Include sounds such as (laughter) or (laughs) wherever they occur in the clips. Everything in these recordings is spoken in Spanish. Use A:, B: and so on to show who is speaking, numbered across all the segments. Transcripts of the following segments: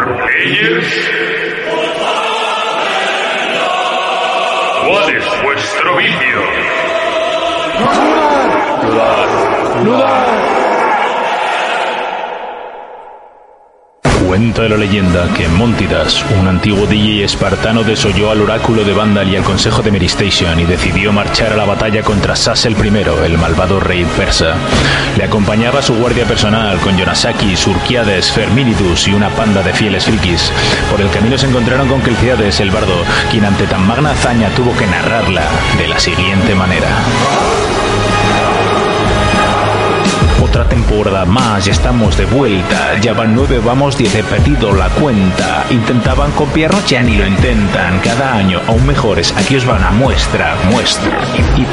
A: reyes? ¿Cuál es vuestro vicio?
B: Cuenta la leyenda que Montidas, un antiguo DJ espartano, desoyó al oráculo de Vandal y al consejo de Meristation y decidió marchar a la batalla contra Sas el I, el malvado rey persa. Le acompañaba su guardia personal con Yonasaki, Surquiades, Fermilidus y una panda de fieles frikis. Por el camino se encontraron con Kelciades el bardo, quien ante tan magna hazaña tuvo que narrarla de la siguiente manera. Otra temporada más, ya estamos de vuelta. Ya van nueve, vamos diez, he perdido la cuenta. Intentaban copiarnos, ya ni lo intentan. Cada año aún mejores, aquí os van a muestra, muestra.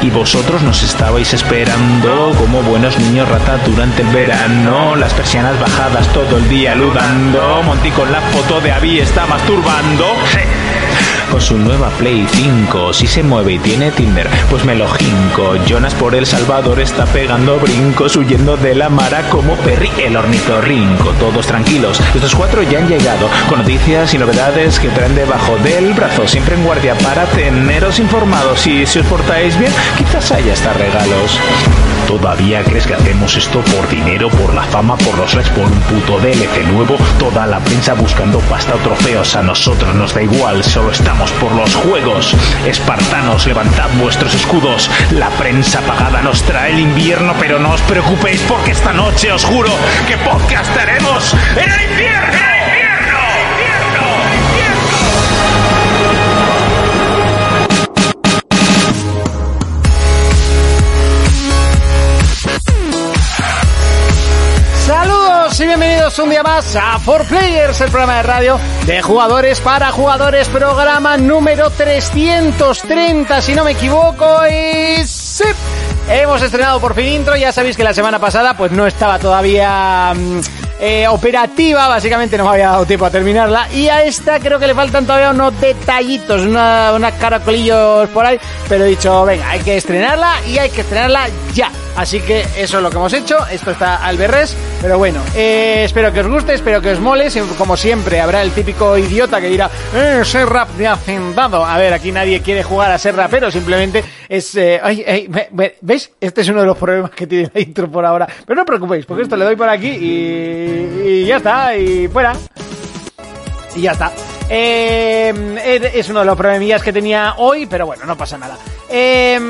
B: Y, y vosotros nos estabais esperando como buenos niños rata durante el verano. Las persianas bajadas todo el día ludando. Monty con la foto de Abby está masturbando. Con su nueva Play 5, si se mueve y tiene Tinder, pues me lo jinco. Jonas por El Salvador está pegando brincos, huyendo de la mara como Perry el ornitorrinco. Todos tranquilos, estos cuatro ya han llegado, con noticias y novedades que traen debajo del brazo, siempre en guardia para teneros informados. Y si os portáis bien, quizás haya hasta regalos. ¿Todavía crees que hacemos esto por dinero, por la fama, por los likes, por un puto DLC nuevo? Toda la prensa buscando pasta o trofeos. A nosotros nos da igual, solo estamos por los juegos. Espartanos, levantad vuestros escudos. La prensa pagada nos trae el invierno, pero no os preocupéis porque esta noche os juro que podcast haremos en el infierno.
C: Saludos y bienvenidos un día más a 4Players, el programa de radio de jugadores para jugadores, programa número 330, si no me equivoco, y sí. Hemos estrenado por fin intro, ya sabéis que la semana pasada pues no estaba todavía mm, eh, operativa, básicamente no me había dado tiempo a terminarla, y a esta creo que le faltan todavía unos detallitos, una- unas caracolillos por ahí, pero he dicho, venga, hay que estrenarla y hay que estrenarla ya. Así que eso es lo que hemos hecho. Esto está al berrés. Pero bueno, eh, espero que os guste, espero que os mole. Sie- Como siempre, habrá el típico idiota que dirá, eh, ser rap de hacendado. A ver, aquí nadie quiere jugar a ser rapero, simplemente es... eh, ay, ay, ve- ve- ¿Veis? Este es uno de los problemas que tiene la intro por ahora. Pero no os preocupéis, porque esto le doy por aquí y, y ya está, y fuera y ya está. Eh, es uno de los problemillas que tenía hoy, pero bueno, no pasa nada. Eh,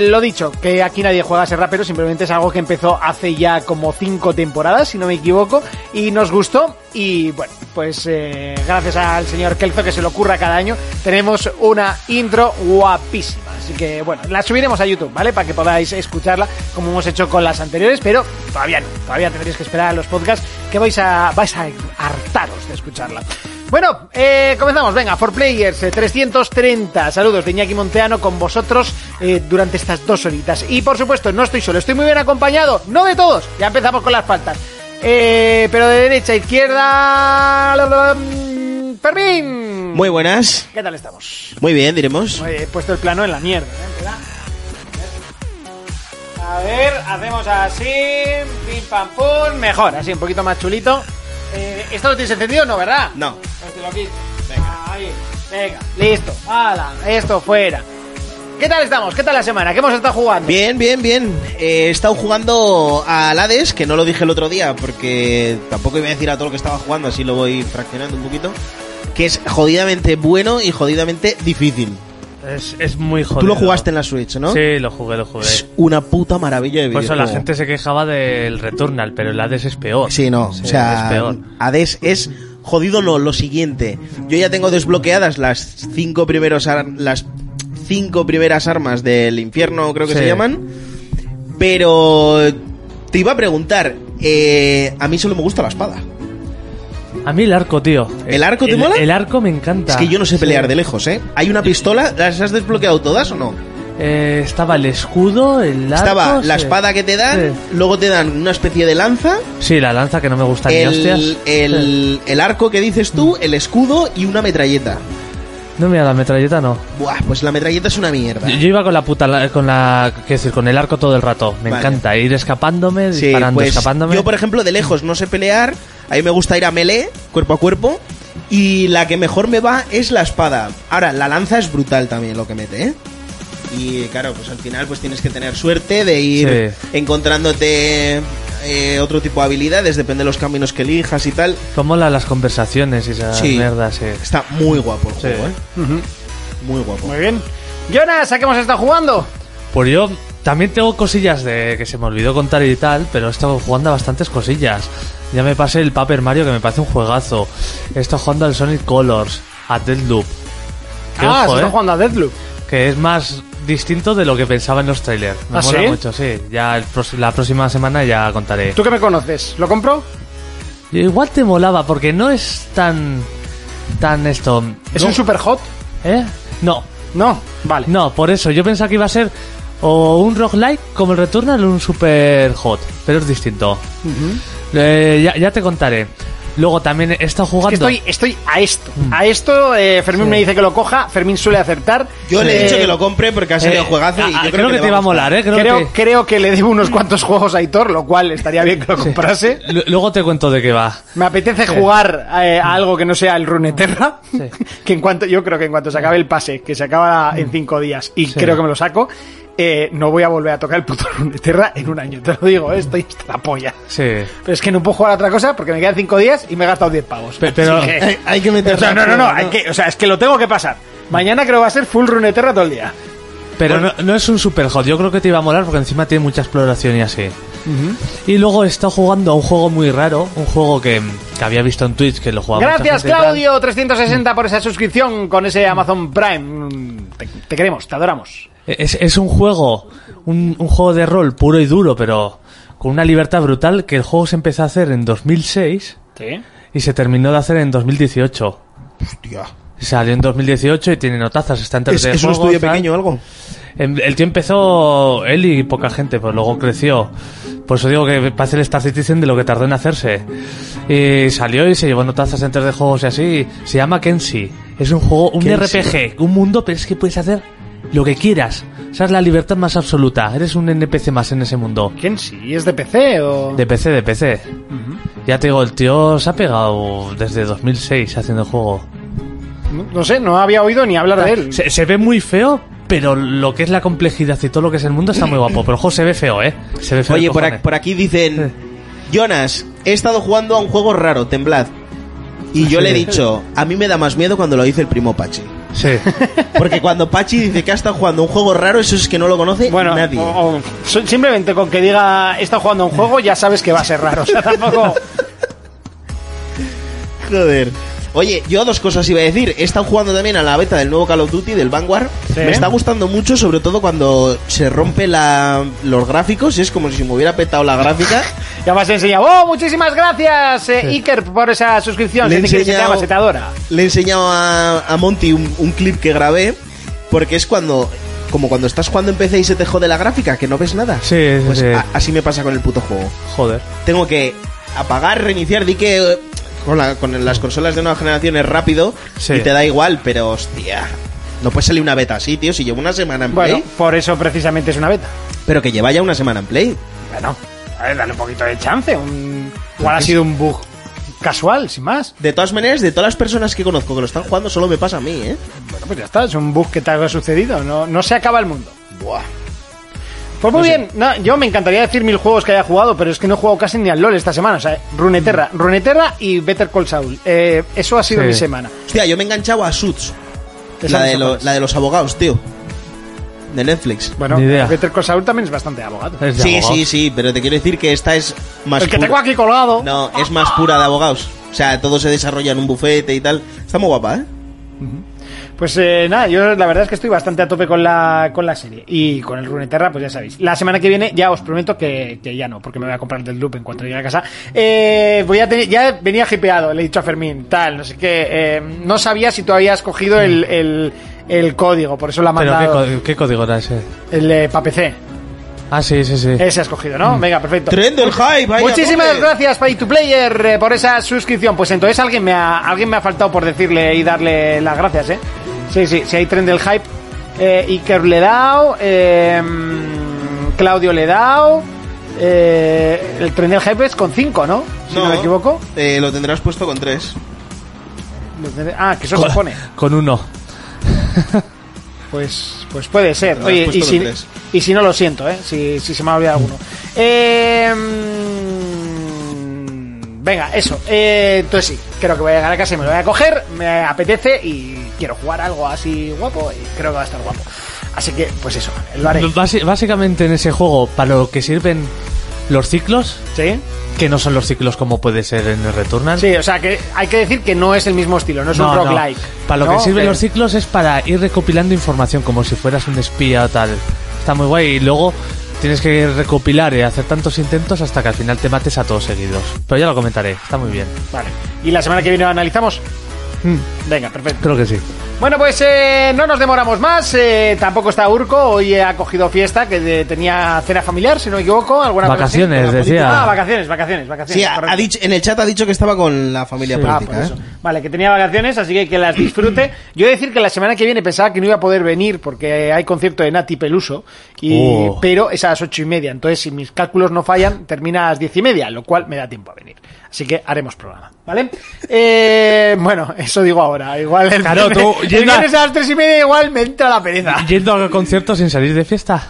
C: lo dicho, que aquí nadie juega a ser rapero, simplemente es algo que empezó hace ya como cinco temporadas, si no me equivoco, y nos gustó. Y bueno, pues eh, gracias al señor Kelzo que se lo ocurra cada año, tenemos una intro guapísima. Así que bueno, la subiremos a YouTube, ¿vale? Para que podáis escucharla como hemos hecho con las anteriores, pero todavía no, todavía tendréis que esperar a los podcasts que vais a, vais a hartaros de escucharla. Bueno, eh, comenzamos, venga, For Players eh, 330. Saludos de Iñaki Monteano con vosotros eh, durante estas dos horitas. Y por supuesto, no estoy solo, estoy muy bien acompañado, no de todos, ya empezamos con las faltas. Eh, pero de derecha a izquierda. la, la, la, mm, Fermín.
D: Muy buenas.
C: ¿Qué tal estamos?
D: Muy bien, diremos.
C: Oye, He puesto el plano en la mierda. ¿eh? Espera. A ver, hacemos así. Pim pam pum. Mejor, así, un poquito más chulito. Eh, ¿Esto lo tienes encendido o no, verdad?
D: No.
C: Este lo quito. Venga. Ahí. Venga, listo. Hala, esto fuera. ¿Qué tal estamos? ¿Qué tal la semana? ¿Qué hemos estado jugando?
D: Bien, bien, bien. Eh, he estado jugando al Hades, que no lo dije el otro día, porque tampoco iba a decir a todo lo que estaba jugando, así lo voy fraccionando un poquito. Que es jodidamente bueno y jodidamente difícil.
E: Es, es muy jodido.
D: Tú lo jugaste en la Switch, ¿no?
E: Sí, lo jugué, lo jugué.
D: Es una puta maravilla de
E: Por eso
D: videojuego.
E: la gente se quejaba del Returnal, pero el Hades Oh, es peor.
D: Sí, no. o sea,
E: es peor.
D: Hades es jodido lo, lo siguiente. Yo ya tengo desbloqueadas las cinco primeros ar- las cinco primeras armas del infierno, creo que
E: Sí.
D: se llaman. Pero te iba a preguntar, eh, a mí solo me gusta la espada.
E: A mí el arco, tío.
D: ¿El arco te mola?
E: El arco me encanta.
D: Es que yo no sé pelear de lejos, ¿eh? Hay una pistola, ¿las has desbloqueado todas o no?
E: Eh, estaba el escudo, el arco.
D: Estaba la
E: sí.
D: espada que te dan, luego te dan una especie de lanza,
E: Sí, la lanza que no me gusta ni
D: el,
E: hostias.
D: el, el arco que dices tú, el escudo y una metralleta.
E: No, mira, la metralleta no.
D: Buah, pues la metralleta es una mierda.
E: Yo iba con la puta, la- con la, qué decir, con el arco todo el rato. Me
D: Vale.
E: encanta ir escapándome,
D: Sí,
E: disparando,
D: pues,
E: escapándome.
D: Yo, por ejemplo, de lejos no sé pelear. A mí me gusta ir a melee, cuerpo a cuerpo. Y la que mejor me va es la espada. Ahora, la lanza es brutal también lo que mete, ¿eh? Y claro, pues al final pues tienes que tener suerte de ir
E: Sí.
D: encontrándote eh, otro tipo de habilidades, depende de los caminos que elijas y tal.
E: Como la- las conversaciones y esas
D: Sí.
E: mierdas, sí.
D: Está muy guapo el
E: Sí.
D: juego, ¿eh? Muy guapo.
C: Muy bien. Jonas, ¿a qué hemos estado jugando?
E: Pues yo también tengo cosillas de que se me olvidó contar y tal, pero he estado jugando a bastantes cosillas. Ya me pasé el Paper Mario, que me parece un juegazo. He estado jugando al Sonic Colors, a Deathloop. Que
C: ah,
E: ojo,
C: se
E: eh,
C: está jugando a Deathloop.
E: Que es más distinto de lo que pensaba en los trailers. Me
C: ¿Ah,
E: mola
C: sí?
E: mucho, sí. Ya el pros- la próxima semana ya contaré.
C: ¿Tú que me conoces? ¿Lo compro?
E: Igual te molaba, porque no es tan... Tan esto...
C: ¿Es
E: no,
C: un super hot?
E: ¿Eh? No,
C: No, vale.
E: No, por eso. Yo pensaba que iba a ser o un roguelike como el Returnal o un super hot. Pero es distinto. Eh, ya, ya te contaré. Luego también he estado
C: Es que
E: jugando. eh,
C: estoy, estoy a esto.
E: Mm.
C: A esto, eh, Fermín me dice que lo coja. Fermín suele acertar.
D: Yo le
C: Eh,
D: he dicho que lo compre porque ha salido
E: Eh,
D: juegazo
E: ah,
D: y yo
E: ah,
D: creo,
E: creo que,
D: le
E: te
D: va
E: iba a molar, ¿eh? Creo,
C: creo,
E: que-
C: creo que le debo unos cuantos juegos a Hitor, lo cual estaría bien que lo comprase.
E: Lu- Luego te cuento de qué va.
C: Me apetece jugar eh, a algo que no sea el Runeterra.
E: Sí.
C: (laughs) Que en cuanto, yo creo que en cuanto se acabe el pase, que se acaba
E: Mm.
C: en cinco días, y creo que me lo saco, eh, no voy a volver a tocar el puto Runeterra en un año. Te lo digo, eh, estoy hasta la polla.
E: Sí.
C: Pero es que no puedo jugar a otra cosa porque me quedan cinco días y me he gastado 10 pavos.
E: Pe- pero- (laughs)
C: Así que-
D: Hay, hay que
C: O
D: meterlo.
C: sea, no, no, no, hay que, o sea, es que lo tengo que pasar. Mañana creo que va a ser full Runeterra todo el día.
E: Pero no, no es un super hot. Yo creo que te iba a molar porque encima tiene mucha exploración y así. Y luego he estado jugando a un juego muy raro. Un juego que, que había visto en Twitch que lo jugaba mucha
C: Gracias,
E: gente y tal.
C: Claudio, 360 por esa suscripción con ese Amazon Prime. Mm, Te, te queremos, te adoramos.
E: Es, es un juego, un, un juego de rol puro y duro, pero con una libertad brutal que el juego se empezó a hacer en 2006
C: Sí.
E: y se terminó de hacer en 2018.
D: Hostia.
E: Salió en 2018 y tiene notazas, está en 3D
D: ¿Es, es un
E: juego,
D: estudio
E: tal.
D: pequeño o algo?
E: En- Em, El tío empezó él y poca gente, pues luego creció. Por eso digo que parece el Star Citizen de lo que tardó en hacerse. Y salió y se llevó notazas en 3D juegos y así. Se llama Kenshi. Es un juego, un
D: Kenshi.
E: RPG, un mundo, pero es que puedes hacer lo que quieras. O sea, es la libertad más absoluta. Eres un NPC más en ese mundo.
C: ¿Quién sí? ¿Es de PC o...?
E: De PC, de PC. Ya te digo, el tío se ha pegado desde 2006 haciendo el juego.
C: No, no sé, no había oído ni hablar de él.
E: Se, se ve muy feo, pero lo que es la complejidad y todo lo que es el mundo está muy guapo. Pero el juego se ve feo, ¿eh? Se ve feo.
D: Oye,
E: de
D: por, ac-
E: cojones.
D: por aquí dicen, Jonas, he estado jugando a un juego raro, temblad. Y yo le he dicho, a mí me da más miedo cuando lo dice el primo Pachi.
E: Sí. (laughs)
D: Porque cuando Pachi dice que ha estado jugando a un juego raro, eso es que no lo conoce
C: Bueno,
D: nadie.
C: o- o- so- simplemente con que diga está jugando a un juego ya sabes que va a ser raro. O sea,
D: (laughs)
C: tampoco...
D: Joder. Oye, yo dos cosas iba a decir. He estado jugando también a la beta del nuevo Call of Duty, del Vanguard.
C: Sí.
D: Me está gustando mucho, sobre todo cuando se rompe la, los gráficos. Es como si me hubiera petado la gráfica.
C: Ya más enseñado. ¡Oh, muchísimas gracias, eh, Iker, por esa suscripción!
D: Le he
C: Si te quieres, se te
D: enseñado-
C: ama, se te adora.
D: Le he enseñado a, a Monty un, un clip que grabé, porque es cuando, como cuando estás jugando en PC y se te jode la gráfica, que no ves nada.
E: Sí, sí,
D: Pues
E: sí.
D: a- así me pasa con el puto juego.
E: Joder.
D: Tengo que apagar, reiniciar, di que eh, con, la- con las consolas de nueva generación es rápido
E: Sí.
D: y te da igual, pero hostia. No puede salir una beta así, tío, si llevo una semana en
C: Bueno,
D: Play,
C: por eso precisamente es una beta.
D: pero que lleva ya una semana en Play.
C: Bueno, a ver, dale un poquito de chance. Un... Igual ha sido un bug casual, sin más.
D: De todas maneras, de todas las personas que conozco que lo están jugando, solo me pasa a mí, ¿eh?
C: Bueno, pues ya está, es un bug que te ha sucedido. No, no se acaba el mundo.
D: Buah.
C: Pues muy bien, no, yo me encantaría decir mil juegos que haya jugado, pero es que no he jugado casi ni al LOL esta semana. O sea, Runeterra, Runeterra y Better Call Saul. Eh, eso ha sido
E: Mm. Sí.
C: mi semana.
D: Hostia, yo me he enganchado a Suits,
C: Esa
D: La
C: no
D: de,
C: sé
D: lo-
C: cuál es.
D: la de los abogados, tío. De Netflix.
C: Bueno,
E: Ni idea.
C: Better Call Saul también es bastante abogado.
E: Es de
D: Sí,
E: abogado.
D: sí, sí, pero te quiero decir que esta es más
C: El que
D: pura-
C: tengo aquí colgado.
D: No, es más pura de abogados. O sea, todo se desarrolla en un bufete y tal. Está muy guapa, ¿eh?
C: Pues eh, nada, yo la verdad es que estoy bastante a tope con la, con la serie. Y con el Runeterra, pues ya sabéis. La semana que viene ya os prometo que, que ya no, porque me voy a comprar del loop en cuanto llegue a casa. Eh, voy a tener, ya venía hipeado, le he dicho a Fermín, tal, no sé qué. eh, no sabía si tú habías cogido el, el, el código, por eso la ha
E: Pero ¿qué,
C: mandado.
E: co- qué código era ese?
C: El eh, PPC.
E: Ah, sí, Mm. sí, sí.
C: Ese has cogido, ¿no? Venga, perfecto.
D: Tren del hype, vaya
C: Muchísimas
D: doble.
C: gracias, Pay to Player, eh, por esa suscripción. Pues entonces alguien me ha, alguien me ha faltado por decirle y darle las gracias, ¿eh? Sí, sí, si hay tren del hype. Eh, Iker le he dado, eh, Claudio le he dado. eh, el tren del hype es con 5, ¿no? Si no, me equivoco.
D: eh, lo tendrás puesto con tres.
C: Ah, que eso
E: Con-
C: cojones.
E: Con uno.
C: Pues, pues puede ser.
D: Pero
C: Oye,
D: has
C: y
D: puesto
C: si,
D: los tres.
C: y si no lo siento, ¿eh? si, si se me ha olvidado alguno. Eh, mm, venga, eso. Eh, entonces sí, creo que voy a llegar a casa y me lo voy a coger. Me apetece y quiero jugar algo así guapo y creo que va a estar guapo. Así que, pues eso, lo haré.
E: Basi- básicamente en ese juego, para lo que sirven los ciclos,
C: ¿Sí?
E: que no son los ciclos como puede ser en el Returnal.
C: Sí, o sea que hay que decir que no es el mismo estilo, no es un
E: No, no.
C: roguelike.
E: Para lo
C: ¿no? Eh,
E: que sirven
C: Que-
E: los ciclos es para ir recopilando información, como si fueras un espía o tal. Está muy guay. Y luego tienes que recopilar y hacer tantos intentos hasta que al final te mates a todos seguidos. Pero ya lo comentaré, está muy bien.
C: Vale. ¿Y la semana que viene lo analizamos?
E: Mm,
C: Venga, perfecto.
E: creo que sí.
C: Bueno, pues eh, no nos demoramos más. eh, tampoco está Urco. Hoy ha cogido fiesta, que de- tenía cena familiar, si no me equivoco. Alguna cosa así.
E: Vacaciones,
C: Con la política.
E: decía.
C: Ah, vacaciones, vacaciones, vacaciones.
D: Sí, ha- ha
C: correcto.
D: dicho, en el chat ha dicho que estaba con la familia
C: Ah,
D: política.
C: por
D: ¿eh?
C: eso. Vale, que tenía vacaciones, así que que las disfrute. Yo he de decir que la semana que viene pensaba que no iba a poder venir porque hay concierto de Nati Peluso, y,
E: Oh.
C: pero es a las ocho y media. Entonces, si mis cálculos no fallan, termina a las diez y media, lo cual me da tiempo a venir. Así que haremos programa, ¿vale? Eh, bueno, eso digo ahora. Igual el,
E: Claro, tú,
C: el
E: yendo a-
C: viernes a las tres y media igual me entra la pereza.
E: Yendo a conciertos sin salir de fiesta.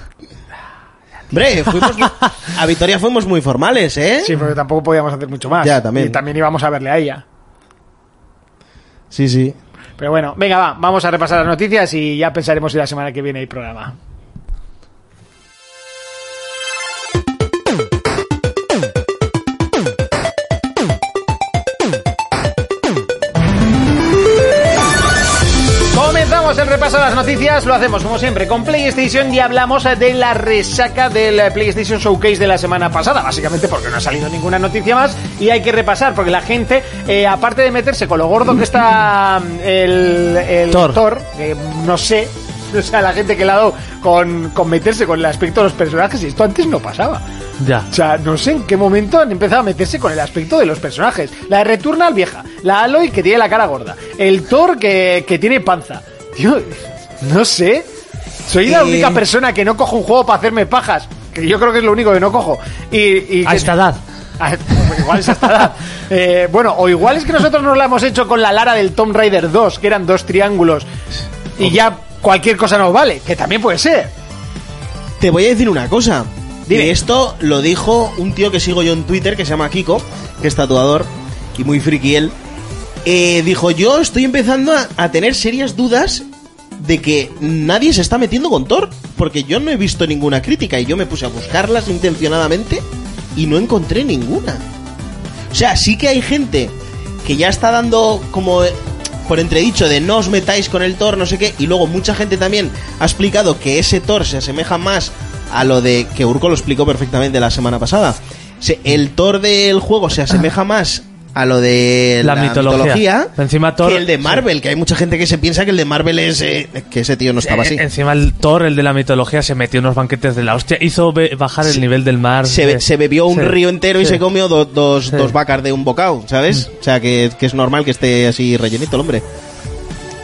D: Hombre, fuimos- a Vitoria fuimos muy formales, ¿eh?
C: Sí, porque tampoco podíamos hacer mucho más.
D: Ya, también.
C: Y también íbamos a verle a ella.
D: sí. sí.
C: Pero bueno, venga, va, vamos a repasar las noticias y ya pensaremos si la semana que viene hay programa. Comenzamos el repaso de las noticias, lo hacemos como siempre con PlayStation y hablamos de la resaca del PlayStation Showcase de la semana pasada, básicamente porque no ha salido ninguna noticia más y hay que repasar porque la gente, eh, aparte de meterse con lo gordo que está mm, el, el
E: Thor.
C: que no sé, (laughs) o sea, la gente que le ha dado con, con meterse con el aspecto de los personajes y esto antes no pasaba.
E: Ya.
C: O sea, no sé en qué momento han empezado a meterse con el aspecto de los personajes. La de Returnal vieja, la Aloy que tiene la cara gorda, el Thor que, que tiene panza. Tío, no sé. Soy la
D: Eh.
C: única persona que no cojo un juego para hacerme pajas. Que yo creo que es lo único que no cojo. Y, y
E: A
C: que- (laughs)
E: esta edad.
C: Ah, pues igual es hasta edad. Eh, bueno, o igual es que nosotros nos la hemos hecho con la Lara del Tomb Raider 2, que eran dos triángulos. Y ya cualquier cosa nos vale, que también puede ser.
D: Te voy a decir una cosa.
C: Dime.
D: Y esto lo dijo un tío que sigo yo en Twitter que se llama Kiko, que es tatuador y muy friki él. Eh, dijo, yo estoy empezando a, a tener serias dudas de que nadie se está metiendo con Thor, porque yo no he visto ninguna crítica y yo me puse a buscarlas intencionadamente y no encontré ninguna. O sea, sí que hay gente que ya está dando como eh, por entredicho de no os metáis con el Thor, no sé qué, y luego mucha gente también ha explicado que ese Thor se asemeja más a lo de que Urco lo explicó perfectamente la semana pasada. Se- El Thor del juego se asemeja más a lo de
E: La mitología. Encima Thor-
D: que el de Marvel, que hay mucha gente que se piensa que el de Marvel es eh, que ese tío no estaba así.
E: Eh, Encima el Thor, el de la mitología, se metió unos banquetes de la hostia. Hizo be- bajar el nivel del mar.
D: se,
E: Eh,
D: be- se bebió un
E: sí,
D: río entero y
E: sí.
D: se comió do- dos,
E: Sí. Mm.
D: dos vacas de un bocado, ¿sabes? O sea, que, que es normal que esté así rellenito el hombre.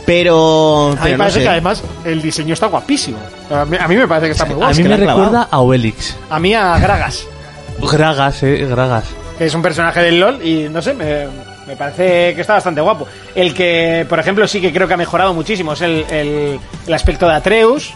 D: Pero...
C: A mí
D: pero
C: me
D: no
C: parece
D: sé.
C: que además el diseño está guapísimo. A mí, a mí me parece que está muy
E: A
C: guapo.
E: mí
D: que
E: me
D: la ha clavado.
E: recuerda a Obelix.
C: A mí a Gragas,
E: Gragas, eh, Gragas.
C: que es un personaje del LOL y no sé, me, me parece que está bastante guapo. El que, por ejemplo, sí que creo que ha mejorado muchísimo es el, el- el aspecto de Atreus.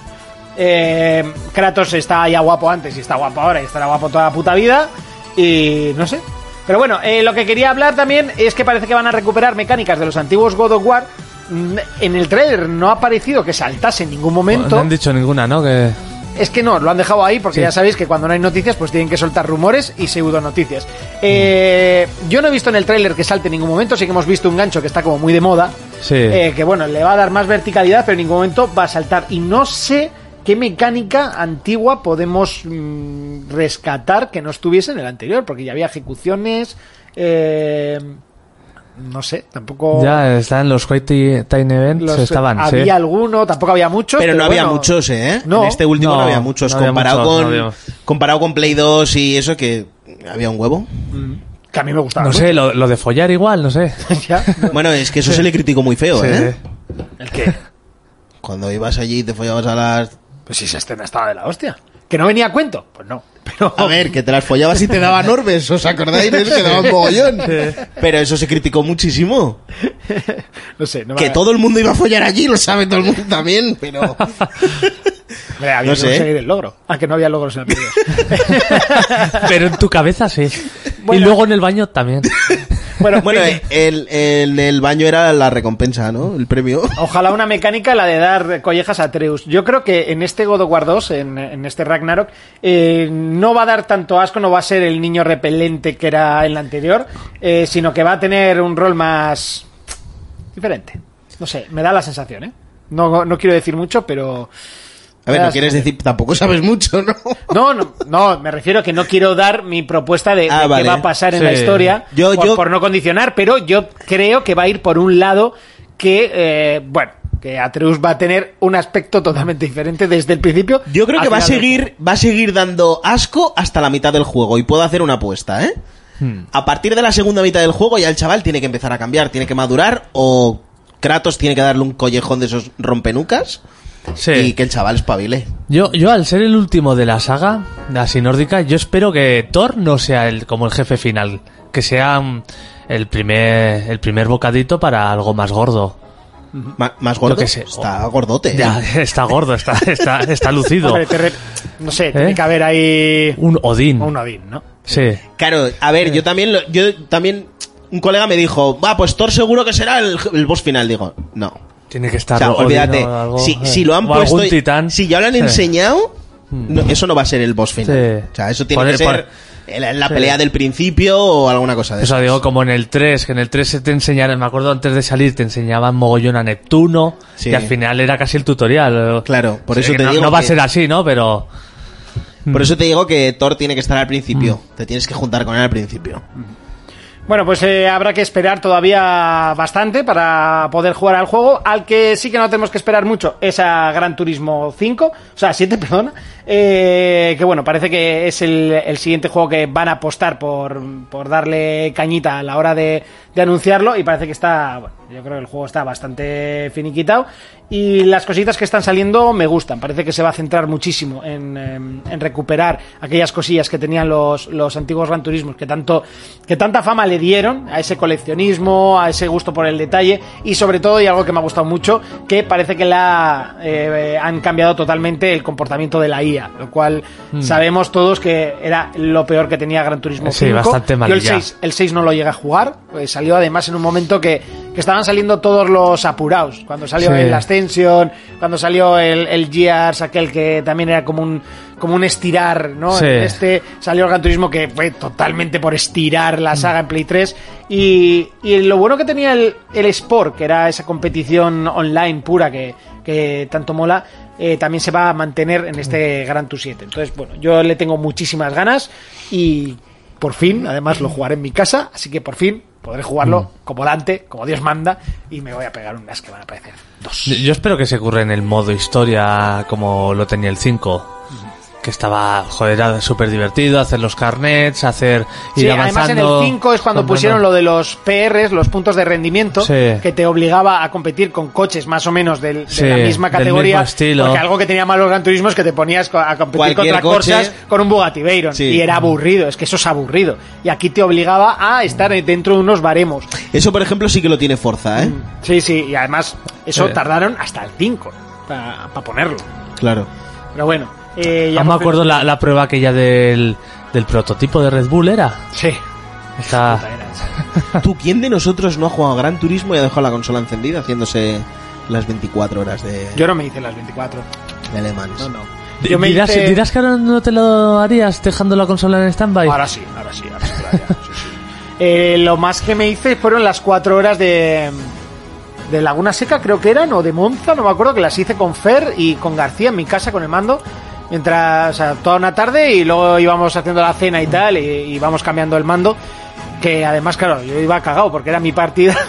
C: Eh, Kratos está ya guapo antes y está guapo ahora y estará guapo toda la puta vida. Y no sé. Pero bueno, eh, lo que quería hablar también es que parece que van a recuperar mecánicas de los antiguos God of War. Mm, En el trailer no ha parecido que saltase en ningún momento.
E: No han dicho ninguna, ¿no? Que...
C: Es que no, lo han dejado ahí porque
E: Sí.
C: ya sabéis que cuando no hay noticias pues tienen que soltar rumores y pseudo noticias.
E: Mm.
C: Eh, yo no he visto en el tráiler que salte en ningún momento, sí que hemos visto un gancho que está como muy de moda,
E: Sí.
C: eh, que bueno, le va a dar más verticalidad, pero en ningún momento va a saltar. Y no sé qué mecánica antigua podemos mm, rescatar que no estuviese en el anterior, porque ya había ejecuciones... eh, no sé, tampoco...
E: Ya están los White Time Events,
C: los-
E: estaban,
C: había
E: sí.
C: alguno, tampoco había muchos.
D: Pero no había
C: bueno,
D: muchos, ¿eh?
C: No.
D: en este último no,
E: No,
D: había muchos.
E: no había
D: comparado,
E: muchos,
D: con,
E: no había-
D: comparado con Play 2 y eso, que había un
E: (laughs)
D: huevo.
C: Que a mí me gustaba.
E: No
C: mucho.
E: sé, lo, lo de follar igual, no sé.
C: (laughs) Ya, no.
D: Bueno, es que eso se le criticó muy feo,
E: Sí,
D: (laughs) ¿eh?
E: sí.
C: ¿El qué?
D: Cuando ibas allí y te follabas a las...
C: Pues si esa escena estaba de la hostia. Que no venía a cuento. Pues no. (laughs) Pero
E: Oh.
D: A ver, que te las follabas y te daban orbes, ¿os acordáis?
E: (laughs)
D: Que te daban mogollón. Pero eso se criticó muchísimo.
C: no sé. No me-
D: Que todo el mundo iba a follar allí, lo sabe todo el mundo también, pero...
C: Hombre, había
D: no
C: que
D: sé.
C: conseguir el logro. Aunque no había logros en el
D: (laughs)
C: vídeo.
E: Pero en tu cabeza sí.
C: Bueno.
E: Y luego en el baño también.
C: Bueno,
D: (laughs)
C: eh,
D: Bueno, eh.
C: Peña,
D: el, el, el baño era la recompensa, ¿no? El premio.
C: Ojalá una mecánica la de dar collejas a Treus. Yo creo que en este God of War 2, en, en este Ragnarok, eh, no va a dar tanto asco, no va a ser el niño repelente que era en la anterior, eh, sino que va a tener un rol más diferente. No sé, me da la sensación, ¿eh? No, no quiero decir mucho, pero...
D: A ver, no
C: Gracias.
D: quieres decir, tampoco sabes mucho, ¿no?
C: No, no, no, me refiero que no quiero dar mi propuesta de,
D: Ah,
C: de
D: vale.
C: qué va a pasar en
E: Sí.
C: la historia
D: Yo-
C: por,
D: yo-
C: por no condicionar, pero yo creo que va a ir por un lado que, eh, bueno, que Atreus va a tener un aspecto totalmente diferente desde el principio.
D: Yo creo que va a
C: final del
D: seguir, va a seguir dando asco hasta la mitad del juego y puedo hacer una apuesta, ¿eh? A partir de la segunda mitad del juego ya el chaval tiene que empezar a cambiar, tiene que madurar o Kratos tiene que darle un collejón de esos rompenucas
E: Sí.
D: y que el chaval espabile.
E: Yo, yo al ser el último de la saga, así nórdica, yo espero que Thor no sea el, como el jefe final, que sea mm, el primer, el primer bocadito para algo más gordo.
D: Ma- más gordo.
E: Yo qué sé.
D: Está gordote. ¿eh?
E: Ya, (laughs) está gordo, está, está, está lucido.
C: Hombre, te re- no sé, tiene
E: ¿Eh?
C: que haber ahí
E: Un Odín.
C: un Odín, ¿no?
E: Sí.
D: Claro, a ver, yo también, lo- yo también, un colega me dijo, va, pues Thor seguro que será el, el boss final. Digo, no.
E: Tiene que estar
D: O sea,
E: Odín
D: olvídate.
E: o algo,
D: si,
E: eh,
D: si lo han
E: o
D: puesto,
E: algún titán.
D: si ya lo han
E: Sí. Hmm.
D: enseñado, no, eso no va a ser el boss final.
E: Sí.
D: O sea, eso tiene
E: Poner-
D: que ser
E: poner-
D: el- la,
E: Sí.
D: pelea del principio o alguna cosa de
E: Eso
D: eso.
E: digo, como en el 3, que en el 3 se te enseñaron, me acuerdo antes de salir, te enseñaban mogollón a Neptuno,
D: Sí.
E: y al final era casi el tutorial.
D: Claro, por eso
E: que
D: te
E: no,
D: digo
E: No va a
D: que-
E: ser así, ¿no? Pero. hmm.
D: Por eso te digo que Thor tiene que estar al principio. Te tienes que juntar con él al principio.
C: Bueno, pues eh, habrá que esperar todavía bastante para poder jugar al juego. Al que sí que no tenemos que esperar mucho es a Gran Turismo 5, o sea, 7, (laughs) perdona. Eh, que bueno, parece que es el, el siguiente juego que van a apostar por, por darle cañita a la hora de, de anunciarlo. Y parece que está, bueno, yo creo que el juego está bastante finiquitado. Y las cositas que están saliendo me gustan. Parece que se va a centrar muchísimo en, em, en recuperar aquellas cosillas que tenían los, los antiguos Gran Turismos, que, tanto, que tanta fama le dieron a ese coleccionismo, a ese gusto por el detalle. Y sobre todo, y algo que me ha gustado mucho, que parece que la eh, han cambiado totalmente el comportamiento de la IA. Lo cual
E: Hmm.
C: sabemos todos que era lo peor que tenía Gran Turismo
E: Sí,
C: 5.
E: bastante
C: Yo el
E: malilla.
C: 6 el 6 no lo llega a jugar. eh, salió además en un momento que, que estaban saliendo todos los apurados. Cuando salió
E: Sí.
C: el Ascension, cuando salió el, el Gears, aquel que también era como un, como un estirar, ¿no?
E: Sí.
C: Este salió el Gran Turismo que fue totalmente por estirar la saga en Play 3. Y, y lo bueno que tenía el, el Sport, que era esa competición online pura que, que tanto mola. eh, también se va a mantener en este Gran Tour 7. Entonces, bueno, yo le tengo muchísimas ganas y por fin, además lo jugaré en mi casa, así que por fin podré jugarlo como Dante, como Dios manda, y me voy a pegar unas que van a aparecer. Dos.
E: Yo- Yo espero que se curre en el modo historia como lo tenía el 5. Que estaba, joder, era súper divertido hacer los carnets, hacer ir
C: Sí, además en
E: avanzando.
C: el 5 es cuando
E: comprando.
C: pusieron lo de los PRs, los puntos de rendimiento,
E: Sí.
C: que te obligaba a competir con coches más o menos del-
E: Sí,
C: de la misma
E: del
C: categoría.
E: mismo estilo.
C: Porque algo que tenía malos Gran Turismo es que te ponías co- a competir
D: Cualquier
C: contra
D: coche.
C: Corsas con un Bugatti Veyron.
D: Sí.
C: Y era aburrido, es que eso es aburrido. Y aquí te obligaba a estar dentro de unos baremos.
D: Eso, por ejemplo, sí que lo tiene Forza, ¿eh?
E: Hmm.
C: Sí, sí, y además eso
E: Sí.
C: tardaron hasta el 5 para ponerlo.
D: Claro.
C: Pero bueno, eh, ya
E: Ah, me
C: hemos-
E: acuerdo la, la prueba aquella del, del prototipo de Red Bull, ¿era?
C: Sí.
E: Esta-
C: puta era.
D: (laughs) ¿Tú quién de nosotros no ha jugado a Gran Turismo y ha dejado la consola encendida haciéndose las 24 horas de,
C: Yo no me hice las 24.
D: de alemanes?
C: No, no. Yo me
E: dirás,
C: hice-
E: dirás que ahora no te lo harías dejando la consola en stand-by?
C: Ahora sí, ahora sí, ahora sí. ahora ya, sí, sí. Eh, lo más que me hice fueron las cuatro horas de, de Laguna Seca, creo que eran, o de Monza, no me acuerdo, que las hice con Fer y con García en mi casa con el mando. Mientras, o sea, toda una tarde y luego íbamos haciendo la cena y tal, y y íbamos cambiando el mando. Que además, claro, yo iba cagado porque era mi partida. (laughs)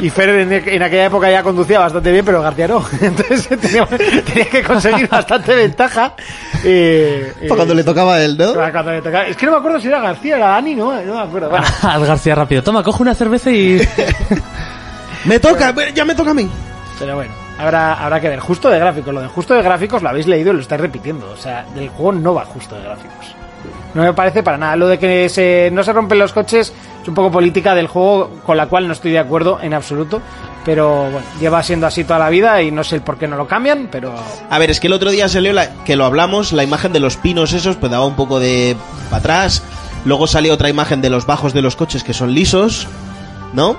C: Y Fer en, en aquella época ya conducía bastante bien, pero García no. (laughs) Entonces tenía, tenía que conseguir bastante ventaja. Eh, eh,
D: Fue cuando le tocaba a él, ¿no?
C: Ah, cuando le toca- Es que no me acuerdo si era García, era Ani, ¿no? No me acuerdo. Bueno,
E: (laughs) Al García rápido, toma, coge una cerveza y...
D: Me toca, ya me toca a mí.
C: (laughs) pero bueno. Habrá, habrá que ver. Justo de gráficos. Lo de justo de gráficos lo habéis leído y lo estáis repitiendo. O sea, del juego no va justo de gráficos. No me parece para nada. Lo de que se- no se rompen los coches es un poco política del juego con la cual no estoy de acuerdo en absoluto. Pero bueno, lleva siendo así toda la vida y no sé el por qué no lo cambian, pero
D: A ver, es que el otro día salió, la, que lo hablamos, la imagen de los pinos esos, pues daba un poco de para atrás. Luego salió otra imagen de los bajos de los coches que son lisos, ¿no?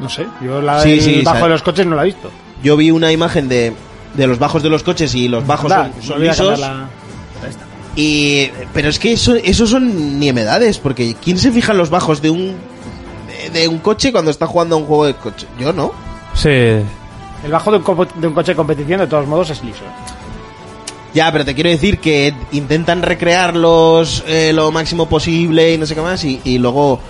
C: no sé. Yo la
D: Sí,
C: del
D: sí,
C: bajo
D: sabe.
C: de los coches no la he visto.
D: Yo vi una imagen de, de los bajos de los coches y los bajos
C: Anda, me
D: son, son
C: voy a
D: lisos.
C: cambiar la-
D: Y, pero es que eso, eso son niemedades, porque ¿quién se fija en los bajos de un, de, de un coche cuando está jugando a un juego de coche? Yo no.
E: (laughs) Sí.
C: El bajo de un, co- de un coche de competición, de todos modos, es liso.
D: Ya, pero te quiero decir que intentan recrearlos eh, lo máximo posible y no sé qué más, y, y luego...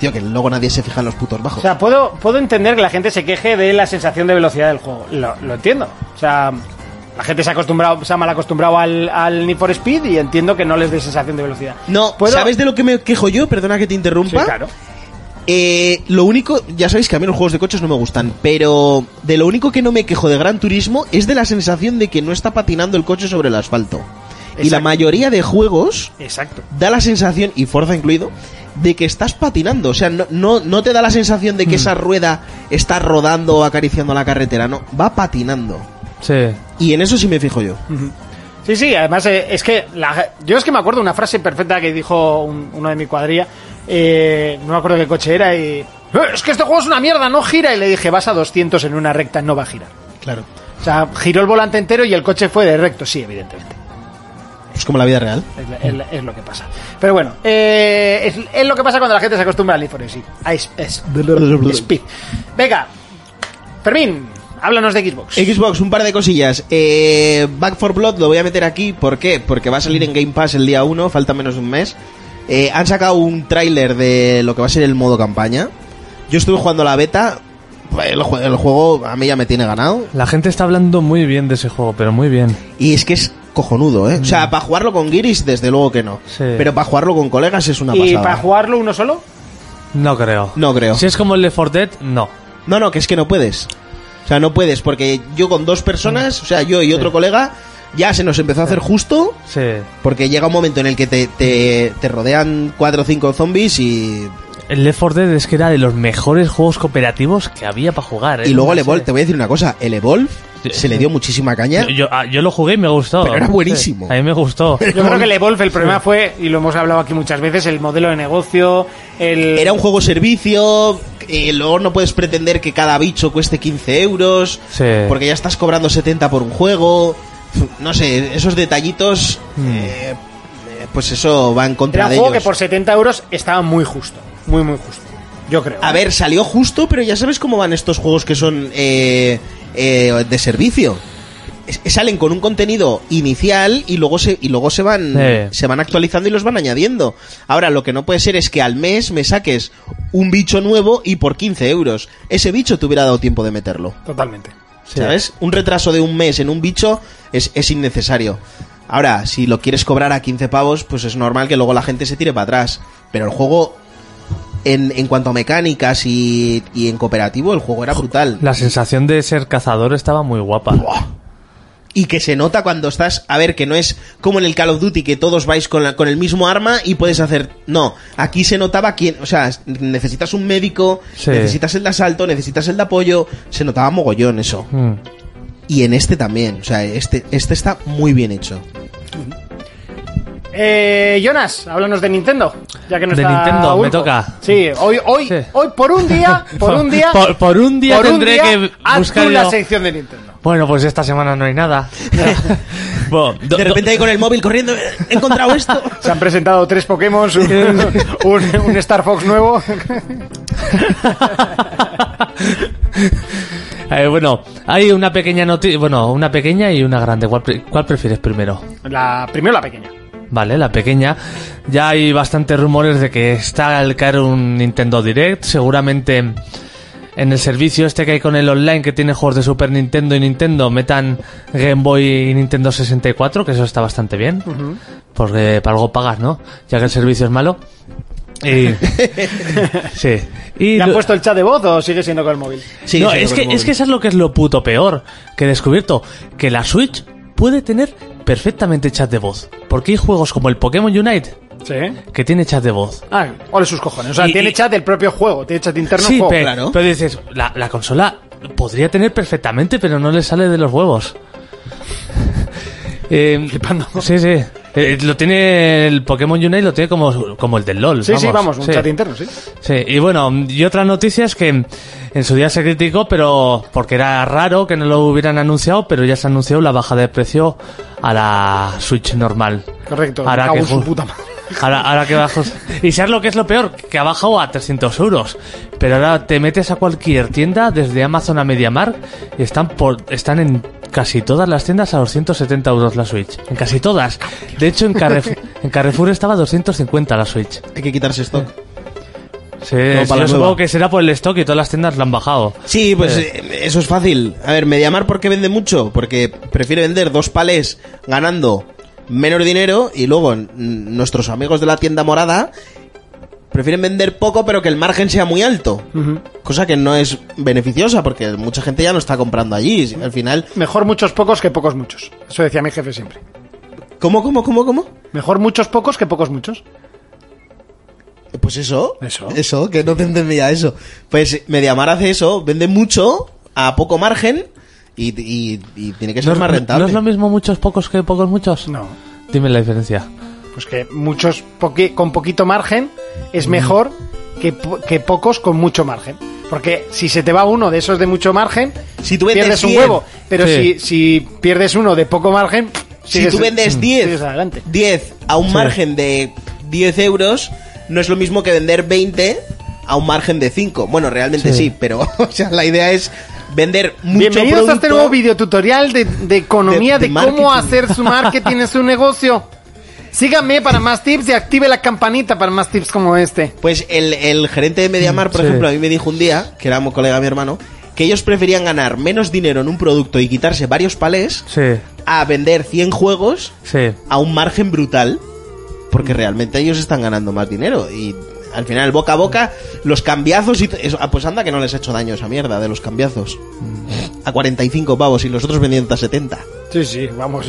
D: Tío, que luego nadie se fija en los putos bajos.
C: O sea, puedo, puedo entender que la gente se queje de la sensación de velocidad del juego. Lo, lo entiendo. O sea, la gente se ha acostumbrado, se ha mal acostumbrado al, al Need for Speed y entiendo que no les dé sensación de velocidad.
D: no,
C: ¿Puedo?
D: ¿sabes de lo que me quejo yo? Perdona que te
C: Sí,
D: interrumpa.
C: claro.
D: Eh, lo único, ya sabéis que a mí los juegos de coches no me gustan, pero de lo único que no me quejo de Gran Turismo es de la sensación de que no está patinando el coche sobre el asfalto. Y la
C: Exacto.
D: mayoría de juegos
C: Exacto.
D: da la sensación, y Forza incluido, de que estás patinando. O sea, no, no, no te da la sensación de que esa rueda está rodando o acariciando la carretera, no, va patinando.
E: Sí.
D: Y en eso sí me fijo yo.
C: Sí, sí, además eh, es que la- yo es que me acuerdo una frase perfecta que dijo un- uno de mi cuadrilla, eh, no me acuerdo qué coche era, y... "Eh, Es que este juego es una mierda, no gira. Y le dije, vas a 200 en una recta, no va a girar.
D: Claro.
C: O sea, giró el volante entero y el coche fue de recto, sí, evidentemente.
D: Es como la vida real.
C: Es, la- es la- es lo que pasa. Pero bueno, eh, es, es lo que pasa cuando la gente se acostumbra al iPhone sí. A es-
D: (laughs)
C: es- Speed. Venga, Fermín, háblanos de Xbox.
D: Xbox, un par de cosillas. Eh, Back for Blood lo voy a meter aquí. ¿Por qué? Porque va a salir en Game Pass el día 1, falta menos de un mes. Eh, han sacado un tráiler de lo que va a ser el modo campaña. Yo estuve jugando la beta. Pues, El, jue- el juego a mí ya me tiene ganado.
E: La gente está hablando muy bien de ese juego, pero muy bien.
D: Y es que es cojonudo, ¿eh? O sea, para jugarlo con Giris, desde luego que no.
E: Mm. Sí.
D: Pero para jugarlo con colegas es una
C: ¿Y
D: pasada.
C: para jugarlo uno
D: (laughs)
C: solo?
E: No creo.
D: No creo.
E: Si es como el de For Dead, no.
D: No, no, que es que no puedes. O sea, no puedes, porque yo con dos
E: Mm.
D: personas, o sea, yo y otro colega, ya se nos empezó a hacer justo.
E: Sí.
D: Porque llega un momento en el que te, te, te rodean cuatro o cinco zombies y,
E: El Left 4 Dead es que era de los mejores juegos cooperativos que había para jugar. ¿eh?
D: y luego
E: No
D: el
E: sé.
D: Evolve, te voy a decir una cosa, el Evolve
E: Sí.
D: se le dio muchísima caña.
E: Yo, yo- ah, yo lo jugué y me gustó.
D: Pero era
E: Sí.
D: buenísimo.
E: A mí
D: (laughs)
E: me gustó.
C: Yo creo que el Evolve, el problema fue, y lo hemos hablado aquí muchas veces, el modelo de negocio, el...
D: Era un juego servicio, eh, luego no puedes pretender que cada bicho cueste 15 euros,
E: Sí.
D: porque ya estás cobrando 70 por un juego, no sé, esos detallitos, eh, eh, pues eso va en contra
C: era un
D: de
C: juego que
D: ellos.
C: por 70 euros estaba muy justo. Muy, muy justo. Yo creo.
D: A ver, salió justo, pero ya sabes cómo van estos juegos que son eh, eh, de servicio. Es- Salen con un contenido inicial y luego se, y luego se van,
E: Sí.
D: se van actualizando y los van añadiendo. Ahora, lo que no puede ser es que al mes me saques un bicho nuevo y por 15 euros. Ese bicho te hubiera dado tiempo de meterlo.
C: Totalmente.
E: Sí.
D: ¿Sabes? Un retraso de un mes en un bicho es, es innecesario. Ahora, si lo quieres cobrar a 15 pavos, pues es normal que luego la gente se tire para atrás. Pero el juego, en, en cuanto a mecánicas y, y en cooperativo, el juego era brutal.
E: La sensación de ser cazador estaba muy guapa.
D: Y que se nota cuando estás, a ver, que no es como en el Call of Duty, que todos vais con, la- con el mismo arma y puedes hacer... No, aquí se notaba quién... O sea, necesitas un médico,
E: Sí.
D: necesitas el de asalto, necesitas el de apoyo. Se notaba mogollón eso.
E: Mm.
D: Y en este también, o sea, este, este está muy bien hecho.
C: Eh, Jonas, háblanos de Nintendo. Ya que no
E: De
C: está
E: Nintendo, me
C: Urco.
E: toca.
C: Sí, hoy, hoy,
E: Sí.
C: hoy por un día, por un día.
E: Por- por un día tendré que
C: haz
E: buscar
C: tú la
E: yo.
C: sección de Nintendo.
E: Bueno, pues esta semana no hay nada. (laughs) Bueno, do-
D: De repente ahí con el móvil corriendo, "Eh, he encontrado esto.
C: Se han presentado tres Pokémon,
E: (laughs)
C: un, un- un Star Fox nuevo.
E: (laughs) Eh, bueno, hay una pequeña noticia, bueno, una pequeña y una grande. ¿Cuál, pre- cuál prefieres primero?
C: La, primero la pequeña.
E: Vale, la pequeña. Ya hay bastantes rumores de que está al caer un Nintendo Direct. Seguramente en el servicio este que hay con el online que tiene juegos de Super Nintendo y Nintendo metan Game Boy y Nintendo 64, que eso está bastante bien. Porque para algo pagas, ¿no? Ya que el servicio es malo. Y, sí. Y
C: ¿Le han
E: lo-
C: puesto el chat de voz o sigue siendo con el móvil?
D: Sigue
E: no,
D: siendo
E: es
D: con
E: que,
D: el
E: es que
D: móvil.
E: eso es lo que es lo puto peor que he descubierto. Que la Switch puede tener perfectamente chat de voz. Porque hay juegos como el Pokémon Unite
C: Sí.
E: que tiene chat de voz.
C: Ah, ole sus cojones. O sea,
E: Y-
C: tiene
E: y-
C: chat del propio juego, tiene chat interno. al
E: Sí,
C: juego.
E: pe-
D: claro.
E: pero dices, la, la consola podría tener perfectamente, pero no le sale de los
C: (laughs)
E: huevos. Eh, Sí, sí. Eh, lo tiene el Pokémon Unite, lo tiene como, como el del LOL.
C: Sí, sí, vamos, un
E: sí.
C: chat interno, sí.
E: Sí, y bueno, y otra noticia es que en su día se criticó, pero porque era raro que no lo hubieran anunciado, pero ya se anunció la baja de precio a la Switch normal.
C: Correcto, me
E: Ahora
C: cago
E: que,
C: en su
E: ju-
C: puta madre.
E: ahora, ahora que bajo. Y sabes lo que es lo peor, que ha bajado a 300 euros. Pero ahora te metes a cualquier tienda, desde Amazon a MediaMarkt, y están, por, están en casi todas las tiendas a 270 euros la Switch. En casi todas. De hecho, en Carrefour, en Carrefour estaba a 250 la Switch.
D: (laughs) Hay que quitarse stock.
E: Sí,
D: para
E: sí,
D: la
E: yo supongo
D: nueva.
E: que será por el stock y todas las tiendas la han bajado.
D: Sí, pues
E: Eh.
D: eh, eso es fácil. A ver, Mediamar, ¿por qué vende mucho? Porque prefiere vender dos palés ganando menos dinero y luego n- nuestros amigos de la tienda morada prefieren vender poco pero que el margen sea muy alto. Cosa que no es beneficiosa porque mucha gente ya no está comprando allí. Al final...
C: Mejor muchos pocos que pocos muchos. Eso decía mi jefe siempre.
D: ¿Cómo, cómo, cómo, cómo?
C: Mejor muchos pocos que pocos muchos.
D: Pues eso.
C: Eso.
D: Eso, que no te entendía eso. Pues Mediamar hace eso, vende mucho a poco margen y, y- y tiene que ser
E: es-
D: más rentable.
E: no es lo mismo muchos pocos que pocos muchos?
C: No.
E: Dime la diferencia.
C: Pues que muchos poqui- con poquito margen es mejor que, po- que pocos con mucho margen. Porque si se te va uno de esos de mucho margen,
D: Si tú vendes
C: pierdes
D: 100.
C: un huevo. Pero
E: Sí.
C: si, si pierdes uno de poco margen,
D: si
C: sigues- mm.
D: tú vendes
C: sigues
D: 10,
C: adelante.
D: 10 a un margen de 10 euros, no es lo mismo que vender 20 a un margen de 5. Bueno, realmente sí,
E: Sí.
D: pero (laughs) o sea, la idea es vender mucho
C: Bienvenidos a este
D: producto.
C: nuevo videotutorial de, de economía de,
D: De- de
C: cómo
D: marketing.
C: hacer su marketing
D: (laughs)
C: en su negocio. Síganme para más tips y active la campanita para más tips como este.
D: Pues el, el gerente de Mediamar, por
E: Sí.
D: ejemplo, a mí me dijo un día, que era un colega de mi hermano, que ellos preferían ganar menos dinero en un producto y quitarse varios palés
E: Sí,
D: a vender 100 juegos
E: sí.
D: a un margen brutal porque realmente ellos están ganando más dinero y al final el boca a boca los cambiazos y t- eso, ah, pues anda que no les ha hecho daño esa mierda de los cambiazos a 45 pavos y los otros vendiendo a 70
C: Sí, sí, vamos.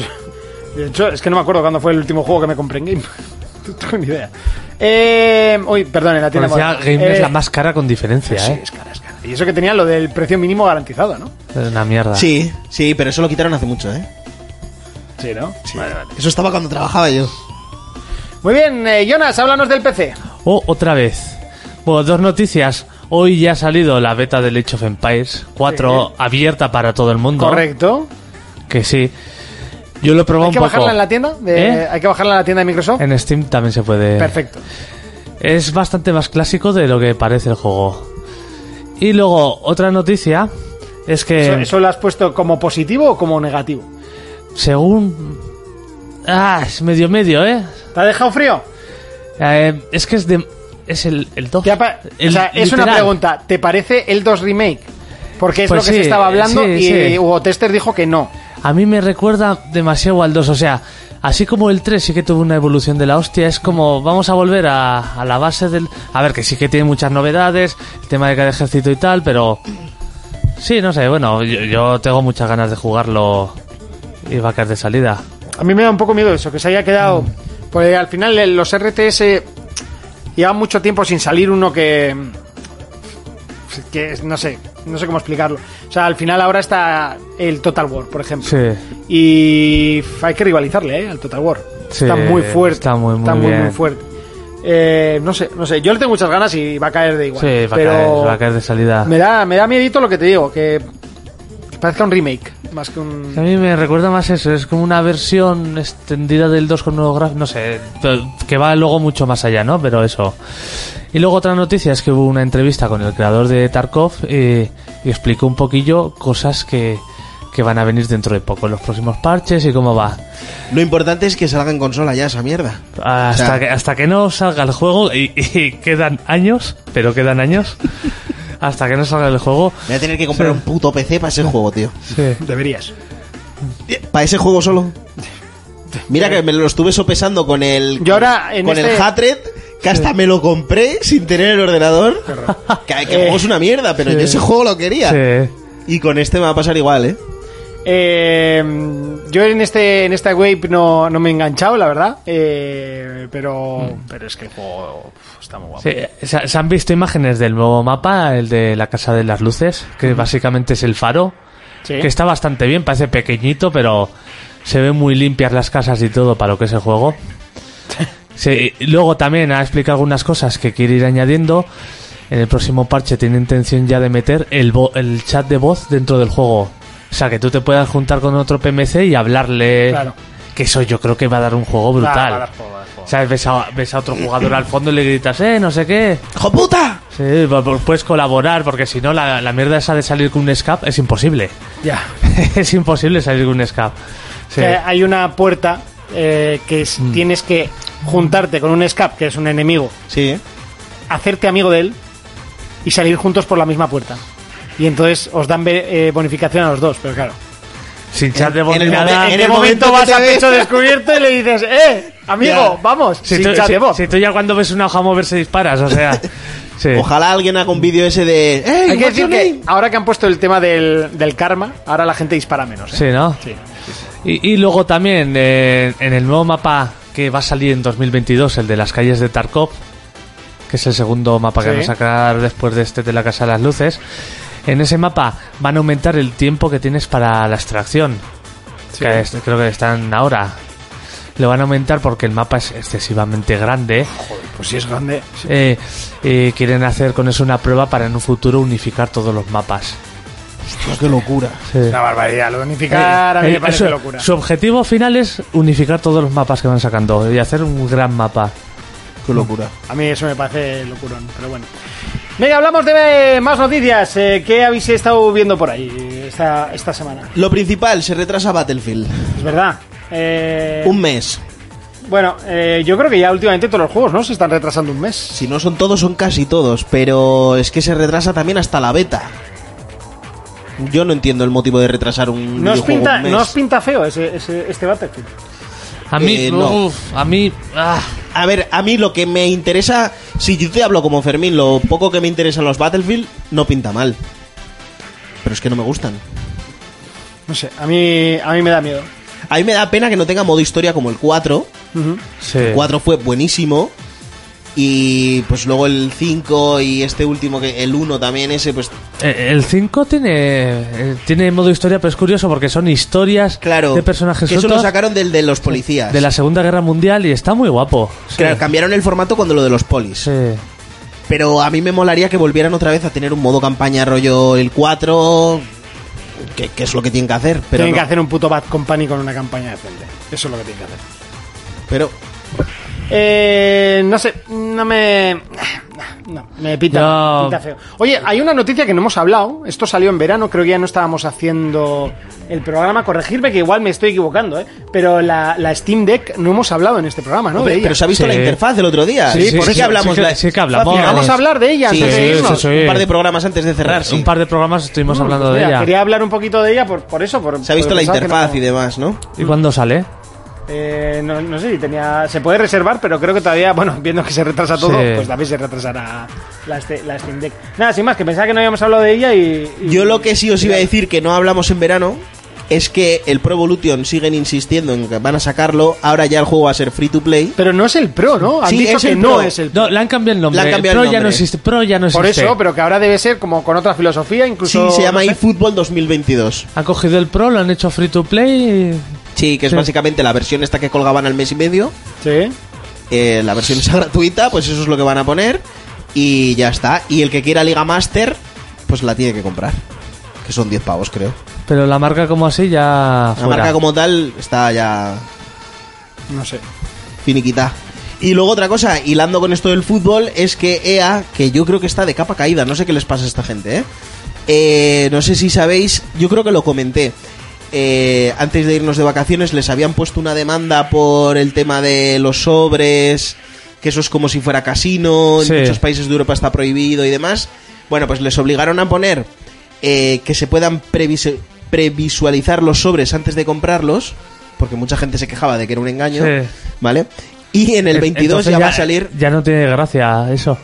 C: De hecho, es que no me acuerdo cuándo fue el último juego que me compré en Game. (laughs) No tengo ni idea. Eh, uy, perdón, en la tienda.
E: Parecía
C: moderna.
E: Game es
C: Eh,
E: la más cara con diferencia,
C: Sí,
E: ¿eh?
C: es cara, es cara. Y eso que tenía lo del precio mínimo garantizado, ¿no?
E: Una mierda.
D: sí sí pero eso lo quitaron hace mucho eh
C: Sí, ¿no? Vale, vale.
D: eso estaba cuando trabajaba yo
C: Muy bien, eh, Jonas, háblanos del PC.
E: O otra vez. Bueno, dos noticias. Hoy ya ha salido la beta del Age of Empires 4 abierta para todo el mundo.
C: Correcto.
E: Que sí. Yo lo he probado
C: ¿Hay que
E: un poco.
C: bajarla en la tienda? de-
E: ¿Eh?
C: ¿Hay que bajarla en la tienda de Microsoft?
E: En Steam también se puede.
C: Perfecto.
E: Es bastante más clásico de lo que parece el juego. Y luego, otra noticia es que.
C: ¿Eso, eso lo has puesto como positivo o como negativo?
E: Según. Ah, es medio medio, ¿eh?
C: ¿Te ha dejado frío?
E: Eh, es que es de. Es el, el 2.
C: Te ha pa- o sea, es una pregunta. ¿Te parece el 2 Remake? Porque es lo
E: Pues
C: que
E: sí,
C: se estaba hablando
E: sí,
C: y
E: sí.
C: Hugo Tester dijo que no.
E: A mí me recuerda demasiado al 2. O sea, así como el 3 sí que tuvo una evolución de la hostia, es como. Vamos a volver a, a la base del. A ver, que sí que tiene muchas novedades. El tema de cada ejército y tal, pero. Sí, no sé. Bueno, yo, yo tengo muchas ganas de jugarlo. Y vacas de salida.
C: A mí me da un poco miedo eso, que se haya quedado. Porque al final eh, los RTS llevan mucho tiempo sin salir uno que. que es- no sé, no sé cómo explicarlo. O sea, al final ahora está el Total War, por ejemplo.
E: Sí.
C: Y f- hay que rivalizarle, ¿eh? Al Total War.
E: Sí,
C: está muy fuerte.
E: está muy, muy bien.
C: fuerte. Eh, no sé, no sé. Yo le tengo muchas ganas y va a caer de igual.
E: Sí, vacas,
C: pero
E: vacas de salida.
C: Me da, me da miedito lo que te digo, que, que parezca un remake, más que un.
E: A mí me recuerda más eso, es como una versión extendida del 2 con nuevo gráfico, no sé, pero que va luego mucho más allá, ¿no? Pero eso. Y luego otra noticia es que hubo una entrevista con el creador de Tarkov eh, y explicó un poquillo cosas que, que van a venir dentro de poco, los próximos parches y cómo va.
D: lo importante es que salga en consola ya esa mierda
E: Hasta,
D: O sea-
E: que, hasta que no salga el juego, y, (laughs) y quedan años, pero quedan años, (laughs) hasta que no salga el juego.
D: voy a tener que comprar un puto PC para ese juego tío
E: Sí.
C: Deberías.
D: para ese juego solo mira que me lo estuve sopesando con el
C: Yo ahora, en
D: con
C: este-
D: el Hatred que hasta me lo compré sin tener el ordenador. Que, que el juego es una mierda, pero yo ese juego lo quería.
E: Sí.
D: Y con este me va a pasar igual, ¿eh?
C: Eh, yo en este en esta wave no, no me he enganchado, la verdad. Eh, pero,
E: Mm.
C: pero es que el juego uf, está muy guapo.
E: Sí, se, se han visto imágenes del nuevo mapa, el de la Casa de las Luces, que básicamente es el faro,
C: Sí.
E: que está bastante bien, parece pequeñito, pero se ven muy limpias las casas y todo para lo que es
C: (laughs)
E: el juego. Sí, y luego también ha explicado algunas cosas que quiere ir añadiendo. En el próximo parche tiene intención ya de meter el, vo- el chat de voz dentro del juego. O sea, que tú te puedas juntar con otro PMC y hablarle.
C: Claro.
E: Que eso yo creo que va a dar un juego
C: Va,
E: brutal.
C: va a dar juego, va a dar juego.
E: ¿Sabes? Ves a, ves a otro jugador al fondo y le gritas, eh, no sé qué.
D: ¡Hijo puta!
E: Sí, va- va- puedes colaborar, porque si no, la, la mierda esa de salir con un escape es imposible.
C: Ya.
E: (laughs) es imposible salir con un escape. Sí. Mm.
C: Que hay una puerta eh, que es- tienes que juntarte con un scap, que es un enemigo,
D: Sí, ¿eh?
C: hacerte amigo de él y salir juntos por la misma puerta. Y entonces os dan be- eh, bonificación a los dos, pero claro.
E: Sin chat de
D: En-
E: voz
D: en el
E: ni nada.
D: momen- Ah, en
C: De
D: el
C: momento,
D: momento que
C: vas
D: te
C: a
D: ve.
C: pecho descubierto y le dices, ¡eh! Amigo,
D: Ya.
C: vamos,
E: Si,
C: sin
E: tú,
C: chat
E: si-
C: de voz.
E: si tú ya cuando ves una hoja moverse disparas,
C: (laughs)
E: o sea. sí.
D: Ojalá alguien haga un vídeo ese de. ¡Ey,
C: Hay que
D: what's
C: decir
D: your
C: que
D: name?".
C: ahora que han puesto el tema del, del karma, ahora la gente dispara menos. ¿eh?
E: Sí, ¿no?
C: Sí.
E: Y, y luego también eh, en el nuevo mapa que va a salir en 2022, el de las calles de Tarkov, que es el segundo mapa que
C: Sí.
E: van a sacar después de este de la Casa de las Luces, en ese mapa van a aumentar el tiempo que tienes para la extracción, que es- creo que están ahora. Lo van a aumentar porque el mapa es excesivamente grande.
C: Pues sí es grande.
E: Eh, eh, quieren hacer con eso una prueba para en un futuro unificar todos los mapas.
D: ¡Qué locura!
E: Sí.
C: Una barbaridad. Lo de unificar a mí
E: Eh,
C: me parece
E: eso,
C: locura.
E: Su objetivo final es unificar todos los mapas que van sacando y hacer un gran mapa.
D: ¡Qué locura!
C: A mí eso me parece locurón, pero bueno. Venga, hablamos de eh, más noticias. Eh, ¿Qué habéis estado viendo por ahí esta, esta semana?
D: Lo principal, se retrasa Battlefield.
C: Es verdad. Eh,
D: Un mes.
C: Bueno, eh, yo creo que ya últimamente todos los juegos, ¿no? Se están retrasando un mes.
D: Si no son todos, son casi todos. Pero es que se retrasa también hasta la beta. Yo no entiendo el motivo de retrasar un
C: No os
D: videojuego
C: pinta,
D: un mes.
C: no os pinta feo ese, ese- este Battlefield.
E: A mí,
D: Eh, no.
E: uf, a mí, ah,
D: A ver, a mí lo que me interesa, si yo te hablo como Fermín, lo poco que me interesan los Battlefield, no pinta mal. Pero es que no me gustan.
C: No sé, a mí, a mí me da miedo.
D: A mí me da pena que no tenga modo historia como el 4.
C: Ujú.
E: sí.
D: El 4 fue buenísimo. Y pues luego el 5 y este último, que el 1 también, ese, pues
E: Eh, El 5 tiene eh, tiene modo historia, pero es curioso porque son historias
D: claro.
E: de personajes
D: que eso lo
E: sueltos
D: sacaron del de los policías.
E: de la Segunda Guerra Mundial y está muy guapo. Sí.
D: Claro, cambiaron el formato cuando lo de los polis.
E: Sí.
D: Pero a mí me molaría que volvieran otra vez a tener un modo campaña rollo el 4. Que, que es lo que tienen que hacer. Pero
C: tienen
D: no.
C: que hacer un puto Bad Company con una campaña decente. Eso es lo que tienen que hacer.
D: Pero
C: Eh, no sé, no me. No, me pinta,
E: No.
C: me pinta feo. Oye, hay una noticia que no hemos hablado. Esto salió en verano, creo que ya no estábamos haciendo el programa. Corregirme que igual me estoy equivocando, ¿eh? Pero la, la Steam Deck no hemos hablado en este programa, ¿no?
D: Hombre,
C: de ella.
D: pero se ha visto
E: Sí.
D: la interfaz el otro día.
E: Sí, sí,
D: por
E: sí,
D: eso hablamos.
E: sí que-
D: la-
E: sí que hablamos.
D: Fácil,
C: Vamos a hablar de ella
D: Sí,
C: antes de
E: sí,
C: irnos.
E: sí, sí.
D: Un par de programas antes de cerrar, sí.
E: Un par de programas estuvimos hablando de
C: Mira,
E: ella.
C: Quería hablar un poquito de ella por, por eso. Por,
D: Se ha visto
C: por
D: la
C: pensar que
D: interfaz
C: no-
D: y demás, ¿no?
E: ¿Y cuándo sale?
C: Eh, no, no sé si tenía. Se puede reservar, pero creo que todavía, bueno, viendo que se retrasa todo,
E: Sí.
C: pues también se retrasará la, este- la Steam Deck. Nada, sin más, que pensaba que no habíamos hablado de ella y. y-
D: Yo lo que sí os iba a decir que no hablamos en verano es que el Pro Evolution siguen insistiendo en que van a sacarlo. Ahora ya el juego va a ser free to play.
C: Pero no es el Pro, ¿no? Han
D: Sí,
C: dicho
D: es
C: que
D: el
C: no
D: Pro.
C: es el Pro.
E: No, le han cambiado el nombre.
D: Le han cambiado
E: Pro
D: el
E: ya no
D: nombre.
E: existe. Pro ya no
C: Por
E: existe.
C: eso, pero que ahora debe ser como con otra filosofía,
D: Sí,
C: incluso.
D: se llama
C: no sé.
D: eFootball 2022.
E: Han cogido el Pro, lo han hecho free to play. y-
D: Sí, que es
E: Sí.
D: básicamente la versión esta que colgaban al mes y medio.
C: Sí.
D: Eh, la versión es (laughs) gratuita, pues eso es lo que van a poner. Y ya está. Y el que quiera Liga Master, pues la tiene que comprar. Que son 10 pavos, creo.
E: Pero la marca como así ya
D: La
E: fuera.
D: marca como tal está ya
C: No sé.
D: finiquita. Y luego otra cosa, hilando con esto del fútbol, es que EA, que yo creo que está de capa caída, no sé qué les pasa a esta gente, ¿eh? Eh, no sé si sabéis, yo creo que lo comenté. Eh, antes de irnos de vacaciones les habían puesto una demanda por el tema de los sobres, que eso es como si fuera casino,
E: Sí.
D: en muchos países de Europa está prohibido y demás. Bueno, pues les obligaron a poner eh, que se puedan previs- previsualizar los sobres antes de comprarlos, porque mucha gente se quejaba de que era un engaño.
E: Sí.
D: ¿Vale? Y en el 22
E: Entonces
D: ya, va a salir.
E: Ya no tiene gracia eso.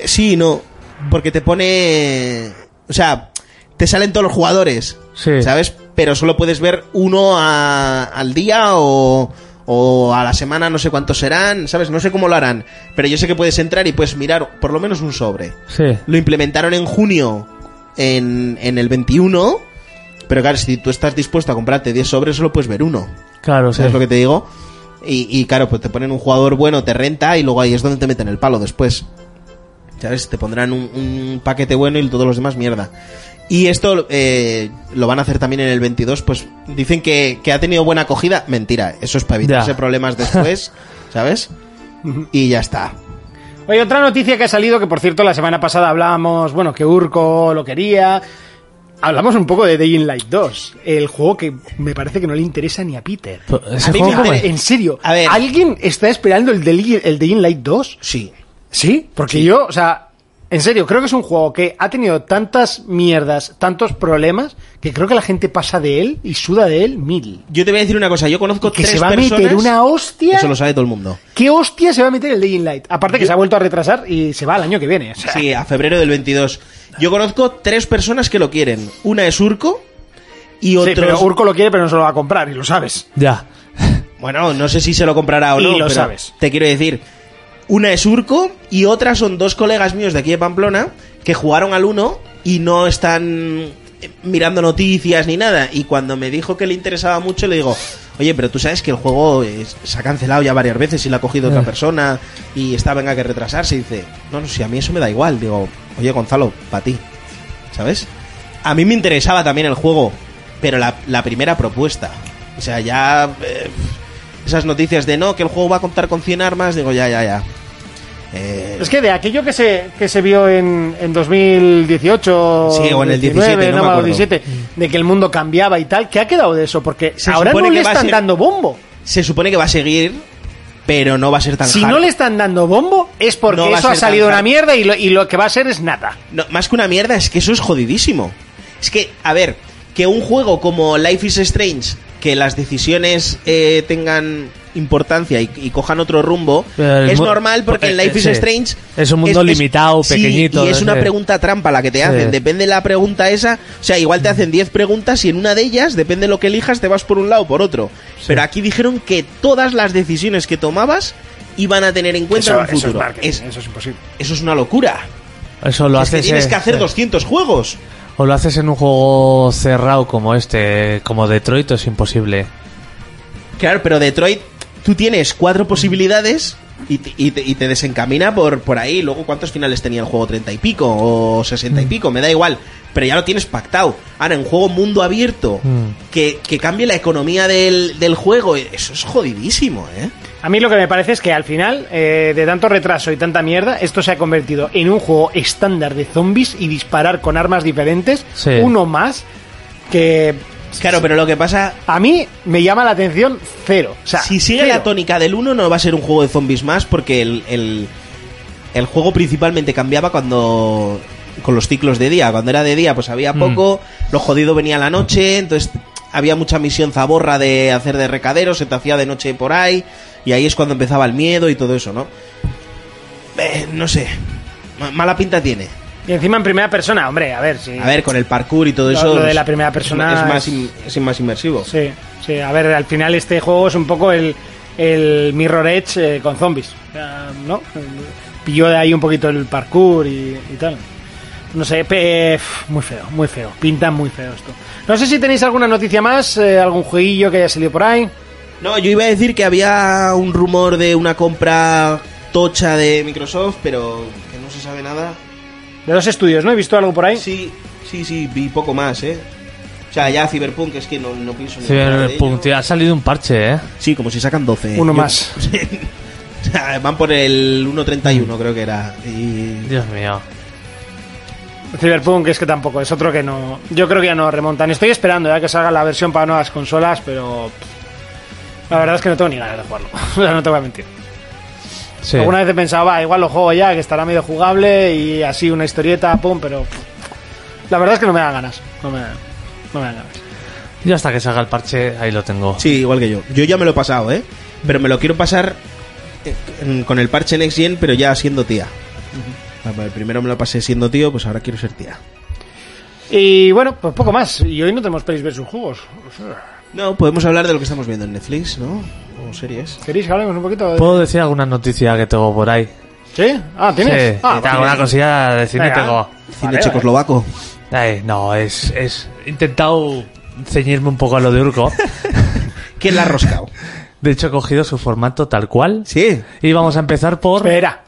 D: eh, Sí, no. Porque te pone. O sea, te salen todos los jugadores.
E: Sí.
D: ¿Sabes? Pero solo puedes ver uno a- al día o, o a la semana, no sé cuántos serán. ¿Sabes? No sé cómo lo harán. Pero yo sé que puedes entrar y puedes mirar por lo menos un sobre.
E: Sí.
D: Lo implementaron en junio en, en el 21. Pero claro, si tú estás dispuesto a comprarte 10 sobres, solo puedes ver uno.
E: Claro, sí.
D: ¿Sabes lo que te digo? Y, y claro, pues te ponen un jugador bueno, te renta y luego ahí es donde te meten el palo después. ¿Sabes? Te pondrán un, un paquete bueno y todos los demás mierda. Y esto eh, lo van a hacer también en el 22, pues dicen que, que ha tenido buena acogida. Mentira, eso es para evitarse
C: (laughs)
E: Ya.
D: problemas después, ¿sabes? Y ya está.
C: Oye, otra noticia que ha salido, que por cierto la semana pasada hablábamos, bueno, que Urco lo quería. Hablamos un poco de Day in Light 2, el juego que me parece que no le interesa ni a Peter.
E: Pero, ¿ese
C: A mí
E: juego
C: me
E: cómo
C: interesa-
E: es?
C: En serio,
D: A ver.
C: ¿alguien está esperando el, Day- el Day in Light 2?
D: Sí.
C: Sí, porque yo, o sea, en serio, creo que es un juego que ha tenido tantas mierdas, tantos problemas, que creo que la gente pasa de él y suda de él mil.
D: Yo te voy a decir una cosa, yo conozco
C: Que
D: tres
C: se va a meter
D: personas-
C: una hostia.
D: Eso lo sabe todo el mundo.
C: ¿Qué hostia se va a meter el Day in Light? Aparte que se ha vuelto a retrasar y se va el año que viene. o sea.
D: Sí, a febrero del 22. Yo conozco tres personas que lo quieren. Una es Urco y
C: Sí,
D: otro...
C: pero Urco lo quiere, pero no se lo va a comprar, y lo sabes.
E: Ya.
D: Bueno, no sé si se lo comprará o
C: Y
D: no,
C: lo
D: pero
C: sabes.
D: te quiero decir, una es Urco y otra son dos colegas míos de aquí de Pamplona que jugaron al uno y no están eh, mirando noticias ni nada. Y cuando me dijo que le interesaba mucho, le digo, oye, pero tú sabes que el juego es- se ha cancelado ya varias veces y lo ha cogido otra
E: Eh.
D: persona y está, venga, que retrasarse. Y dice, no, no, si a mí eso me da igual. Digo, oye, Gonzalo, para ti, ¿sabes? A mí me interesaba también el juego, pero la, la primera propuesta. O sea, ya... eh, esas noticias de no, que el juego va a contar con 100 armas, digo, ya, ya, ya. Eh,
C: Es que de aquello que se, que se vio en, en 2018,
D: Sí, o en el
C: 19,
D: 17, no me
C: o
D: acuerdo. Mm.
C: 17, de que el mundo cambiaba y tal, ¿qué ha quedado de eso? Porque
D: Se
C: ahora no
D: supone que
C: le
D: va a
C: están
D: ser-
C: dando bombo.
D: se supone que va a seguir, pero no va a ser tan
C: Si
D: hard.
C: no le están dando bombo, es porque
D: No va a
C: eso ha
D: ser tan
C: salido una
D: hard.
C: mierda y lo, y lo que va a ser es nada.
D: No, más que una mierda, es que eso es jodidísimo. Es que, a ver, que un juego como Life is Strange, que las decisiones eh, tengan importancia y, y cojan otro rumbo,
E: Pero el
D: es
E: mu-
D: normal porque en
E: eh,
D: Life is
E: sí.
D: Strange...
E: Es un mundo limitado,
D: sí,
E: pequeñito,
D: y es
E: ¿no?
D: una
E: Sí.
D: pregunta trampa la que te hacen. Depende de la pregunta esa. O sea, igual te hacen 10 preguntas y en una de ellas, depende de lo que elijas, te vas por un lado o por otro. Pero aquí dijeron que todas las decisiones que tomabas iban a tener en cuenta en un futuro. Es-
C: eso es imposible.
D: eso es una locura.
E: Eso lo
D: Es que
E: haces.
D: tienes
E: eh,
D: que hacer
E: eh,
D: 200 juegos.
E: O lo haces en un juego cerrado como este, como Detroit, o es imposible.
D: Claro, pero Detroit, tú tienes cuatro posibilidades y te, y te- y te desencamina por, por ahí. Luego, ¿cuántos finales tenía el juego? ¿30 y pico? ¿O 60
E: Mm.
D: y pico? Me da igual. Pero ya lo tienes pactado. Ahora, en juego mundo abierto,
E: Mm.
D: que, que cambie la economía del, del juego, eso es jodidísimo, ¿eh?
C: A mí lo que me parece es que al final, eh, de tanto retraso y tanta mierda, esto se ha convertido en un juego estándar de zombies y disparar con armas diferentes,
E: Sí.
C: uno más, que
D: Claro, pero lo que pasa...
C: a mí me llama la atención cero. O sea,
D: Si sigue
C: cero.
D: la tónica del 1 no va a ser un juego de zombies más porque el, el, el juego principalmente cambiaba cuando con los ciclos de día. Cuando era de día pues
C: Mm.
D: había poco, lo jodido venía a la noche, entonces había mucha misión zaborra de hacer de recadero, se te hacía de noche por ahí y ahí es cuando empezaba el miedo y todo eso, ¿no? Eh, no sé, ma- mala pinta tiene.
C: Y encima en primera persona, hombre, a ver si...
D: A ver, con el parkour y todo
C: Lo-
D: eso...
C: lo de
D: es-
C: la primera persona
D: Es más,
C: es-
D: in- es más inmersivo.
C: Sí, sí, a ver, al final este juego es un poco el, el Mirror Edge eh, con zombies, O sea, ¿no? Pilló de ahí un poquito el parkour y, y tal. No sé, pe- pf, muy feo, muy feo. Pinta muy feo esto. No sé si tenéis alguna noticia más, eh, algún jueguillo que haya salido por ahí.
D: No, yo iba a decir que había un rumor de una compra tocha de Microsoft, pero que no se sabe nada.
C: De los estudios, ¿no? ¿He visto algo por ahí?
D: Sí, sí, sí, vi poco más, ¿eh? O sea, ya Cyberpunk es que no, no pienso ni hablar de
E: Cyberpunk, tío,
D: ello.
E: ha salido un parche, ¿eh?
D: Sí, como si sacan 12.
C: Uno
D: Yo-
C: más.
D: (laughs) O sea, Van por el 1.31 creo que era. Y...
E: Dios mío.
C: Cyberpunk es que tampoco, es otro que no... Yo creo que ya no remontan. Estoy esperando ya que salga la versión para nuevas consolas, pero... pff, La verdad es que no tengo ni ganas de jugarlo. (laughs) O sea, no te voy a mentir.
E: Sí.
C: Alguna vez he pensado, va, igual lo juego ya, que estará medio jugable y así una historieta, pum, pero pff, la verdad es que no me dan ganas. No me, no me dan ganas.
E: Yo hasta que salga el parche, ahí lo tengo.
D: Sí, igual que yo. Yo ya me lo he pasado, ¿eh? Pero me lo quiero pasar eh, mm, con el parche Next Gen, pero ya siendo tía. Ah, vale, Primero me lo pasé siendo tío, pues ahora quiero ser tía.
C: Y bueno, pues poco más. Y hoy no tenemos Pelis versus Juegos.
D: No, podemos hablar de lo que estamos viendo en Netflix, ¿no? O series.
C: ¿Queréis que hablemos un poquito de.?
E: ¿Puedo decir alguna noticia que tengo por ahí?
C: ¿Sí? Ah, ¿tienes?
E: Sí,
C: ah,
E: tengo alguna cosilla de cine
C: Venga.
E: tengo.
D: Cine
C: Vale,
D: checoslovaco.
E: Ay, no, es, es... He intentado ceñirme un poco a lo
D: (laughs)
E: de Urco.
D: ¿Quién la ha roscado?
E: De hecho, he cogido su formato tal cual.
D: Sí.
E: Y vamos a empezar por...
C: Espera.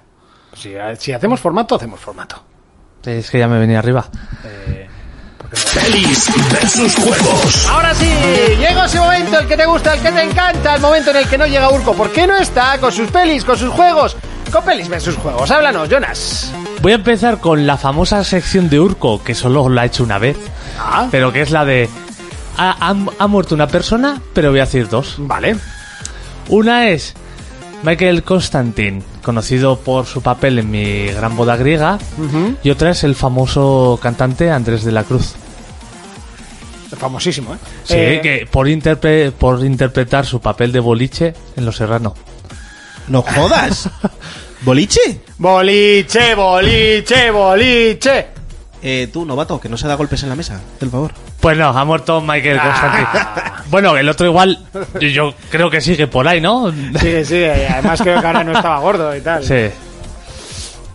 C: Si, si hacemos formato, hacemos formato.
E: Es que ya me venía arriba.
A: Pelis versus juegos.
C: Ahora sí, llega ese momento, el que te gusta, el que te encanta, el momento en el que no llega Urco. ¿Por qué no está? Con sus pelis, con sus juegos. Con pelis versus juegos. Háblanos, Jonas.
E: Voy a empezar con la famosa sección de Urco, que solo la he hecho una vez.
C: Ah,
E: Pero que es la de... Ha, ha- ha muerto una persona, pero voy a decir dos.
C: vale.
E: Una es Michael Constantine, conocido por su papel en Mi Gran Boda Griega. Y otra es el famoso cantante Andrés de la Cruz.
C: Famosísimo, ¿eh?
E: Sí,
C: Eh,
E: que por, interpre- por interpretar su papel de boliche en Los Serrano.
D: No jodas. (laughs) ¿Boliche?
C: Boliche, boliche, boliche.
D: Eh, tú, novato, que no se da golpes en la mesa, por favor.
E: Pues no, ha muerto
C: Ah.
E: Michael Constantine. Bueno, el otro igual, yo- yo creo que sigue por
C: (laughs)
E: ahí, ¿no?
C: Sí, sí, además creo que ahora no estaba gordo y tal.
E: Sí.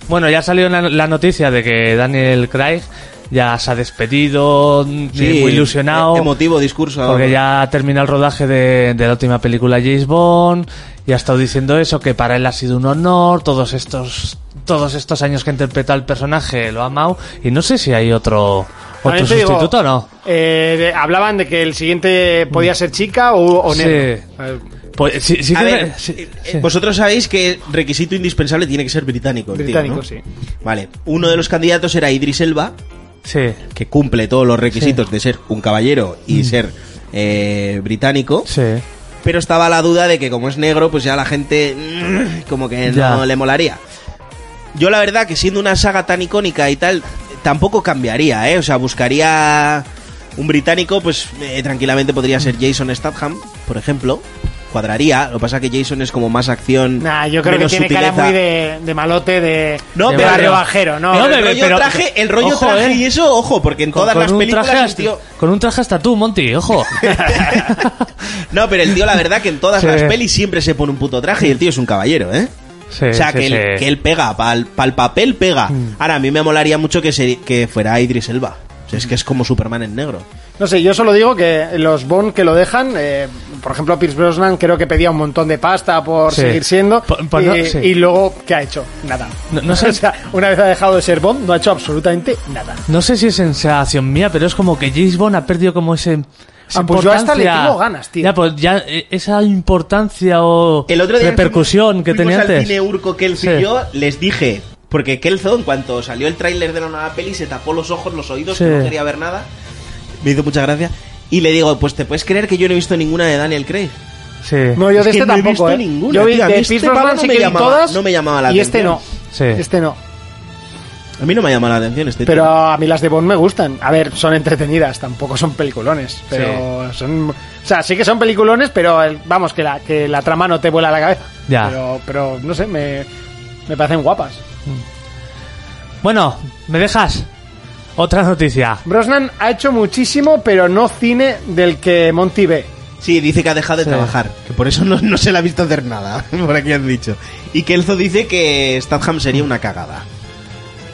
E: Bueno, ya salió la, la noticia de que Daniel Craig ya se ha despedido, muy ilusionado.
D: eh, Emotivo discurso.
E: Porque ya termina el rodaje de, de la última película James Bond y ha estado diciendo eso, que para él ha sido un honor, todos estos todos estos años que ha interpretado el personaje lo ha amado y no sé si hay otro otro
C: También te digo,
E: sustituto o no.
C: eh, de- hablaban de que el siguiente podía ser chica o, o
E: Sí.
C: negro. Eh,
E: Pues sí, sí
D: A
E: que-
D: ver,
E: (laughs) sí,
D: eh,
E: sí.
D: vosotros sabéis que requisito indispensable tiene que ser británico. el tío,
C: Británico,
D: ¿no?
C: sí.
D: Vale. Uno de los candidatos era Idris Elba,
E: Sí.
D: que cumple todos los requisitos de ser un caballero y ser eh, británico.
E: Mm. Sí.
D: Pero estaba la duda de que como es negro, pues ya la gente mm, como que no
E: Ya.
D: le molaría. Yo la verdad que siendo una saga tan icónica y tal, tampoco cambiaría, ¿eh? O sea, buscaría un británico, pues eh, tranquilamente podría ser Jason Statham, por ejemplo. Cuadraría, lo que pasa que Jason es como más acción.
C: Nah, yo creo que
D: menos
C: tiene
D: sutileza.
C: cara muy de, de malote, de,
D: No,
C: de
D: pero-
C: barrio bajero, ¿no?
D: Pero
E: No,
D: el
E: pero-
D: rollo
E: pero-
D: traje, el rollo
E: ojo,
D: traje
E: eh.
D: y eso, ojo, porque en todas las
E: un
D: películas
E: traje
D: el
E: hasta-
D: tío-
E: con un traje hasta tú,
D: (laughs)
E: Monty, ojo.
D: No, pero el tío, la verdad, que en todas
E: Sí.
D: las pelis siempre se pone un puto traje y el tío es un caballero, ¿eh?
E: Sí,
D: o sea,
E: sí,
D: que,
E: sí. Mm.
D: Él, que él pega, pa'l el papel pega. Ahora, a mí me molaría mucho que, se- que fuera Idris Elba. O sea, es que es como Superman en negro.
C: No sé, yo solo digo que los Bond que lo dejan, eh, por ejemplo, Pierce Brosnan creo que pedía un montón de pasta por
E: Sí.
C: seguir siendo.
E: Por- por
C: y,
E: no- sí.
C: y luego, ¿qué ha hecho? Nada.
E: No-
C: (laughs)
E: no sé.
C: O sea, una vez ha dejado de ser Bond, no ha hecho absolutamente nada.
E: No sé si es sensación mía, pero es como que James Bond ha perdido como ese. esa
C: Ah, pues yo a esta le
E: importancia.
C: tengo ganas, tío.
E: Ya, pues ya, eh, esa importancia o
D: El otro día
E: repercusión
D: fuimos-
E: que
D: fuimos
E: tenía
D: al
E: antes.
D: cine Urco, Kelso y
E: Sí.
D: yo, les dije... Porque Kelso, en cuanto salió el tráiler de la nueva peli, se tapó los ojos, los oídos,
E: Sí.
D: que no quería ver nada. Me hizo mucha gracia. Y le digo, pues te puedes creer que yo no he visto ninguna de Daniel Craig.
E: Sí.
C: No, yo
D: Es
C: de
D: que
C: este
D: no he
C: tampoco,
D: visto
C: ¿eh?
D: ninguna,
C: yo vi
D: tío. A
C: de
D: mí este
C: Pierce
D: pavo
C: Brosnan
D: no
C: sí
D: me
C: que vi
D: llamaba-
C: todas.
D: no me llamaba la
C: Y este no.
D: atención.
E: Sí.
C: Este no.
D: A mí no me ha llamado la atención este
C: Pero
D: tío.
C: a mí las de Bond me gustan. A ver, son entretenidas, tampoco son peliculones. Pero son. O sea, sí que son peliculones, pero el- vamos, que la, que la trama no te vuela la cabeza.
E: Ya.
C: Pero, pero no sé, me, me parecen guapas.
E: Bueno, ¿me dejas? Otra noticia.
C: Brosnan ha hecho muchísimo, pero no cine del que Monty ve.
D: Sí, dice que ha dejado de
E: Sí.
D: trabajar. Que por eso no, no se le ha visto hacer nada. (laughs) Por aquí han dicho. Y Kelso dice que Statham sería una cagada.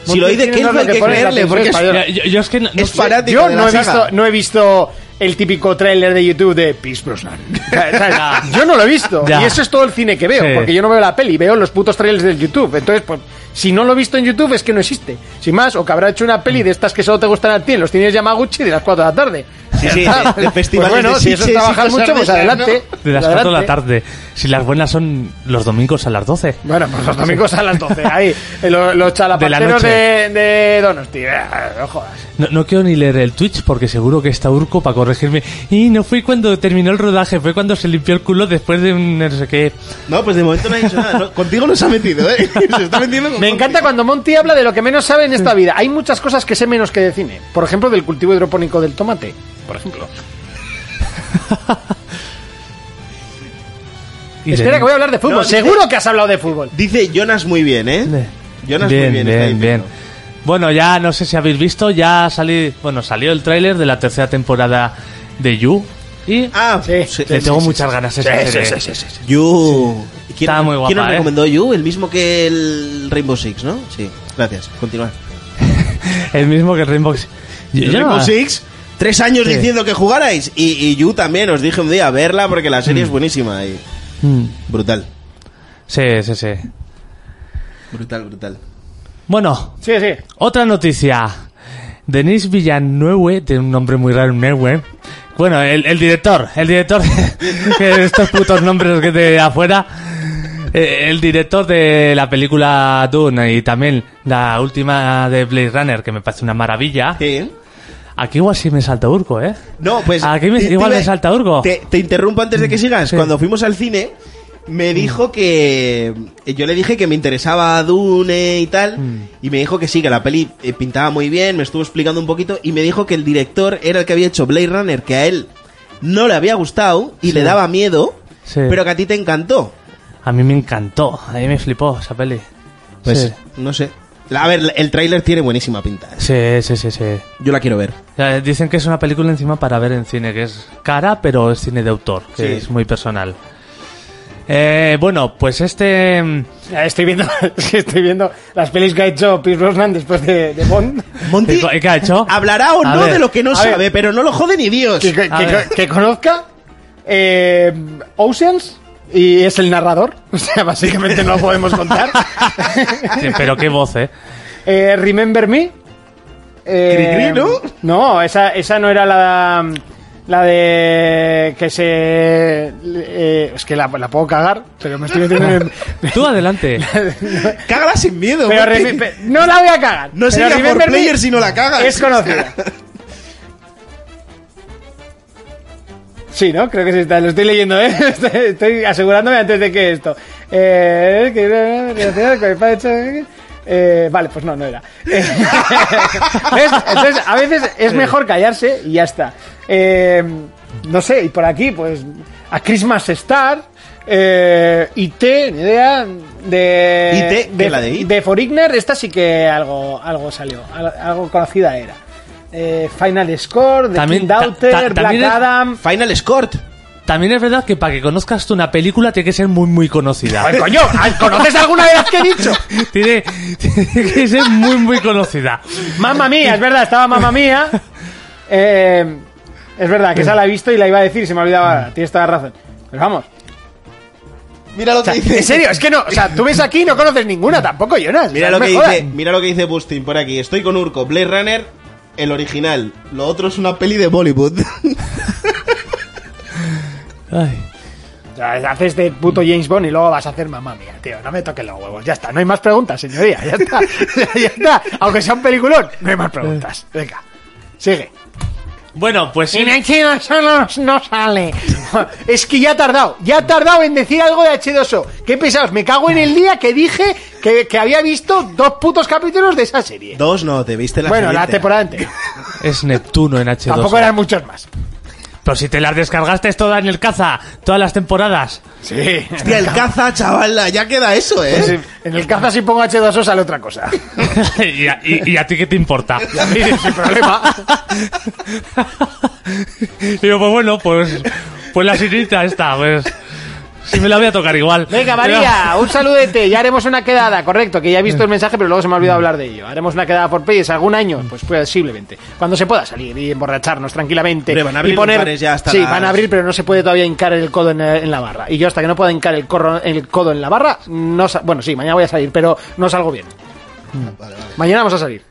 D: Si lo
C: Monty
D: dice
C: tiene
D: Kelso
C: lo
D: hay
C: que
D: que
C: pone en la
D: creerle
C: televisión
D: porque es,
C: española.
E: Mira, yo, yo es que no, no
D: es
E: sé.
D: fanático
C: Yo
D: de
C: no
D: la
C: he,
D: saga.
C: visto, no he visto el típico tráiler de YouTube de Pierce Brosnan. (laughs) O
D: (laughs)
C: sea, ¿sabes? yo no lo he visto.
E: Ya.
C: Y eso es todo el cine que veo,
E: Sí.
C: porque yo no veo la peli, veo los putos trailers del YouTube. Entonces, pues, si no lo he visto en YouTube es que no existe. Sin más, o que habrá hecho una peli de estas que solo te gustan a ti en los cines Yamaguchi de las 4 de la tarde.
D: Sí, sí,
C: Ah,
D: de- de festivales
C: (laughs) pues bueno,
D: de
C: si eso es
D: Sitges y
C: trabajar
D: cosas
C: mucho,
D: de
C: pues
D: esas,
C: adelante.
E: De las 4
C: adelante.
E: de la tarde. Si las buenas son los domingos a las 12.
C: Bueno, pues los domingos a las 12, ahí. eh, Los, los chalapateros
E: noche.
C: de, de Donosti. Ah, No jodas.
E: No, no quiero ni leer el Twitch porque seguro que está Urco para corregirme. Y no fue cuando terminó el rodaje, fue cuando se limpió el culo después de un no sé qué.
D: No, pues de momento no ha dicho nada.
E: (laughs)
D: No, contigo no se ha metido, ¿eh? (laughs) Se está metiendo con
C: Me encanta cuando Monty habla de lo que menos sabe en esta vida. Hay muchas cosas que sé menos que de cine. Por ejemplo, del cultivo hidropónico del tomate. Por ejemplo.
E: y
C: Espera,
E: de-
C: que voy a hablar de fútbol.
D: No, dice-
C: Seguro que has hablado de fútbol.
D: Dice Jonas muy bien, ¿eh? Jonas muy bien, está
E: bien, bien.
D: diciendo.
E: Bueno, ya no sé si habéis visto, ya salí, bueno, salió el tráiler de la tercera temporada de You y
D: Ah,
C: Sí,
E: le tengo muchas ganas a esa serie. ¿eh?
D: You. ¿Quién,
E: Está muy guapa,
D: ¿Quién nos
E: ¿eh?
D: recomendó You? El mismo que el Rainbow Six, ¿no? Sí, gracias. Continúa.
E: El mismo que Rainbow Six. Yo-
D: El
E: yo no-
D: Rainbow Six, tres años
E: Sí.
D: diciendo que jugarais. Y, y You también, os dije un día, verla porque la serie es buenísima y
E: Mm,
D: brutal.
E: Sí, sí, sí.
D: Brutal, brutal.
E: Bueno,
C: Sí, sí.
E: Otra noticia. Denis Villanueva, tiene un nombre muy raro, Neue. Bueno, el, el director, el director (laughs) de que estos putos nombres que de afuera. Eh, El director de la película Dune y también la última de Blade Runner, que me parece una maravilla.
D: Sí.
E: Aquí igual sí me salta Urco, ¿eh?
D: No, pues.
E: Aquí me-
D: te-
E: igual
D: te-
E: me salta Urco.
D: Te, te interrumpo antes de que sigas.
E: Sí. Mm.
D: Cuando fuimos al cine, me dijo que. Yo le dije que me interesaba Dune y tal.
E: Mm.
D: Y me dijo que sí, que la peli eh, pintaba muy bien. Me estuvo explicando un poquito. Y me dijo que el director era el que había hecho Blade Runner, que a él no le había gustado y le daba miedo.
E: Sí.
D: Pero que a ti te encantó.
E: A mí me encantó, a mí me flipó esa peli.
D: Pues,
E: Sí.
D: no sé. La- A ver, el tráiler tiene buenísima pinta.
E: Sí, sí, sí, sí.
D: Yo la quiero ver.
E: Eh, Dicen que es una película encima para ver en cine, que es cara, pero es cine de autor, que
D: Sí.
E: es muy personal. Eh, bueno, pues
D: (laughs)
E: este... mm,
C: Ya Estoy viendo, (laughs) es que estoy viendo las pelis que ha hecho Pierce Brosnan después de, de Bond.
D: Monty
E: ¿Qué- qué ha hecho?
D: hablará o
E: A
D: no
E: ver,
D: de lo que no
C: a ver.
D: sabe, pero no lo jode ni Dios.
C: Que, que-
E: A
C: que-
E: ver.
C: que conozca eh, Oceans y es el narrador. (laughs) O sea, básicamente no lo podemos contar.
E: sí, pero qué
D: (laughs)
E: voz, ¿eh?
C: Eh, Remember Me. Eh,
D: Cri-cri, ¿no?
C: No, esa, esa no era la, la de que se... eh, es que la, la puedo cagar, pero me estoy
D: (laughs)
C: metiendo en...
E: Tú adelante.
D: Cágala sin miedo.
C: Pero
D: Monty.
C: reme- pe- no la voy a cagar.
D: No
C: Pero
D: sería por
C: Remember Me
D: player si no la cagas.
C: Es conocida. Sí, ¿no? Creo que sí está. Lo estoy leyendo, ¿eh? (laughs) Estoy, estoy asegurándome antes de que esto. Eh, que- relacionado con el padre de- eh, vale, pues no, no era. (laughs) Eh, ¿ves? Entonces, a veces es mejor callarse y ya está. Eh, no sé, y por aquí, pues, a Christmas Star, eh, IT, ni idea, de...
D: IT, que la de IT.
C: De Forigner, esta sí que algo, algo salió, al- algo conocida era. Eh, Final Score, The
E: También-
C: King
E: ta-
C: Doubter,
E: ta-
C: Black
E: también es-
C: Adam...
D: Final Score.
E: También es verdad que para que conozcas tú una película tiene que ser muy,
D: (laughs)
E: muy conocida.
C: Ay, coño, ¿conoces alguna de las que he dicho?
E: tiene, tiene que ser muy, muy conocida.
C: (laughs) Mamma mía, es verdad, estaba mamá mía. Eh, es verdad que esa la he visto y la iba a decir y se me olvidaba. ahora. Tienes toda la razón. Pero (laughs) vamos.
D: Mira lo que dice.
C: En serio, es que no. O sea, tú ves aquí y no conoces ninguna tampoco, Jonas.
D: Mira
C: O sea,
D: lo
C: no
D: que
C: me jodas.
D: dice. Mira lo que dice Bustin por aquí. Estoy con Urco, Blade Runner, el original. Lo otro es una peli de Bollywood.
E: Ay.
C: O sea, haces de puto James Bond y luego vas a hacer mamá mía, tío. No me toques los huevos. Ya está, no hay más preguntas, señoría. Ya está. (laughs) ya está. Aunque sea un peliculón, no hay más preguntas. Venga, sigue.
E: Bueno, pues sí.
C: En H2O no, no sale. (laughs) Es que ya ha tardado, ya ha tardado en decir algo de H2O. Qué pesados, me cago en el día que dije que, que había visto dos putos capítulos de esa serie.
D: Dos no, te viste la
C: bueno,
D: serie
C: la
D: entera.
C: temporada (laughs) anterior.
E: Es Neptuno en H2.
C: Tampoco eran muchos más.
E: Pero si te las descargaste todas en el caza, todas las temporadas. (laughs)
C: Sí.
D: Hostia, el caza, chaval, ya queda eso, ¿eh?
C: (laughs) En el caza si pongo H2O sale otra (laughs) cosa.
E: y, a, y- y a ti qué te importa.
C: Y a mí sin problema.
E: (laughs) Digo, pues bueno, pues, pues la sirenita está, pues. Si me la voy a tocar igual.
C: Venga, María, un saludete. Ya haremos una quedada, correcto, que ya he visto el mensaje, pero luego se me ha olvidado hablar de ello. Haremos una quedada por Payes algún año, pues posiblemente. Cuando se pueda salir y emborracharnos tranquilamente.
D: Hombre, van a abrir
C: y
D: los
C: poner...
D: bares ya hasta
C: sí,
D: las-
C: van a abrir, pero no se puede todavía hincar el codo en, en la barra. Y yo hasta que no pueda hincar el, corro- el codo en la barra, no sa- bueno, sí, mañana voy a salir, pero no salgo bien. Mañana vamos a salir.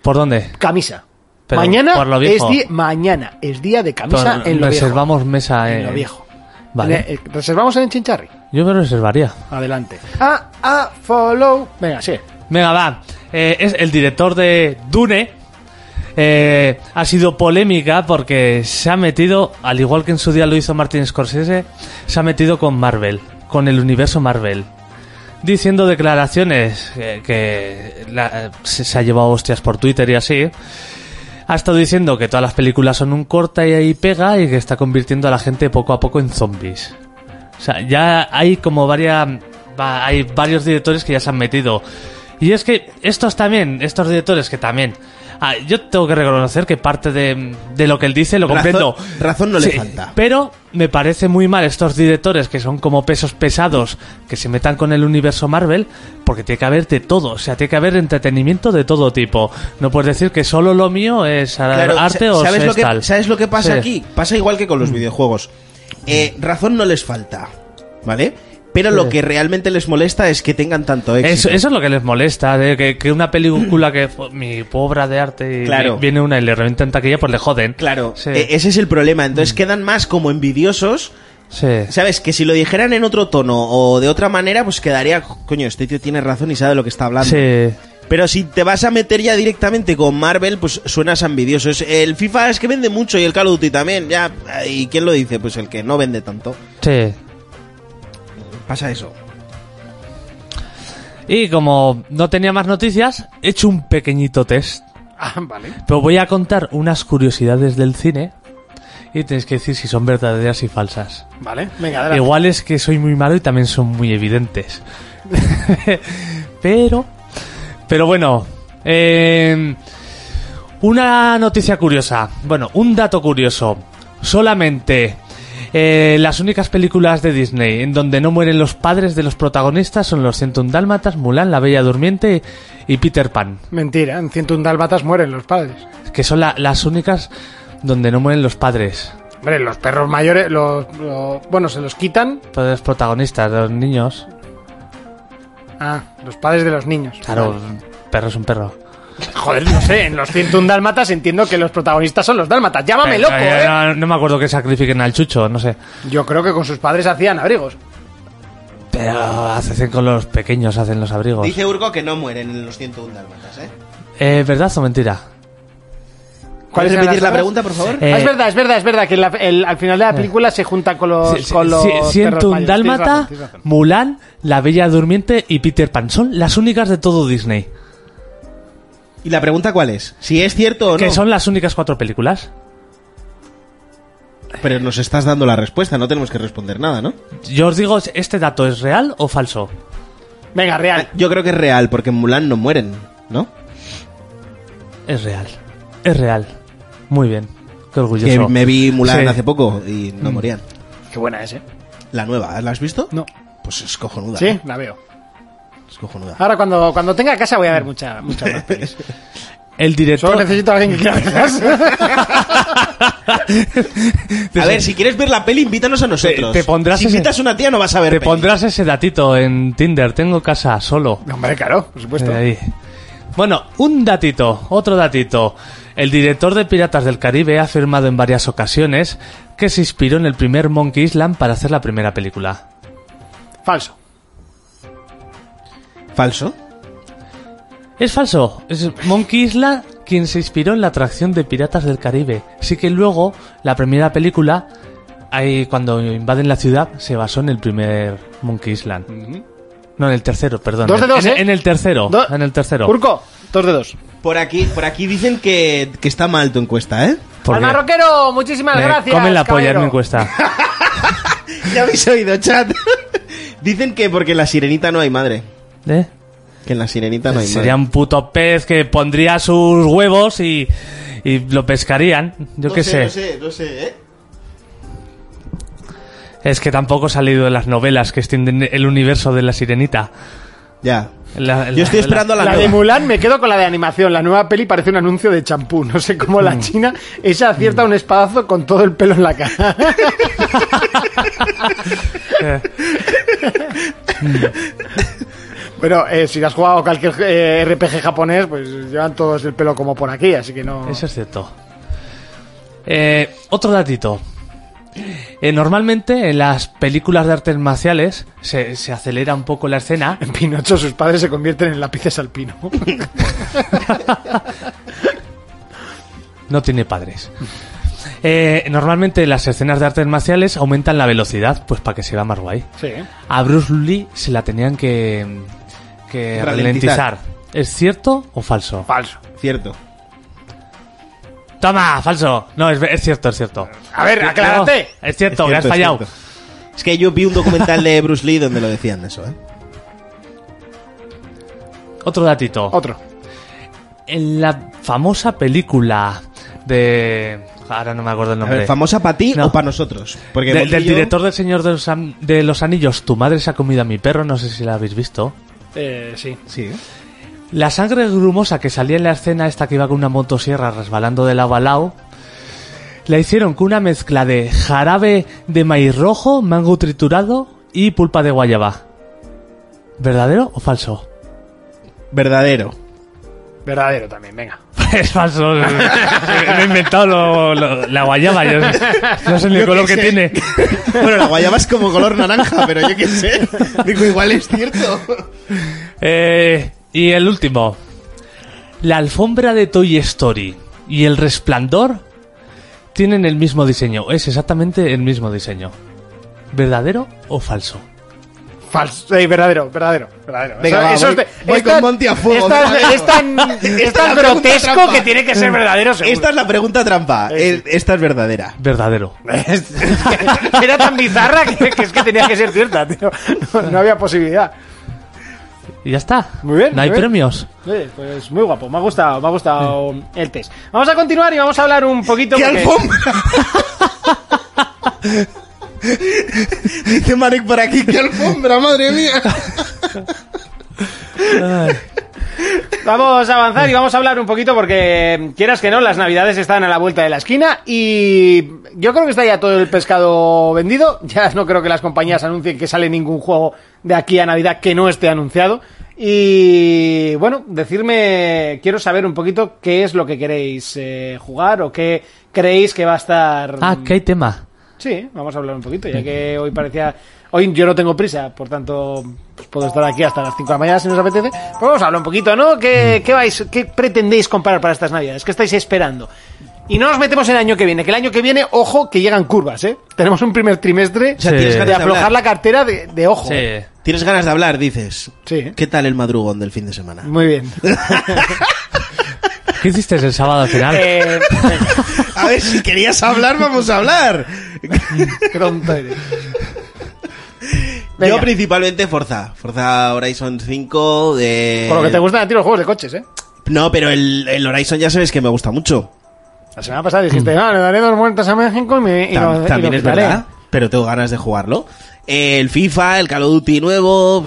E: ¿Por dónde?
C: Camisa.
E: Pero
C: mañana,
E: por lo
C: es
E: viejo.
C: di- mañana es día de camisa
E: Pero
C: en lo viejo.
E: reservamos mesa en.
C: En lo viejo.
E: Vale.
C: En el- eh, Reservamos en el Chincharri.
E: Yo me reservaría.
C: Adelante. Ah, ah, follow. Venga, sí.
E: Venga, va. Eh, es el director de Dune. Eh, ha sido polémica porque se ha metido, al igual que en su día lo hizo Martin Scorsese, se ha metido con Marvel, con el universo Marvel. Diciendo declaraciones eh, que la- se, se ha llevado hostias por Twitter y así. Ha estado diciendo que todas las películas son un corta y ahí pega y que está convirtiendo a la gente poco a poco en zombies. O sea, ya hay como varias. va- Hay varios directores que ya se han metido. Y es que estos también, estos directores que también. ah, yo tengo que reconocer que parte de, de lo que él dice lo
D: Razón-
E: comprendo.
D: razón no le falta.
E: Pero me parece muy mal estos directores que son como pesos pesados que se metan con el universo Marvel, porque tiene que haber de todo, o sea, tiene que haber entretenimiento de todo tipo. No puedes decir que solo lo mío es a-
D: Claro,
E: arte
D: sa-
E: o
D: ¿sabes
E: es
D: lo que,
E: tal.
D: ¿Sabes lo que pasa
E: Sí. Mm.
D: aquí? Pasa igual que con los videojuegos. Eh, razón no les falta, ¿vale? Pero lo
E: Sí.
D: que realmente les molesta es que tengan tanto éxito.
E: Eso, eso es lo que les molesta, de que, que una película que fue mi obra de arte y
D: Claro.
E: vi- viene una y le revientan taquilla, pues le joden.
D: Claro,
E: Sí. Mm.
D: eh, ese es el problema. Entonces quedan más como envidiosos,
E: Sí.
D: ¿sabes? Que si lo dijeran en otro tono o de otra manera, pues quedaría, coño, este tío tiene razón y sabe lo que está hablando.
E: Sí.
D: Pero si te vas a meter ya directamente con Marvel, pues suenas ambidioso. Es- El FIFA es que vende mucho y el Call of Duty también, ya. ¿Y quién lo dice? Pues el que no vende tanto.
E: Sí.
D: Pasa eso.
E: Y como no tenía más noticias, he hecho un pequeñito test.
C: Ah, vale.
E: Pero voy a contar unas curiosidades del cine y tenéis que decir si son verdaderas y falsas.
C: Vale. Venga, adelante.
E: Igual es que soy muy malo y también son muy evidentes. (laughs) pero, pero bueno, eh, una noticia curiosa. Bueno, un dato curioso. Solamente eh, las únicas películas de Disney en donde no mueren los padres de los protagonistas son los 101 Dálmatas, Mulan, La Bella Durmiente y Peter Pan
C: Mentira, en 101 dálmatas mueren los padres.
E: que son la- las únicas donde no mueren los padres,
C: Hombre, los perros mayores, los, los- bueno, se los quitan.
E: todos los protagonistas, los niños.
C: Ah, los padres de los niños.
E: Claro, perro es un perro.
C: Joder, no sé, en los 101 dálmatas entiendo que los protagonistas son los dálmatas. Llámame loco, ¿eh?
E: Eh, no, no me acuerdo que sacrifiquen al chucho, no sé.
C: Yo creo que con sus padres hacían abrigos.
E: Pero hacen con los pequeños, hacen los abrigos.
D: Dice Urco que no mueren en los 101 dálmatas, ¿eh?
E: Eh, ¿Verdad o mentira?
D: ¿Puedes
C: eran
D: repetir
C: las
D: la
C: otras?
D: pregunta, por favor? Eh.
E: Eh,
C: Ah, es verdad, es verdad, es verdad que en la- el- al final de la película se junta con los.
E: si- si-
C: con los
E: si-
C: perros
E: siento un
C: mayores. Tienes razón,
E: dálmata,
C: tienes razón.
E: Mulan, La Bella Durmiente y Peter Pan. Son las únicas de todo Disney.
D: ¿Y la pregunta cuál es? Si es cierto o no.
E: Que son las únicas cuatro películas.
D: Pero nos estás dando la respuesta, no tenemos que responder nada, ¿no?
E: Yo os digo, ¿este dato es real o falso?
C: Venga,
D: Ah,
C: real.
D: Yo creo que es real, porque en Mulan no mueren, ¿no?
E: Es real. Es real. Muy bien. Qué orgulloso.
D: Que me vi Mulan
E: Sí. Mm.
D: hace poco y no morían.
C: Qué buena es, ¿eh?
D: La nueva, ¿la has visto?
C: No.
D: Pues es cojonuda.
C: Sí,
D: ¿eh?
C: la veo.
D: Es cojonuda.
E: Ah,
C: Ahora cuando, cuando tenga casa voy a ver mucha, mucha más
E: (laughs)
C: pelis.
E: El director.
C: Solo necesito a alguien que quiera verlas.
D: A ver, si quieres ver la peli, invítanos a nosotros.
E: pues te pondrás
D: si
E: ese-
D: invitas a una tía, no vas a ver
E: (laughs) Te
D: peli.
E: pondrás ese datito en Tinder. Tengo casa solo.
C: No, Hombre, claro, por supuesto.
E: Eh, ahí. Bueno, un datito, otro datito. El director de Piratas del Caribe ha afirmado en varias ocasiones que se inspiró en el primer Monkey Island para hacer la primera película.
C: Falso.
D: Falso.
E: Es falso. Es Monkey Island quien se inspiró en la atracción de Piratas del Caribe. Así que luego, la primera película, ahí cuando invaden la ciudad, se basó en el primer Monkey Island. No, en el tercero, perdón.
C: Dos de
E: En-
C: dos,
E: en,
C: ¿eh?
E: en el tercero.
C: Do-
E: Oh, En el tercero.
C: Urco, dos de dos.
D: Por aquí, por aquí dicen que, que está mal tu encuesta, ¿eh?
E: Porque
C: Al marroquero, muchísimas
E: me
C: gracias.
E: Comen la polla en
C: caballero.
E: mi encuesta.
D: (laughs)
C: (laughs)
D: Ya habéis oído, chat. (laughs) dicen que porque en la sirenita no hay madre.
E: ¿Eh?
D: Que en la sirenita no hay
E: Sería
D: madre.
E: un puto pez que pondría sus huevos y, y lo pescarían. Yo
D: No
E: qué
D: sé,
E: sé.
D: no sé, no sé, ¿eh?
E: Es que tampoco ha salido de las novelas que extienden el universo de la sirenita.
D: Ya.
E: La- la-
D: Yo estoy esperando a
C: La
D: la
C: de
D: nueva.
C: Mulan me quedo con la de animación. La nueva peli parece un anuncio de champú. No sé cómo
E: Mm.
C: la china esa acierta un espadazo con todo el pelo en la
E: (laughs)
C: cara.
E: Eh.
C: Mm. Bueno, eh, si has jugado cualquier eh, RPG japonés, pues llevan todos el pelo como por aquí, así que no.
E: Eso es cierto. Eh, otro datito. Eh, normalmente en las películas de artes marciales se, se acelera un poco la escena.
C: En (laughs) Pinocho sus padres se convierten en lápices alpino.
E: No tiene padres. Eh, normalmente las escenas de artes marciales aumentan la velocidad, pues para que se vea más guay.
C: (laughs) sí. ¿eh?
E: A Bruce Lee se la tenían que, que
D: Ralentizar.
E: ralentizar. ¿Es cierto o falso?
C: Falso.
D: Cierto.
E: Toma, falso. No, es, es cierto, es cierto.
C: A ver, aclárate.
E: No, es cierto,
D: Es cierto,
E: que has
D: es
E: fallado.
D: cierto. Es que yo vi un documental de Bruce Lee donde lo decían eso, ¿eh?
E: Otro datito.
C: Otro.
E: En la famosa película de... Ahora no me acuerdo el
D: A
E: nombre.
D: ver, ¿famosa para ti
E: No.
D: o para nosotros? Porque
E: De-
D: Boquillo-
E: del director del Señor de los, An- de los Anillos, Tu madre se ha comido a mi perro, no sé si la habéis visto.
C: Eh, sí.
D: Sí.
E: La sangre grumosa que salía en la escena, esta que iba con una motosierra resbalando de lado a lado, la hicieron con una mezcla de jarabe de maíz rojo, mango triturado y pulpa de guayaba. ¿Verdadero o falso?
D: Verdadero.
C: Verdadero también, venga.
E: (laughs) Es falso. (laughs) Me he inventado lo- lo- la guayaba. Yo no sé ni el color que (laughs) tiene.
D: Bueno, la guayaba es como color naranja, pero yo qué
E: (laughs)
D: sé. Digo, igual es cierto.
E: Eh, y el último. La alfombra de Toy Story y el resplandor tienen el mismo diseño. Es exactamente el mismo diseño. ¿Verdadero o falso?
C: Falso. eh, verdadero, verdadero, verdadero.
D: Venga, va, voy- voy
C: es
D: con
C: tan-
D: Monty a fuego,
C: es tan- (laughs)
D: venga.
C: es tan, es
D: (laughs) Esta
C: tan
D: es la pregunta
C: grotesco
D: trampa.
C: que tiene que ser verdadero, seguro. (laughs)
D: Esta es la pregunta trampa. El- Esta es
E: (laughs)
D: verdadera.
E: Verdadero.
C: Era tan bizarra que, que es que tenía que ser cierta, tío. No, no había posibilidad.
E: Y ya está.
C: Muy bien,
E: No hay
C: muy bien.
E: premios.
C: Eh, pues muy guapo, me ha gustado, me ha gustado el test. Vamos a continuar y vamos a hablar un poquito.
D: ¡Qué
C: porque-
E: (laughs)
D: alfombra! Dice Marek por aquí, ¡qué alfombra, madre mía!
C: Vamos a avanzar y vamos a hablar un poquito porque quieras que no, las navidades están a la vuelta de la esquina y yo creo que está ya todo el pescado vendido. (laughs) Ya no creo que las compañías anuncien que sale ningún juego de aquí a Navidad que no esté anunciado. Y bueno, decirme, quiero saber un poquito qué es lo que queréis eh, jugar o qué creéis que va a estar...
E: Ah, que hay tema.
C: Sí, vamos a hablar un poquito, ya que hoy parecía... Hoy yo no tengo prisa, por tanto pues puedo estar aquí hasta las 5 de la mañana si nos apetece. Pero vamos a hablar un poquito, ¿no? ¿Qué, qué vais, qué pretendéis comprar para estas navidades? ¿Qué estáis esperando? Y no nos metemos en el año que viene, que el año que viene, ojo, que llegan curvas, ¿eh? Tenemos un primer trimestre
E: sea,
C: de
E: tienes ganas
D: de
C: aflojar
D: hablar.
C: la cartera de, de ojo. ¿eh?
E: Sí.
D: Tienes ganas de hablar, dices.
C: Sí, ¿eh?
D: ¿Qué tal el madrugón del fin de semana?
C: (laughs) Muy
D: (laughs)
C: bien.
E: ¿Qué hiciste el sábado al final?
C: Eh,
D: A ver, si querías hablar, vamos a hablar.
C: qué tonto eres.
D: Yo
C: Venga.
D: principalmente Forza. Forza Horizon 5 de...
C: Por lo que te gustan a ti los juegos de coches, ¿eh?
D: No, pero el, el Horizon ya sabes que me gusta mucho.
C: La semana pasada dijiste, no, le daré dos vueltas a México y, me, y
D: Mm. Tam-
C: lo- y
D: también
C: lo
D: es
C: quitaré".
D: verdad, pero tengo ganas de jugarlo. El FIFA, el Call of Duty nuevo...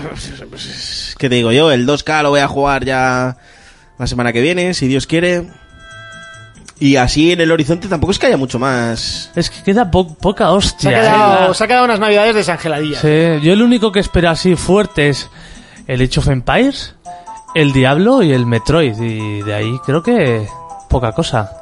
D: ¿Qué te digo yo? El 2K lo voy a jugar ya la semana que viene, si Dios quiere. Y así en el horizonte tampoco es que haya mucho más...
E: Es que queda po- poca
C: Se
E: hostia.
C: ha,
E: ¿eh?
C: quedado, se ha quedado unas navidades desangeladillas.
E: Sí, yo el único que espero así fuerte es el Age of Empires, el Diablo y el Metroid. Y de ahí creo que poca cosa.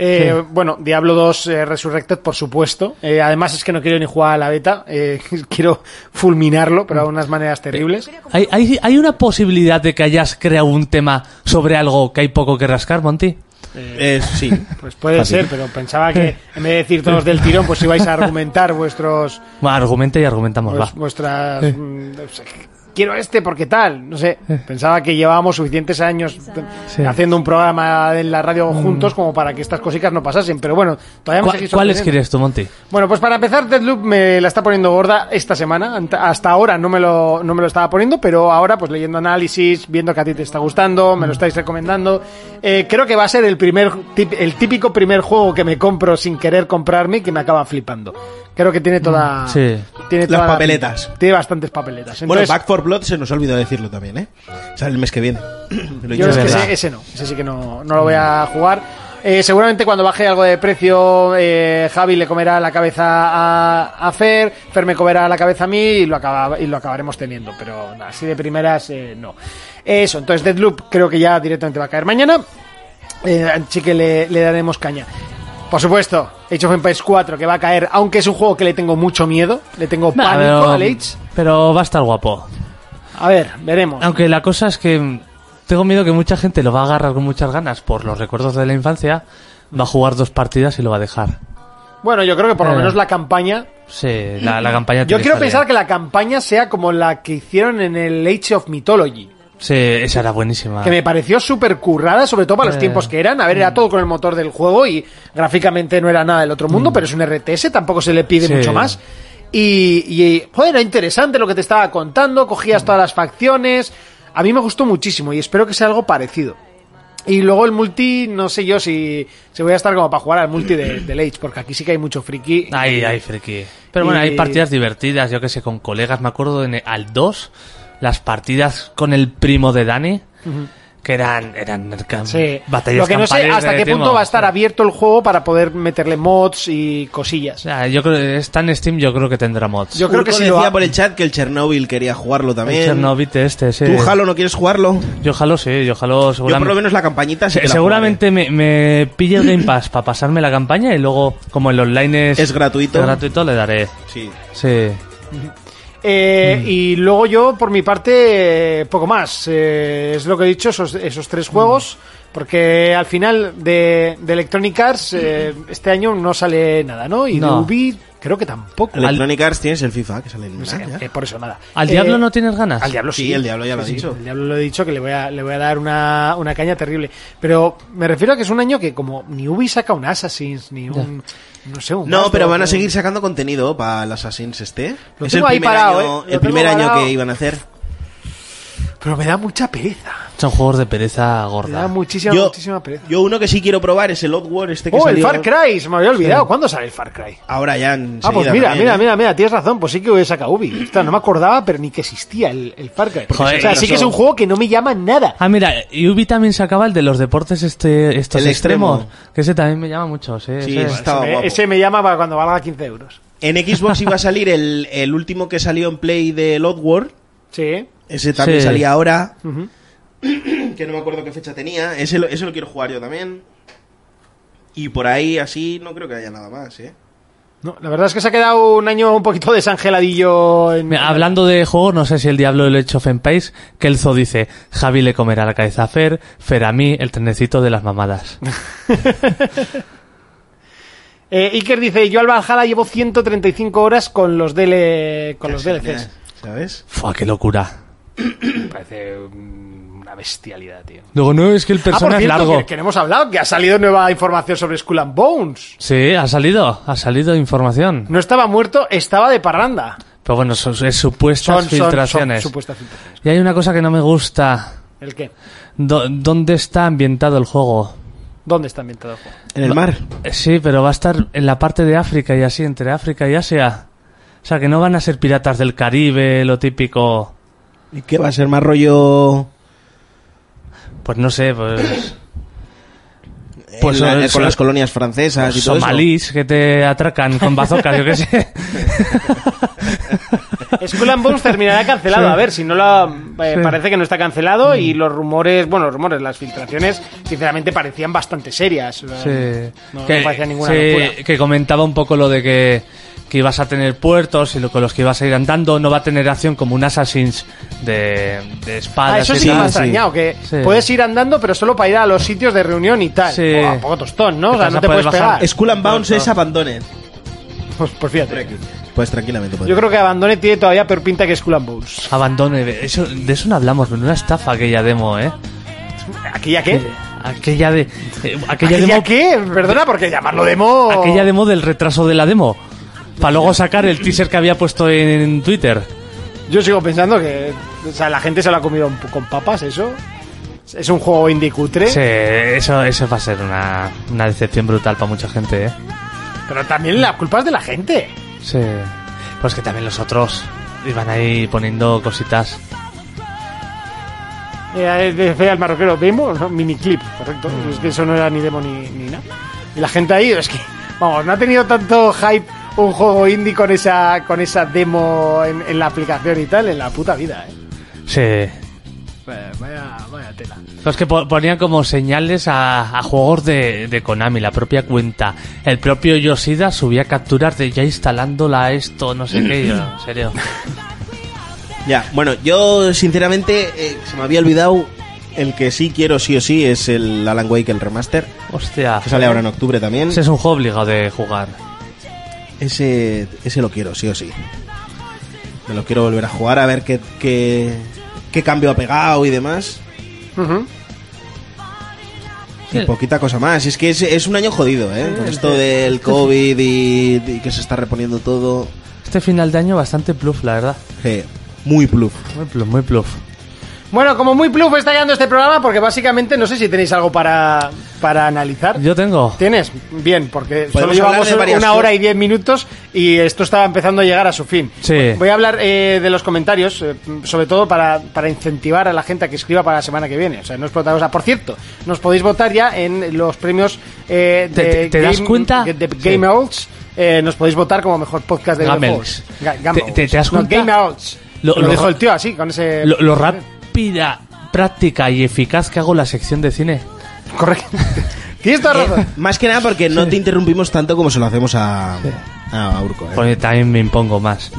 C: Eh,
E: Sí.
C: Bueno, Diablo 2 eh, Resurrected, por supuesto. Eh, además es que no quiero ni jugar a la beta. eh, (laughs) quiero fulminarlo, pero de unas maneras terribles.
E: ¿Hay, hay, hay una posibilidad de que hayas creado un tema sobre algo que hay poco que rascar, Monty?
D: Eh, sí.
C: (laughs) Pues puede ser, pero pensaba que en vez de decir todos del tirón, pues ibais a argumentar
E: (laughs)
C: vuestros...
E: Bueno, argumenta y argumentamos,
C: vues-
E: va.
C: vuestras... mm, no sé, quiero este porque tal, no sé. Pensaba que llevábamos suficientes años
E: Sí. Mm.
C: haciendo un programa en la radio juntos como para que estas cositas no pasasen. Pero bueno, todavía me
E: ¿Cuál-
C: seguís
E: ¿Cuáles
C: sorprendiendo.
E: quieres tú, Monty?
C: Bueno, pues para empezar, Deathloop me la está poniendo gorda esta semana. Ant- Hasta ahora no me, lo, no me lo estaba poniendo, pero ahora pues leyendo análisis, viendo que a ti te está gustando,
D: Mm.
C: me lo estáis recomendando. Eh, creo que va a ser el, primer, tip- el típico primer juego que me compro sin querer comprarme y que me acaba flipando. Creo que tiene toda...
E: Sí.
C: Tiene
D: Mm. Las
C: toda la-
D: papeletas.
C: tiene bastantes papeletas.
D: Bueno,
C: Entonces,
D: Back for Blood se nos olvidó decirlo también, ¿eh? Sale el mes que viene. (clears throat) Lo he
C: Yo
D: dicho
C: es que
D: antes.
E: Es verdad.
C: ese, ese no, ese sí que no, no lo voy a jugar. Eh, seguramente cuando baje algo de precio, eh, Javi le comerá la cabeza a, a Fer, Fer me comerá la cabeza a mí y lo, acaba- y lo acabaremos teniendo. Pero nada, así de primeras, eh, no. Eso, entonces Deadloop creo que ya directamente va a caer mañana. Eh, sí que le, le daremos caña. Por supuesto, Age of Empires 4 que va a caer, aunque es un juego que le tengo mucho miedo, le tengo
E: Nah,
C: pánico
E: pero,
C: al Age.
E: um, pero va a estar guapo.
C: A ver, veremos.
E: Aunque la cosa es que mm, tengo miedo que mucha gente lo va a agarrar con muchas ganas por los recuerdos de la infancia, va a jugar dos partidas y lo va a dejar.
C: Bueno, yo creo que por lo
E: Eh.
C: menos la campaña
E: Sí, la, la campaña
C: Yo
E: tiene
C: quiero
E: historia.
C: pensar que la campaña sea como la que hicieron en el Age of Mythology.
E: Sí, esa era buenísima.
C: que me pareció súper currada, sobre todo para los
E: Ah. Eh.
C: tiempos que eran. A ver, era todo con el motor del juego y gráficamente no era nada del otro mundo, pero es un RTS, tampoco se le pide
E: Mm. Sí.
C: mucho más. Y, y, joder, era interesante lo que te estaba contando, cogías todas las facciones. A mí me gustó muchísimo y espero que sea algo parecido. Y luego el multi, no sé yo si, se voy a estar como para jugar al multi de- del Age, porque aquí sí que hay mucho friki.
E: Ay, ay, friki. Pero bueno,
C: Y-
E: hay partidas divertidas, yo que sé, con colegas. Me acuerdo en, al 2, las partidas con el primo de Dani, que eran, eran cam-
C: Sí.
E: batallas
C: Lo que no sé
E: campales
C: hasta
E: de
C: qué punto
E: timos.
C: va a estar abierto el juego para poder meterle mods y
E: O
C: cosillas.
E: sea, yo creo que está en Steam, yo creo que tendrá mods.
C: Yo creo que
D: Urco
C: si lo
D: decía
C: ha-
D: por el chat que el Chernobyl quería jugarlo
E: El
D: también.
E: Chernobyl este, sí.
D: ¿Tú, Halo, no quieres jugarlo?
E: Yo jalo, sí, yo jalo
D: Yo
E: seguramente.
D: por lo menos la campañita sí que la
E: seguramente me, me pille el Game Pass para pasarme la campaña y luego, como el online es,
D: Es gratuito.
E: es gratuito, le daré.
D: jugaré. Sí.
E: Sí.
C: Eh,
E: Mm.
C: Y luego yo, por mi parte, eh, poco más. Eh, es lo que he dicho, esos, esos
E: Mm.
C: tres juegos. Porque al final de, de Electronic Arts, eh, este año no sale nada, ¿no? Y
E: Mm. No.
C: de Ubi, creo que tampoco.
D: Electronic Arts tienes el FIFA, que sale en
C: Eh, eh, por eso nada.
E: Ah, ¿Al
C: Eh,
E: Diablo no tienes ganas?
C: Al Diablo sí.
D: Sí, el Diablo ya lo
C: Sí,
D: ha
C: sí,
D: dicho.
C: El Diablo lo he dicho que le voy a, le voy a dar una, una caña terrible. Pero me refiero a que es un año que como ni Ubi saca un Assassin's, ni un... No sé, un
D: No,
C: Master,
D: pero van a
C: un-
D: seguir sacando contenido para el Assassin's este.
C: Lo
D: es el
C: tengo ahí
D: primer,
C: parado,
D: año,
C: ¿eh? Lo
D: el primer
C: tengo
D: año
C: parado.
D: que iban a hacer.
C: Pero me da mucha pereza.
E: Son juegos de pereza
C: Me da
E: gorda.
C: muchísima,
D: Ah. Yo,
C: muchísima pereza.
D: yo uno que sí quiero probar es el Outward este que
C: Oh, el
D: salió
C: Far Cry, se me había olvidado. ¿Cuándo sale el Far Cry?
D: Ahora ya en ¿eh?
C: Ah, pues mira, mira, mira, mira, tienes razón, pues sí que hubiese sacado Ubi. Ostras, no me acordaba, pero ni que existía el, el Far Cry.
E: Porque
C: o sea,
E: se
C: sí que es un juego que no me llama nada.
E: Ah, mira, y Ubi también sacaba el de los deportes este, estos
D: El
E: extremos.
D: extremo.
E: Que ese también me llama mucho, sí.
D: Sí,
E: ese.
D: es- estaba
C: Ese me-
D: Ah, guapo.
C: Eh, ese me llama para cuando valga 15 euros.
D: En Xbox iba a salir el, el último que salió en Play del Outward.
C: Sí.
D: Ese también
E: Sí.
D: salía ahora.
C: Ujú.
D: Que no me acuerdo qué fecha tenía. Ese lo, ese lo quiero jugar yo también. Y por ahí así no creo que haya nada más, ¿eh?
C: No, la verdad es que se ha quedado un año un poquito desangeladillo. En...
E: Mira, Hablando de juegos, no sé si el Diablo del Age of Empires, que el Zo dice, Javi le comerá la cabeza a Fer, Fer a mí, el trenecito de las
C: (laughs)
E: mamadas.
C: Eh, Iker dice, yo al Valhalla llevo 135 horas con los, DL... con los DLCs.
D: ¿Sabes?
E: Fua, qué locura.
C: Me parece mm, una bestialidad, tío.
E: Luego, no, es que el
C: Ah, por
E: personaje es
C: cierto,
E: largo.
C: que, que no hemos hablado, que ha salido nueva información sobre Skull and Bones.
E: Sí, ha salido, ha salido información.
C: No estaba muerto, estaba de parranda.
E: Pero bueno, son, es supuestas
C: Son, son- son
E: filtraciones.
C: supuestas filtraciones.
E: y hay una cosa que no me gusta.
C: ¿El qué?
E: Do- ¿Dónde está ambientado el juego?
C: ¿Dónde está ambientado el juego?
D: En el mar.
E: Eh, Sí, pero va a estar en la parte de África y así, entre África y Asia. O sea, que no van a ser piratas del Caribe, lo típico.
D: ¿Y qué va a ser más rollo?
E: Pues no sé, pues. Pues
D: en la-
E: son-
D: con
E: son-
D: las colonias francesas y todo eso.
E: somalís que te atracan con bazocas, yo
D: (laughs)
E: qué sé.
C: Skull and Bones terminará cancelado. A ver, si no lo. eh, Parece que no está cancelado y
E: Mm.
C: los rumores, bueno, los rumores, las filtraciones, sinceramente parecían bastante serias.
E: Sí.
C: No, no parecía ninguna
E: sí,
C: locura.
E: que comentaba un poco lo de que, que ibas a tener puertos y lo, con los que ibas a ir andando. No va a tener acción como un Assassin's de, de espadas.
C: Ah, eso
E: y
C: sí me ha
E: tal.
C: extrañado, que
E: Sí.
C: puedes ir andando, pero solo para ir a los sitios de reunión y tal.
E: Sí.
C: Buah, un poco tostón, ¿no? O
E: Te
C: sea,
E: vas
C: no
E: a
C: te
E: poder
C: puedes
E: bajar.
C: pegar.
E: Es-
D: Skull and Bounce es Abandoned.
C: Pues, pues fíjate.
D: Pues tranquilamente.
C: Yo creo que Abandone tiene todavía peor pinta que Skull and Bones.
E: Abandone. Eso, de eso no hablamos, pero una estafa aquella demo, ¿eh?
C: ¿Aquella qué?
E: Aquella de. eh, aquella,
C: ¿Eh? ¿Aquella
E: demo.
C: qué? Perdona, porque llamarlo demo.
E: Aquella demo del retraso de la demo. Para luego sacar el teaser que había puesto en, Twitter.
C: Yo sigo pensando que o sea, la gente se lo ha comido un po- con papas, eso. Es un juego indie cutre,
E: Sí, eso, eso va a ser una, una decepción brutal para mucha gente, ¿eh?
C: pero también la culpa es de la gente.
E: Sí. Pues que también los otros iban ahí poniendo cositas.
C: Eh, decía el marroquero, demo, ¿no? miniclip, correcto. Es que eso no era ni demo ni, ni nada. Y la gente ahí, es que, vamos, no ha tenido tanto hype un juego indie con esa, con esa demo en, en la aplicación y tal, en la puta vida, eh.
E: Sí.
C: Vaya, vaya, vaya tela.
E: Los que po- ponían como señales a, a juegos de, de Konami, la propia cuenta. El propio Yoshida subía capturas de ya instalándola esto, no sé qué. Yo, en serio.
D: Ya, bueno, yo sinceramente eh, se me había olvidado el que sí quiero sí o sí es el Alan Wake, el remaster,
E: Hostia.
D: que sale ahora en octubre también.
E: Ese es un juego obligado de jugar.
D: Ese, ese lo quiero sí o sí. Me lo quiero volver a jugar a ver qué, qué, qué cambio ha pegado y demás.
C: Ujú.
D: Y poquita cosa más. Es que es, es un año jodido, ¿eh? Con esto del COVID y, y que se está reponiendo todo.
E: Este final de año bastante pluf, la verdad.
D: Eh, muy pluf.
E: Muy pluf, muy pluf.
C: Bueno, como muy pluf está quedando este programa, porque básicamente no sé si tenéis algo para, para analizar.
E: Yo tengo.
C: ¿Tienes? Bien, porque solo
D: Podemos hablar
C: llevamos
D: de varias
C: una
D: cosas.
C: hora y diez minutos y esto estaba empezando a llegar a su fin.
E: Sí.
C: Voy a hablar eh, de los comentarios, eh, sobre todo para, para incentivar a la gente a que escriba para la semana que viene. O sea, no es prota- o sea, Por cierto, nos podéis votar ya en los premios eh,
E: ¿Te-
C: de
E: te- te das cuenta?
C: de- de
E: Sí.
C: Game Awards. Eh, nos podéis votar como mejor podcast de
E: Gamels.
C: videojuegos. Ga-
E: ¿Te-
C: Gamels.
E: te- te das
C: No,
E: cuenta?
C: Game Awards.
E: Lo-
C: Lo,
E: lo-
C: dijo el tío así, con ese...
E: Lo, lo rápida, práctica y eficaz que hago la sección de cine.
C: (laughs) Correcto. Tienes toda
D: Eh,
C: razón.
D: más que nada porque no te interrumpimos tanto como se lo hacemos a, a Urco. ¿eh?
E: Porque también me impongo más.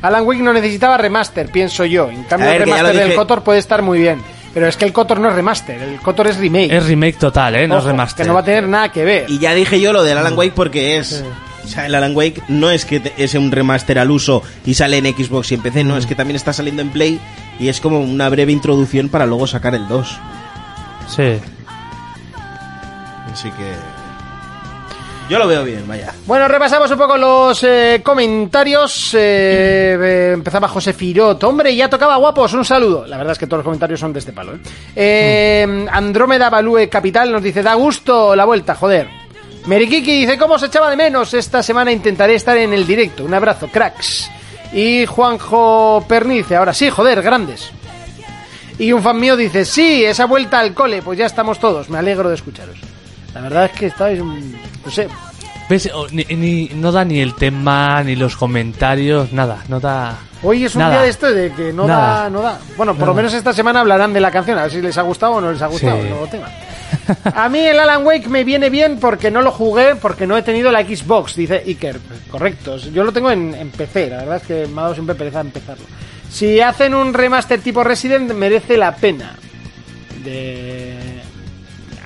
C: Alan Wake no necesitaba remaster, pienso yo. En cambio,
D: A ver,
C: el
D: que ya
C: remaster
D: lo
C: del
D: dije.
C: Cotor puede estar muy bien. Pero es que el Cotor no es remaster, el Cotor es remake.
E: Es remake total, ¿eh? No es
C: Ojo,
E: remaster.
C: Que no va a tener nada que ver.
D: Y ya dije yo lo del Alan Wake porque es. O sea, el Alan Wake no es que te- es un remaster al uso y sale en Xbox y en PC, no, es que también está saliendo en Play y es como una breve introducción para luego sacar el 2.
E: Sí.
D: Así que. Yo lo veo bien, vaya.
C: Bueno, repasamos un poco los eh, comentarios. Eh, eh, empezaba José Firot. Hombre, ya tocaba guapos. Un saludo. La verdad es que todos los comentarios son de este palo. ¿eh? Eh, Andrómeda Balúe Capital nos dice: Da gusto la vuelta, joder. Merikiki dice: ¿Cómo se echaba de menos? Esta semana intentaré estar en el directo. Un abrazo, cracks. Y Juanjo Pernice, ahora sí, joder, grandes. Y un fan mío dice: Sí, esa vuelta al cole. Pues ya estamos todos. Me alegro de escucharos. La verdad es que estáis. mm, No sé,
E: ¿Ves? O- Ni, ni- no da ni el tema, ni los comentarios, nada. No da.
C: Hoy es un
E: nada.
C: día de esto de que no
E: Nada.
C: da, no da. Bueno, por lo
E: Nada.
C: menos esta semana hablarán de la canción, a ver si les ha gustado o no les ha gustado
E: Sí.
C: el nuevo
E: (laughs)
C: tema. A mí el Alan Wake me viene bien porque no lo jugué, porque no he tenido la Xbox, dice Iker. Correcto, yo lo tengo en, en PC, la verdad es que me ha dado siempre pereza empezarlo. Si hacen un remaster tipo Resident, merece la pena. De...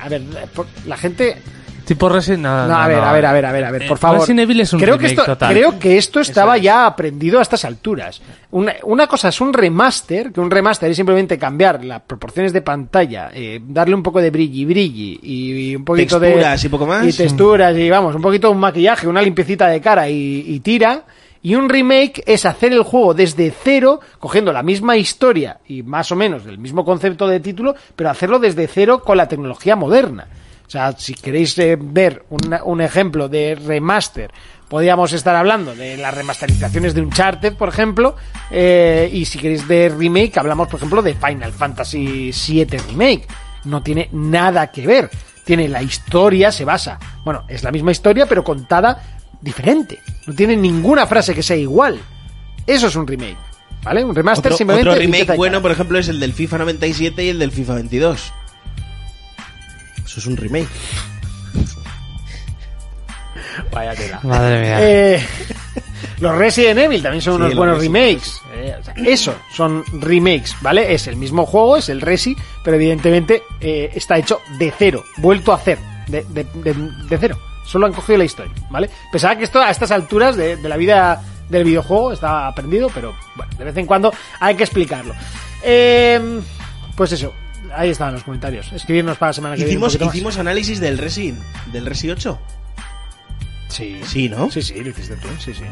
C: A ver, por- la gente
E: Tipo Resident. No,
C: no, a
E: no,
C: ver,
E: no.
C: a ver, a ver, a ver, a ver,
E: Eh,
C: por favor.
E: Resident Evil es un
C: creo que
E: remake
C: esto,
E: total.
C: Creo que esto estaba ya aprendido a estas alturas. Una, una cosa es un remaster, que un remaster es simplemente cambiar las proporciones de pantalla, eh, darle un poco de brilli brilli y, y un poquito de...
D: Texturas y poco más.
C: Y texturas y vamos, un poquito de un maquillaje, una limpiecita de cara y, y tira. Y un remake es hacer el juego desde cero, cogiendo la misma historia y más o menos el mismo concepto de título, pero hacerlo desde cero con la tecnología moderna. O sea, si queréis eh, ver una- un ejemplo de remaster, podríamos estar hablando de las remasterizaciones de Uncharted, por ejemplo, eh, y si queréis de remake, hablamos, por ejemplo, de Final Fantasy VII Remake. No tiene nada que ver. Tiene la historia, se basa. Bueno, es la misma historia, pero contada diferente. No tiene ninguna frase que sea igual. Eso es un remake. ¿Vale? Un remaster
D: Otro,
C: simplemente.
D: otro
C: de
D: remake
C: etiqueta de
D: bueno,
C: cara.
D: por ejemplo, es el del FIFA 97 y el del FIFA 22. Eso es un remake. pues,
E: Madre mía.
C: Eh, (laughs) los Resident Evil también son
D: Sí,
C: unos
D: los
C: buenos
D: Resi-
C: remakes. Eh, o sea, eso son remakes, ¿vale? Es el mismo juego, es el Resi, pero evidentemente eh, está hecho de cero, vuelto a hacer, de, de- de- de cero. Solo han cogido la historia, ¿vale? Pensaba que esto a estas alturas de, de la vida del videojuego estaba aprendido, pero bueno, de vez en cuando hay que explicarlo. Eh, pues eso, ahí estaban los comentarios. Escribirnos para la semana Ah, que viene. un
D: Hicimos,
C: poquito más.
D: hicimos análisis del Resi, del Resi 8.
C: Sí,
D: Sí, ¿no?
C: sí, sí, lo hiciste tú, sí, sí.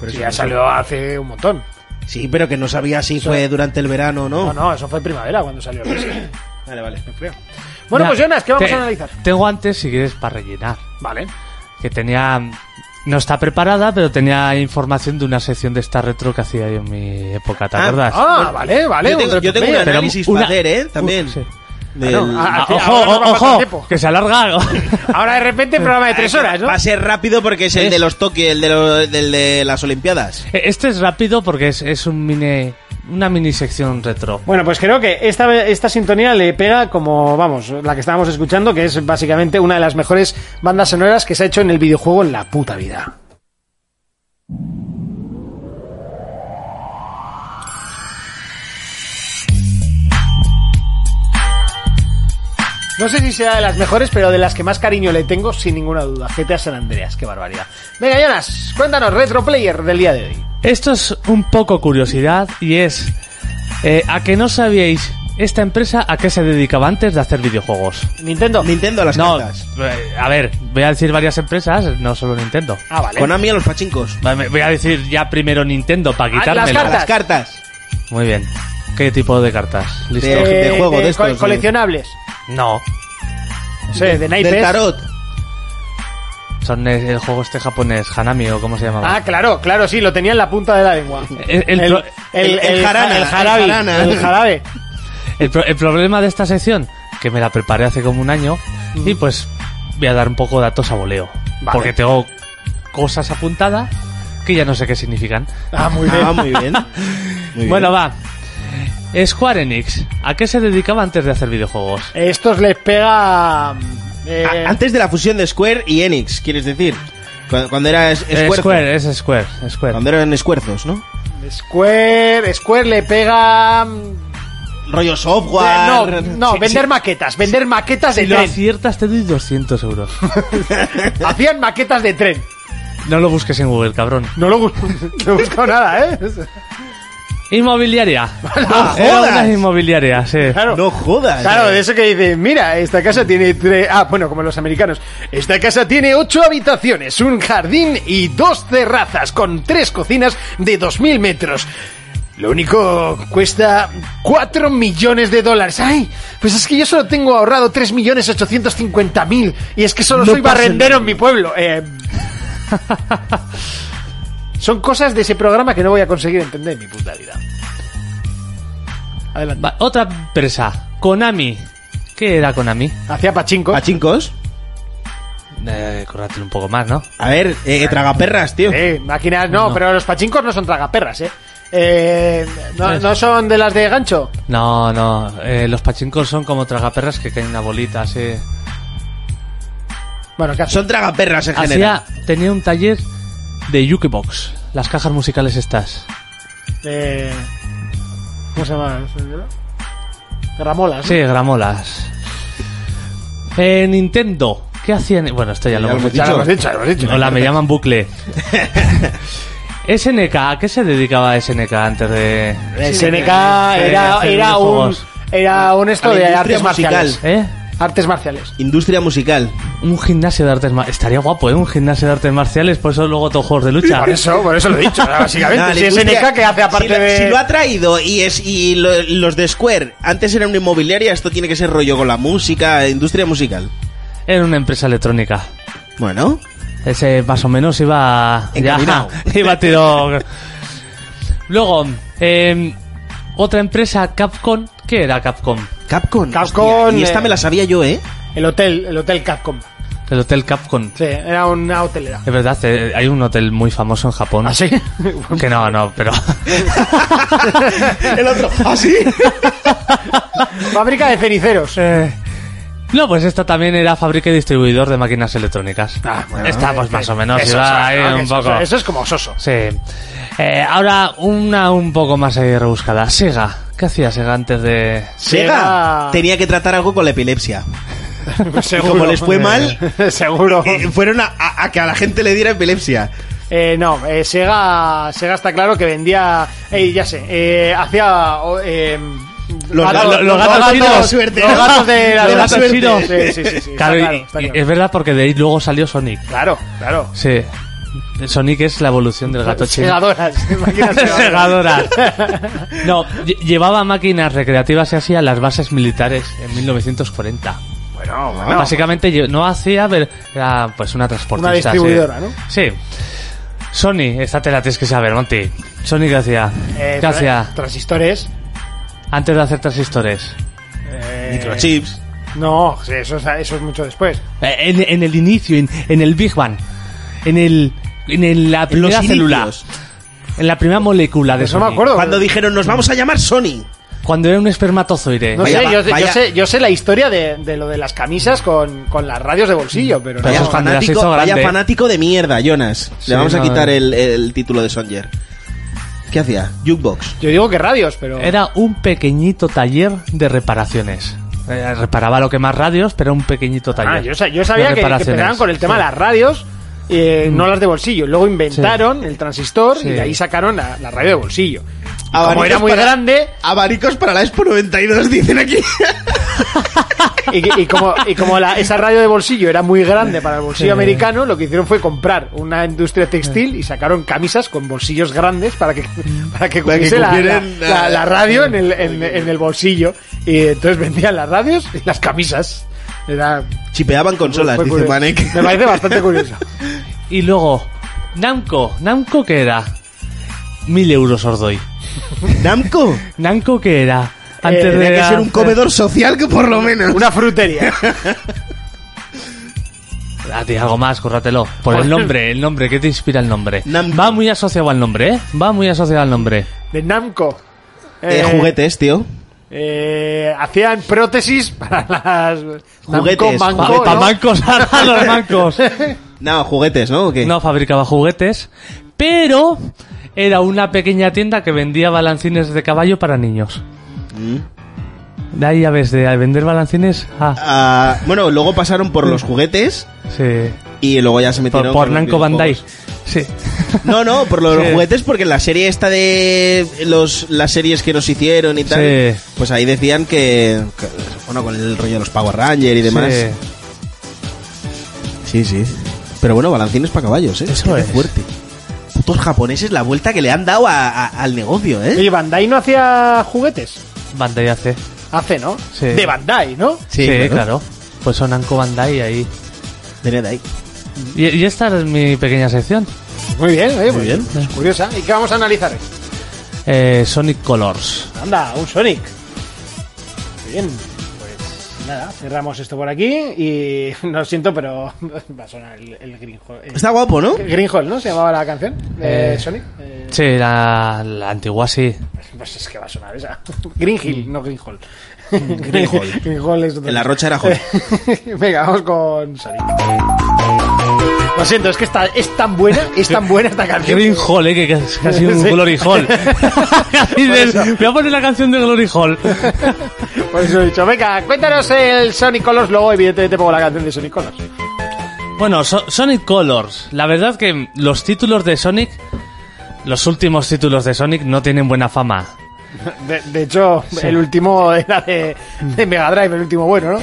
D: Pero
C: Sí,
D: eso
C: ya
D: no-
C: salió hace un montón.
D: Sí, pero que no sabía si
C: Eso-
D: fue durante el verano o
C: No,
D: no.
C: no, eso fue primavera cuando salió el disco,
D: (coughs) Vale, vale.
C: yo creo. Bueno,
E: Ya,
C: pues Jonas, ¿qué vamos
E: te-
C: a analizar?
E: Tengo antes, si quieres, para rellenar.
C: Vale.
E: que tenía no está preparada, pero tenía información de una sección de esta retro que hacía yo en mi época, ¿te
D: Ah,
E: acuerdas?
C: Ah, vale, vale.
D: yo tengo,
C: un
D: yo tengo un
C: replay.
E: Pero
D: análisis
E: una-
D: para hacer, ¿eh? También.
E: Uh, sí.
D: Del-
C: Ah, no, ah,
E: Ah,
C: aquí-
E: ojo,
C: ahora no va a faltar tiempo.
E: ojo, que se alarga. (laughs) algo.
C: Ahora de repente programa de tres horas, ¿no?
D: Va a ser rápido porque es el
E: Es-
D: de los Tokio, el de, lo- del de las Olimpiadas.
E: este es rápido porque es, es un mini, una mini sección retro.
C: Bueno, pues creo que esta, esta sintonía le pega como, vamos, la que estábamos escuchando, que es básicamente una de las mejores bandas sonoras que se ha hecho en el videojuego en la puta vida. No sé si será de las mejores, pero de las que más cariño le tengo, sin ninguna duda. GTA San Andreas, qué barbaridad. Venga, Jonas, cuéntanos, Retro Player del día de hoy.
E: Esto es un poco curiosidad y es eh, a que no sabíais esta empresa a qué se dedicaba antes de hacer videojuegos.
C: Nintendo.
D: Nintendo a las
E: No,
D: cartas.
E: eh, a ver, voy a decir varias empresas, no solo Nintendo.
C: ah, vale.
D: Konami a los pachincos.
E: Vale, Voy a decir ya primero Nintendo para
C: Ah, las
E: quitármelo.
D: A las
C: Cartas.
D: cartas.
E: Muy bien. ¿Qué tipo de cartas? ¿Listo?
D: De- de juego, de estos,
C: cole-
D: de-
C: Eh, coleccionables.
E: No.
C: No sé, de naipes.
D: Del tarot.
E: Son el, el juego este japonés, Hanami o cómo se llamaba.
C: Ah, claro, claro, sí, lo tenía en la punta de la lengua.
E: El- el pro-
D: el- el jarana,
C: el jarabe,
D: el jarana.
C: el jarabe.
E: El, pro- el problema de esta sección, que me la preparé hace como un año, y pues voy a dar un poco de datos a voleo.
C: Vale.
E: Porque tengo cosas apuntadas que ya no sé qué significan.
C: Ah, muy bien.
D: Ah, muy
C: (laughs)
D: bien. Muy
E: bueno,
D: bien.
E: va. Square Enix, ¿a qué se dedicaba antes de hacer videojuegos?
C: Estos les pega. eh,
D: A- Antes de la fusión de Square y Enix, ¿quieres decir? Cu- Cuando era es-
E: Eh,
D: esfuerzo.
E: Square, es Square,
C: eh.
E: Square.
D: Cuando eran esfuerzos, ¿no?
C: Square. Square le pega. mm,
D: Rollo
C: eh, no,
D: software.
C: no,
D: Sí,
C: vender
D: sí.
C: maquetas, vender maquetas de
E: Si lo
C: tren.
E: aciertas te doy 200 euros.
C: Hacían maquetas de tren.
E: No lo busques en Google, cabrón.
C: No lo busco, (laughs) no he buscado nada, ¿eh?
E: (laughs) Inmobiliaria.
D: jodas!
E: Era una inmobiliaria, sí.
C: (laughs) Claro.
D: No jodas.
C: Claro, de eso que dice, mira, esta casa tiene tres... Ah, bueno, como los americanos. Esta casa tiene ocho habitaciones, un jardín y dos terrazas con tres cocinas de 2.000 metros. Lo único cuesta 4 millones de dólares. ¡Ay! Pues es que yo solo tengo ahorrado 3.850.000 y es que solo
E: No
C: soy
E: pasa
C: barrendero en mi pueblo. Eh, Son cosas de ese programa que no voy a conseguir entender en mi puta vida. Adelante.
E: Va, otra empresa, Konami. ¿Qué era Konami?
C: Hacia Pachinko.
D: Pachincos.
E: Eh, corrátelo un poco más, ¿no?
D: A ver, eh, tragaperras, tío.
C: Sí, máquinas no,
E: No.
C: pero los pachincos no son tragaperras, ¿eh? Eh, no, no son de las de gancho?
E: No, no. eh, los pachincos son como tragaperras que caen una bolita, sí.
C: Bueno, casi.
D: Son tragaperras en general.
E: Hacía, tenía un taller de Yuki Box, las cajas musicales estas.
C: Eh, ¿Cómo se llama? Gramolas.
E: Sí, gramolas. Eh, Nintendo, ¿qué hacían? Bueno, esto ya lo
D: Ya
E: hemos
D: lo hemos
E: (laughs) dicho.
C: Ya lo hemos dicho, ya lo hemos dicho.
E: Hola, me llaman (laughs) Bucle. SNK, ¿a qué se dedicaba SNK antes de...?
C: El SNK era,
E: hacer
C: era un.
E: videojuegos.
C: Era un esto
D: A la
C: de
D: industria
C: artes
D: musical.
C: marciales.
E: ¿Eh?
C: Artes marciales.
D: Industria musical.
E: Un gimnasio de artes marciales. Estaría guapo, ¿eh? Un gimnasio de artes marciales, por eso luego todos juegos de lucha.
C: Por eso, por eso lo he dicho, básicamente.
D: Nada,
C: si
D: la
C: es
D: industria-
C: SNK que hace aparte
D: si lo,
C: de.
D: si lo ha traído y es y lo- los de Square antes era una inmobiliaria, esto tiene que ser rollo con la música, industria musical.
E: Era una empresa electrónica.
D: Bueno,
E: Ese más o menos iba... (laughs)
D: Encaminado.
E: iba tiro... luego, eh, otra empresa, Capcom. ¿Qué era Capcom?
D: Capcom.
C: Capcom,
D: y esta
C: eh.
D: me la sabía yo, ¿eh?
C: El hotel, el hotel Capcom.
E: El hotel Capcom.
C: Sí, era una hotelera.
E: Es verdad, eh, hay un hotel muy famoso en Japón.
C: ¿Ah, sí?
E: (laughs) Que no, no,
C: (laughs)
E: pero...
D: (laughs) El otro. ¿Ah, (laughs) sí?
C: Fábrica de ceniceros.
E: Eh, no, pues esta también era fábrica y distribuidor de máquinas electrónicas.
C: Ah, bueno,
E: esta, pues más o menos, iba
C: o sea,
E: ahí
C: ¿no?
E: un
C: ah, Eso-
E: poco.
C: Eso es como soso.
E: Sí. Eh, ahora, una un poco más ahí rebuscada. Sega. ¿Qué hacía Sega antes de...?
D: Sega
C: Sega.
D: tenía que tratar algo con la epilepsia.
C: Seguro.
D: Como les fue mal,
C: Seguro.
D: eh, fueron a, a- a que a la gente le diera epilepsia.
C: Eh, no, eh, Sega, Sega está claro que vendía. Ey, ya sé, eh, hacía. o- eh,
D: Los
C: gatos-
D: gatos- los gatos
C: de
D: chinos.
C: la suerte. (laughs) Los gatos de la,
E: Los
C: de la
E: gatos
C: suerte.
E: chinos.
C: Sí, sí, sí.
E: (laughs)
C: sí, está
E: Claro, y-
C: claro, está
E: y-
C: claro.
E: es verdad porque de ahí luego salió Sonic.
C: Claro, claro.
E: Sí. Sonic es la evolución del gato chino. (laughs)
C: Segadoras. máquinas segadoras.
E: Segadoras. (laughs) No, lle- llevaba máquinas recreativas y hacía las bases militares en 1940.
C: Bueno, bueno.
E: Básicamente yo no hacía, pero era pues una transportista.
C: Una distribuidora,
E: sí.
C: ¿no?
E: Sí. Sony, esta te la tienes que saber, Monty. Sony, ¿qué hacía?
C: Eh,
E: ¿Qué
C: tra-
E: hacía?
C: Transistores.
E: Antes de hacer transistores.
C: eh,
D: Microchips.
C: No, sí, eso, es, eso es mucho después.
E: Eh, En, en el inicio, en, en el Big Bang. En el... En el- la primera
D: los
E: célula.
D: inicios.
E: En la primera molécula de
C: Eso
E: Sony.
C: Pues me acuerdo.
D: Cuando dijeron, nos vamos a llamar Sony.
E: Cuando era un espermatozoide.
C: No
D: Vaya
C: sé,
D: va-
C: yo, yo
D: vaya-
C: sé, yo sé la historia de, de lo de las camisas con, con las radios de bolsillo, pero no.
E: Pero
D: Vaya
E: eso es cuando las hizo
D: fanático, vaya
E: grande.
D: fanático de mierda, Jonas.
E: Sí,
D: Le vamos
E: no,
D: a quitar
E: eh.
D: el, el título de Songer. ¿Qué hacía? Jukebox.
E: Eh,
C: Yo digo que radios, pero.
E: Era un pequeñito taller de reparaciones. Eh, reparaba lo que más radios, pero era un pequeñito taller.
C: Ah, yo, sa- yo
E: de
C: sabía que, que
E: reparaciones. Mm.
C: empezaron con el tema de las radios, eh, no las de bolsillo. Luego inventaron el transistor y de ahí sacaron la, la radio de bolsillo. Y como
D: Abanicos
C: era muy
D: para-
C: grande
D: Abanicos para la Expo 92, dicen aquí.
C: y, que- y como, y como la- esa radio de bolsillo era muy grande para el bolsillo
E: Sí.
C: americano, lo que hicieron fue comprar una industria textil y sacaron camisas con bolsillos grandes para
E: Mm.
C: que, para que
D: Para que
C: cubriese la, la-
D: cubrieran la-
C: la- la radio en el, en- en el bolsillo. Y entonces vendían las radios y las camisas. Era,
D: (laughs) Chipeaban consolas,
C: fue
D: dice
C: curioso.
D: Manek.
C: Me parece bastante curioso.
E: Y luego, Namco. ¿Namco qué era? Mil euros os doy. (laughs)
D: Namco.
E: ¿Namco qué era? Antes
C: Eh,
E: de
D: Tenía que ser un
E: hacer-
D: comedor social que por lo menos.
C: Una frutería.
E: Ah, tío, algo más, córratelo. Por el nombre, el nombre, ¿qué te inspira el nombre?
D: Namco.
E: Va muy asociado al nombre, ¿eh? Va muy asociado al nombre.
C: de Namco.
D: Eh,
C: Eh,
D: juguetes, tío.
C: eh, hacían prótesis (laughs) para las.
D: Juguetes,
C: Namco,
D: juguetes.
C: Manco,
E: Para
C: ¿no?
E: (laughs) mancos, ahora los mancos.
D: No, juguetes, ¿no? ¿O qué?
E: No fabricaba juguetes, pero era una pequeña tienda que vendía balancines de caballo para niños. De ahí ya ves, de al vender balancines ah,
D: Ah, bueno, luego pasaron por los juguetes
E: sí.
D: y luego ya se metieron. con
E: Por, por
D: los
E: Namco Bandai.
D: videojuegos.
E: Sí.
D: No, no, por los
E: (laughs) Sí.
D: juguetes, porque en la serie esta de los, las series que nos hicieron y tal,
E: Sí.
D: pues ahí decían que, que- Bueno, con el rollo de los Power Rangers y demás.
E: sí.
D: Sí, sí. Pero bueno, balancines para caballos, ¿eh?
E: Eso
D: Qué
E: es.
D: fuerte. Putos japoneses la vuelta que le han dado a- a- al negocio, ¿eh?
C: Oye, Bandai no hacía juguetes.
E: Bandai hace.
C: Hace, ¿no?
E: Sí.
C: De Bandai, ¿no?
E: Sí, claro. Pues son Namco Bandai ahí.
D: Venid ahí.
E: Y, y esta es mi pequeña sección.
C: Muy bien, oye, pues
D: Muy
C: muy bien.
E: bien.
C: curiosa. ¿Y qué vamos a analizar hoy?
E: Eh, Sonic Colors.
C: Anda, un Sonic. Muy bien. Pues nada, cerramos esto por aquí y (laughs) lo siento, pero (laughs) va a sonar el, el Grinjo. el-
D: Está guapo, ¿no?
C: Grinhol, ¿no? Se llamaba la canción de
E: Eh,
C: Sonic. Eh,
E: Sí, la, la antigua sí.
C: Pues es que va a sonar
D: (laughs)
C: esa. Green Hill, no Green Hall.
D: Mm.
C: (laughs)
D: Green Hall.
C: Green Hall es otro.
D: En la Rocha era Hall.
C: (laughs) Venga, vamos con Sonic. Lo siento, es que esta- es tan buena, es tan buena esta canción. (laughs)
E: Green Hall, eh, que es casi un
C: Sí.
E: Glory Hall. (laughs)
C: (laughs)
E: Casi
C: Por
E: del-
C: eso.
E: voy a poner la canción de Glory Hall.
C: Por eso he dicho, venga, cuéntanos el Sonic Colors, luego evidentemente pongo la canción de Sonic Colors.
E: Bueno, So- Sonic Colors. La verdad que los títulos de Sonic, los últimos títulos de Sonic no tienen buena fama.
C: De, de hecho, el último era de, de Mega Drive, el último bueno, ¿no?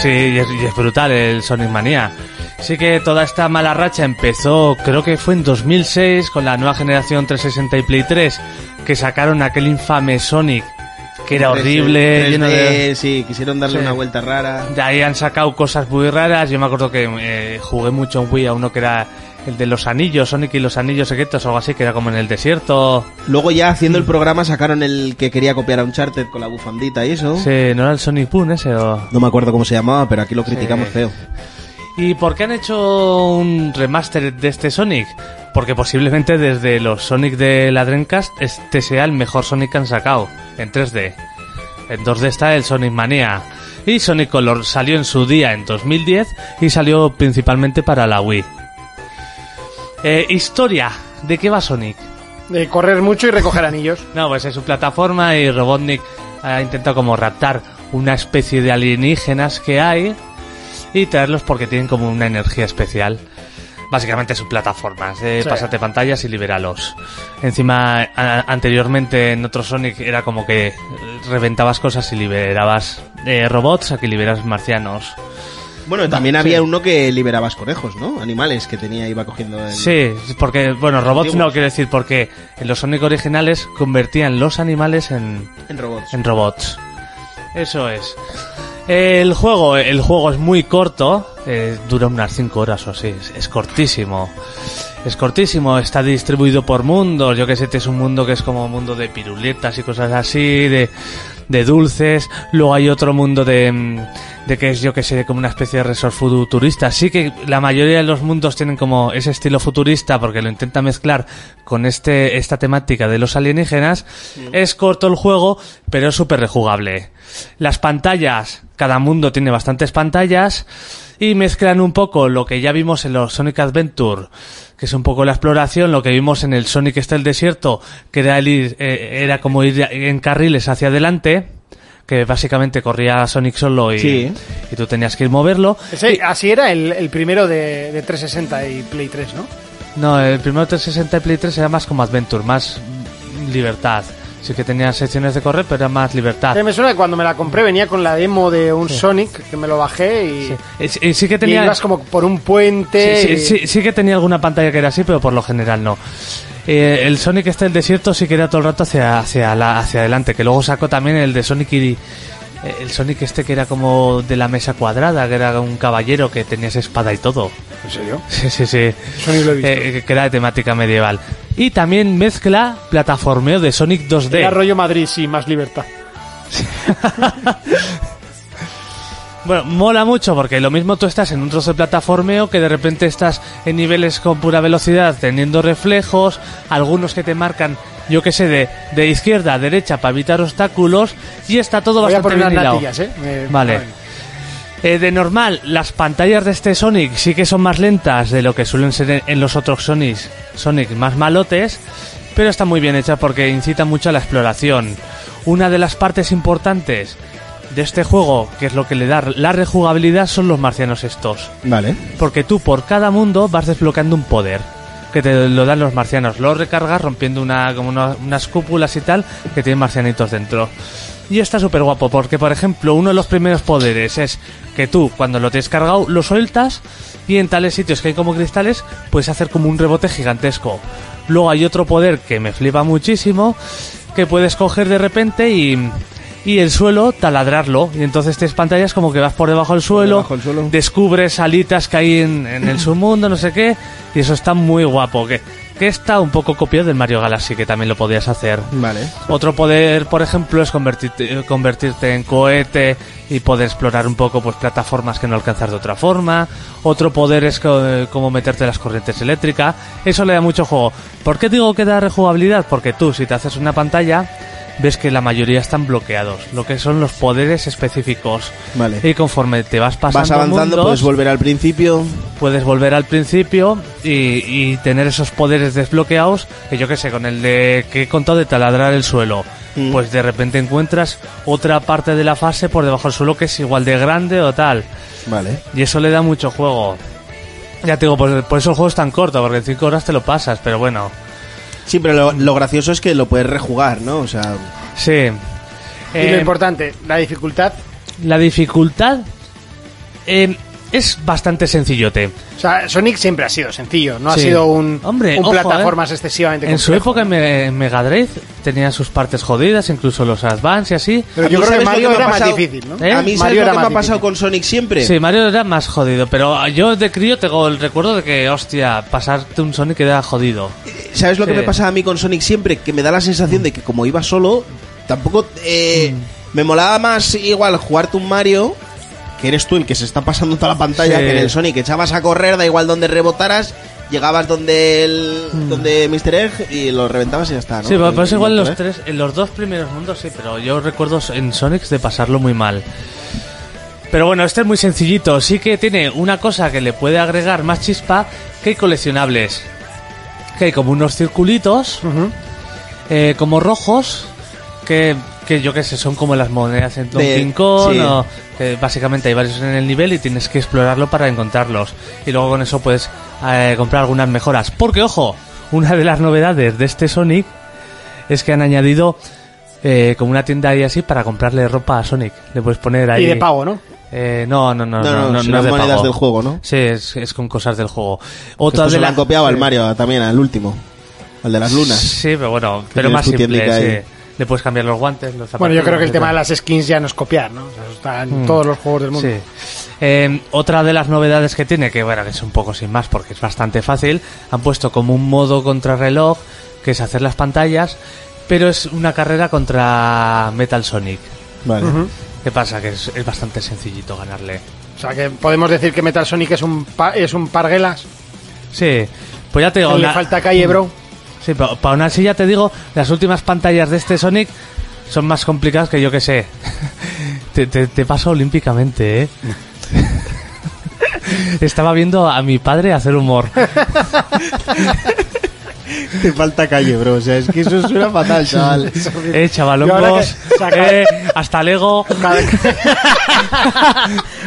E: Sí, y es, y es brutal el Sonic Mania. Sí que toda esta mala racha empezó, creo que fue en 2006, con la nueva generación 360 y Play 3, que sacaron aquel infame Sonic, que era horrible,
D: 3D,
E: lleno de...
D: Sí, quisieron darle
E: Sí.
D: una vuelta rara.
E: De ahí han sacado cosas muy raras. Yo me acuerdo que eh, jugué mucho en Wii a uno que era el de los anillos, Sonic y los anillos secretos o algo así, que era como en el desierto.
D: Luego ya haciendo el programa sacaron el que quería copiar a Uncharted con la bufandita y eso.
E: Sí, ¿no era el Sonic Boom ese o...?
D: No me acuerdo cómo se llamaba, pero aquí lo criticamos feo.
E: ¿Y por qué han hecho un remaster de este Sonic? Porque posiblemente desde los Sonic de la Dreamcast este sea el mejor Sonic que han sacado en 3D. En 2D está el Sonic Mania. Y Sonic Color salió en su día en 2010 y salió principalmente para la Wii. Eh, historia. ¿De qué va Sonic?
C: De correr mucho y recoger anillos.
E: No, pues es su plataforma y Robotnik ha intentado como raptar una especie de alienígenas que hay y traerlos porque tienen como una energía especial. Básicamente son plataformas, de
C: Sí.
E: pásate pantallas y libéralos. Encima, a- anteriormente en otro Sonic era como que eh, reventabas cosas y liberabas eh, robots a que liberas marcianos.
D: Bueno, también había uno que liberabas conejos, ¿no? Animales que tenía, iba cogiendo. el-
E: Sí, porque, bueno, robots no
D: antiguos.
E: quiero decir porque en los Sonic originales convertían los animales en,
D: En robots.
E: en robots. Eso es. El juego, el juego es muy corto, eh, dura unas 5 horas o así, es, es cortísimo. Es cortísimo, está distribuido por mundos, yo que sé, es un mundo que es como un mundo de piruletas y cosas así, de, de dulces, luego hay otro mundo de, mm, de que es, yo que sé, como una especie de resort futurista. Sí que la mayoría de los mundos tienen como ese estilo futurista porque lo intenta mezclar con este, esta temática de los alienígenas. Es corto el juego, pero es súper rejugable. Las pantallas, cada mundo tiene bastantes pantallas y mezclan un poco lo que ya vimos en los Sonic Adventure, que es un poco la exploración, lo que vimos en el Sonic está el desierto, que era, el ir- eh, era como ir en carriles hacia adelante, que básicamente corría Sonic solo y,
D: Sí.
E: y tú tenías que ir moverlo.
C: Ese- así era el, el primero de, de 360 y Play 3, ¿no?
E: No, el primero 360 y Play 3 era más como Adventure, más mm, libertad. Sí que tenía secciones de correr, pero era más libertad.
C: Que Me suena que cuando me la compré venía con la demo de un Sonic, que me lo bajé y,
E: Sí. Eh, sí- eh, sí que
C: y
E: tenía...
C: ibas como por un puente.
E: Sí,
C: y-
E: sí, sí- sí que tenía alguna pantalla que era así, pero por lo general no. Eh, el Sonic este del desierto sí que era todo el rato hacia, hacia, la, hacia adelante, que luego sacó también el de Sonic y... eh, El Sonic este que era como de la mesa cuadrada, que era un caballero que tenía esa espada y todo.
C: ¿En serio?
E: Sí, sí, sí.
C: Eso ni lo he visto.
E: Eh, que era de temática medieval. Y también mezcla plataformeo de Sonic 2D.
C: Era rollo Madrid, sí, más libertad.
E: Bueno, mola mucho porque lo mismo tú estás en un trozo de plataformeo que de repente estás en niveles con pura velocidad, teniendo reflejos, algunos que te marcan, yo qué sé, de, de izquierda a derecha para evitar obstáculos y está todo
C: Voy a
E: bastante
C: poner unas
E: bien hilado.
C: natillas, ¿eh? Me-
E: Vale. Eh, de normal, las pantallas de este Sonic sí que son más lentas de lo que suelen ser en, en los otros Sonics, Sonic más malotes, pero está muy bien hecha porque incita mucho a la exploración. Una de las partes importantes de este juego, que es lo que le da la rejugabilidad, son los marcianos estos.
D: Vale.
E: Porque tú por cada mundo vas desbloqueando un poder. Que te lo dan los marcianos. Lo recargas rompiendo una, como una- unas cúpulas y tal que tienen marcianitos dentro. Y está súper guapo porque, por ejemplo, uno de los primeros poderes es que tú, cuando lo tienes cargado, lo sueltas y en tales sitios que hay como cristales puedes hacer como un rebote gigantesco. Luego hay otro poder que me flipa muchísimo que puedes coger de repente y, y el suelo taladrarlo. Y entonces tienes pantallas como que vas por debajo del suelo,
D: debajo del suelo.
E: descubres alitas que hay en, en el submundo, no sé qué, y eso está muy guapo. Que, que está un poco copiado del Mario Galaxy, que también lo podías hacer.
D: Vale.
E: Otro poder, por ejemplo, es convertirte, eh, convertirte en cohete y poder explorar un poco pues plataformas que no alcanzas de otra forma. Otro poder es co- eh, como meterte en las corrientes eléctricas. Eso le da mucho juego. ¿Por qué digo que da rejugabilidad? Porque tú, si te haces una pantalla, ves que la mayoría están bloqueados, lo que son los poderes específicos.
D: Vale.
E: Y conforme te vas pasando
D: Vas avanzando,
E: mundos,
D: puedes volver al principio.
E: puedes volver al principio y, y tener esos poderes desbloqueados, que yo que sé, con el de que he contado de taladrar el suelo,
C: Mm.
E: pues de repente encuentras otra parte de la fase por debajo del suelo que es igual de grande o tal.
D: Vale.
E: Y eso le da mucho juego. Ya te digo, por, por eso el juego es tan corto, porque en 5 horas te lo pasas, pero bueno.
D: Sí, pero lo, lo gracioso es que lo puedes rejugar, ¿no? O sea,
E: Sí.
C: Y lo
E: Eh,
C: importante, la dificultad.
E: la dificultad eh, es bastante sencillote.
C: O sea, Sonic siempre ha sido sencillo, no
E: Sí.
C: ha sido un,
E: Hombre,
C: un
E: ojo,
C: plataformas
E: eh.
C: excesivamente
E: En su
C: complejo.
E: época en Me- en Mega Drive tenía sus partes jodidas, incluso los Advance y así.
C: Pero
D: A
C: yo
D: mí,
C: creo que
D: ¿sabes lo
C: Mario
D: que me ha
C: era más
D: pasado?
C: difícil, ¿no?
E: ¿Eh?
D: a mí
C: Mario
D: ¿sabes
C: era
D: lo que me ha
C: más
D: pasado
C: difícil.
D: con Sonic siempre?
E: Sí, Mario era más jodido, pero yo de crío tengo el recuerdo de que, hostia, pasarte un Sonic era jodido.
D: ¿Sabes lo que
E: Sí.
D: me pasa a mí con Sonic siempre? Que me da la sensación de que como iba solo, tampoco... eh,
E: Mm.
D: Me molaba más igual jugarte un Mario, que eres tú el que se está pasando toda la pantalla,
E: Sí.
D: que en el Sonic echabas a correr, da igual donde rebotaras, llegabas donde el, donde Mr. Egg y lo reventabas y ya está, ¿no?
E: Mm. Sí, pero, pero es
D: Y-
E: igual
D: y-
E: en los
D: ¿eh?
E: tres, en los dos primeros mundos sí, pero yo recuerdo en Sonic de pasarlo muy mal. Pero bueno, este es muy sencillito, sí que tiene una cosa que le puede agregar más chispa que hay coleccionables. Que hay como unos circulitos, eh, como rojos, que, que yo qué sé, son como las monedas en Donkey
D: De-
E: Kong,
D: sí.
E: o- que básicamente hay varios en el nivel y tienes que explorarlo para encontrarlos. Y luego con eso puedes eh, comprar algunas mejoras. Porque, ojo, una de las novedades de este Sonic es que han añadido eh, como una tienda ahí así para comprarle ropa a Sonic. Le puedes poner ahí.
C: Y de pago, ¿no?
E: Eh, no, no, no,
D: No,
E: no,
D: no,
E: no, no,
D: son las
E: es de
D: monedas
E: pago.
D: del juego, ¿no?
E: Sí, es, es con cosas del juego.
D: Que
E: Otra
D: esto
E: de
D: se lo
E: la-
D: han copiado al Mario también, al último. Al de las lunas.
E: Sí, pero bueno, pero
D: tienes
E: más
D: tu tiendica
E: simple.
D: ahí.
E: Sí. Le puedes cambiar los guantes, los zapatos.
C: Bueno, yo creo que el
E: etcétera.
C: tema de las skins ya no es copiar, ¿no? O sea, eso está en
E: Mm.
C: todos los juegos del mundo.
E: Sí. Eh, otra de las novedades que tiene, que bueno, que es un poco sin más porque es bastante fácil, han puesto como un modo contrarreloj, que es hacer las pantallas, pero es una carrera contra Metal Sonic.
D: Vale.
C: Ujú.
E: ¿Qué pasa? Que es, es bastante sencillito ganarle.
C: O sea, que podemos decir que Metal Sonic es un, pa- es un parguelas.
E: Sí, pues ya te digo,
C: que le
E: la-
C: falta calle, bro.
E: Sí, pero para una silla te digo, las últimas pantallas de este Sonic son más complicadas que yo que sé. (laughs) Te, te, te paso olímpicamente, ¿eh? (laughs)
C: (laughs)
E: Eh, Estaba viendo a mi padre hacer humor.
D: Te falta calle, bro. O sea, es que eso suena fatal, (laughs) chaval.
E: Eh,
C: Yo ahora que-
E: chavalongos.
C: saca-
E: (laughs) eh, hasta Lego.
C: (laughs)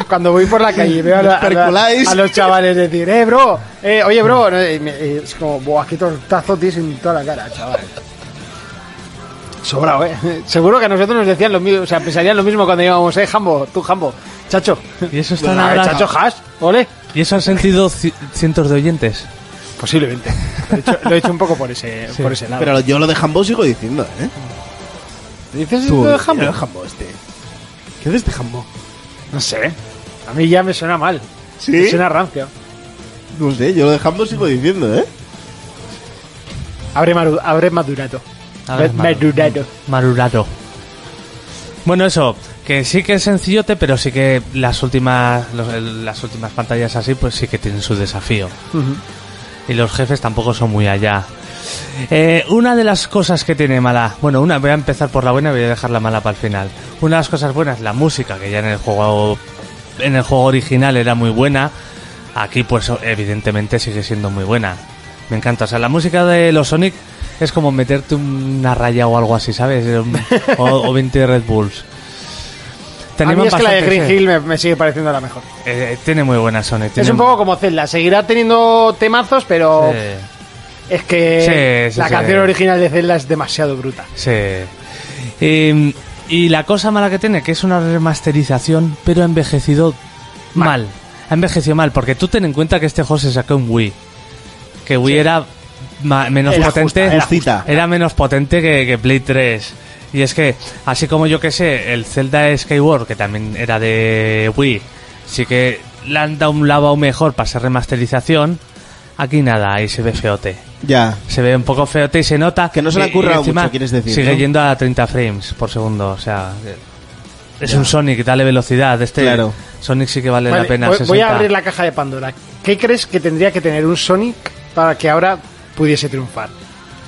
C: Cuando voy por la calle y veo a, la- a la-
D: Perculáis.
C: a los chavales decir, eh, bro, eh, oye, bro, no, eh, me- eh, es como, buah, qué tortazo tienes en toda la cara, chaval. Sobrado, eh. (laughs) Seguro que a nosotros nos decían lo mismo, o sea, pensarían lo mismo cuando íbamos, eh, Jambo, tú, Jambo, (laughs) chacho.
E: Y eso están
C: Ah,
E: hablando-
C: Chacho Hash, ole.
E: Y eso han sentido ci- cientos de oyentes.
C: Posiblemente. Lo he hecho, lo he hecho un poco por (laughs) ese, por ese lado.
D: Pero yo lo de Jambo sigo diciendo, ¿eh?
C: ¿Dices
D: Tú,
C: esto de Jambo?
D: el Jambo este. ¿Qué es este Jambo?
C: eh, No sé. A mí ya me suena mal.
D: ¿Sí?
C: Me suena rancio.
D: No sé, yo lo de Jambo sigo diciendo, ¿eh?
C: Abre, maru- abre madurato.
E: A ver, Maru-
C: madurato.
E: Marurado. Bueno, eso, que sí que es sencillote, pero sí que las últimas los- el- las últimas pantallas así, pues sí que tienen su desafío. Y los jefes tampoco son muy allá. Eh, una de las cosas que tiene mala, bueno, una voy a empezar por la buena y voy a dejar la mala para el final. Una de las cosas buenas, la música, que ya en el juego en el juego original era muy buena. Aquí, pues, evidentemente sigue siendo muy buena. Me encanta. O sea, la música de los Sonic es como meterte una raya o algo así, ¿sabes? (laughs) Un- O, o 20 Red Bulls. Te
C: A mí
E: animan
C: es que la de
E: bastante,
C: Green
E: sí.
C: Hill me, me sigue pareciendo la mejor.
E: Eh, tiene muy buena Sonic.
C: Es
E: tiene-
C: un poco como Zelda. Seguirá teniendo temazos, pero
E: Sí.
C: es que
E: Sí, sí,
C: la
E: sí.
C: canción original de Zelda es demasiado bruta.
E: Sí. Eh, y la cosa mala que tiene, que es una remasterización, pero ha envejecido mal. Ha envejecido mal, porque tú ten en cuenta que este juego se sacó en Wii. Que Wii era ma- menos
C: Era
E: potente.
C: justa,
D: era Justita. justa.
E: Era menos potente que, que Play 3. Y es que, así como yo que sé, el Zelda Skyward, que también era de Wii, sí que le han dado un lavado mejor para ser remasterización. Aquí nada, ahí se ve feote
D: Ya.
E: se ve un poco feote y se nota.
D: Que no se le ha
E: y-
D: currado
E: y encima
D: mucho, quieres decir,
E: Sigue
D: ¿no?
E: yendo a 30 frames por segundo, o sea. Es un Sonic, dale velocidad. Este
D: Claro.
E: Sonic sí que vale,
C: Vale,
E: la pena.
C: voy, voy
E: 60.
C: a abrir la caja de Pandora. ¿Qué crees que tendría que tener un Sonic para que ahora pudiese triunfar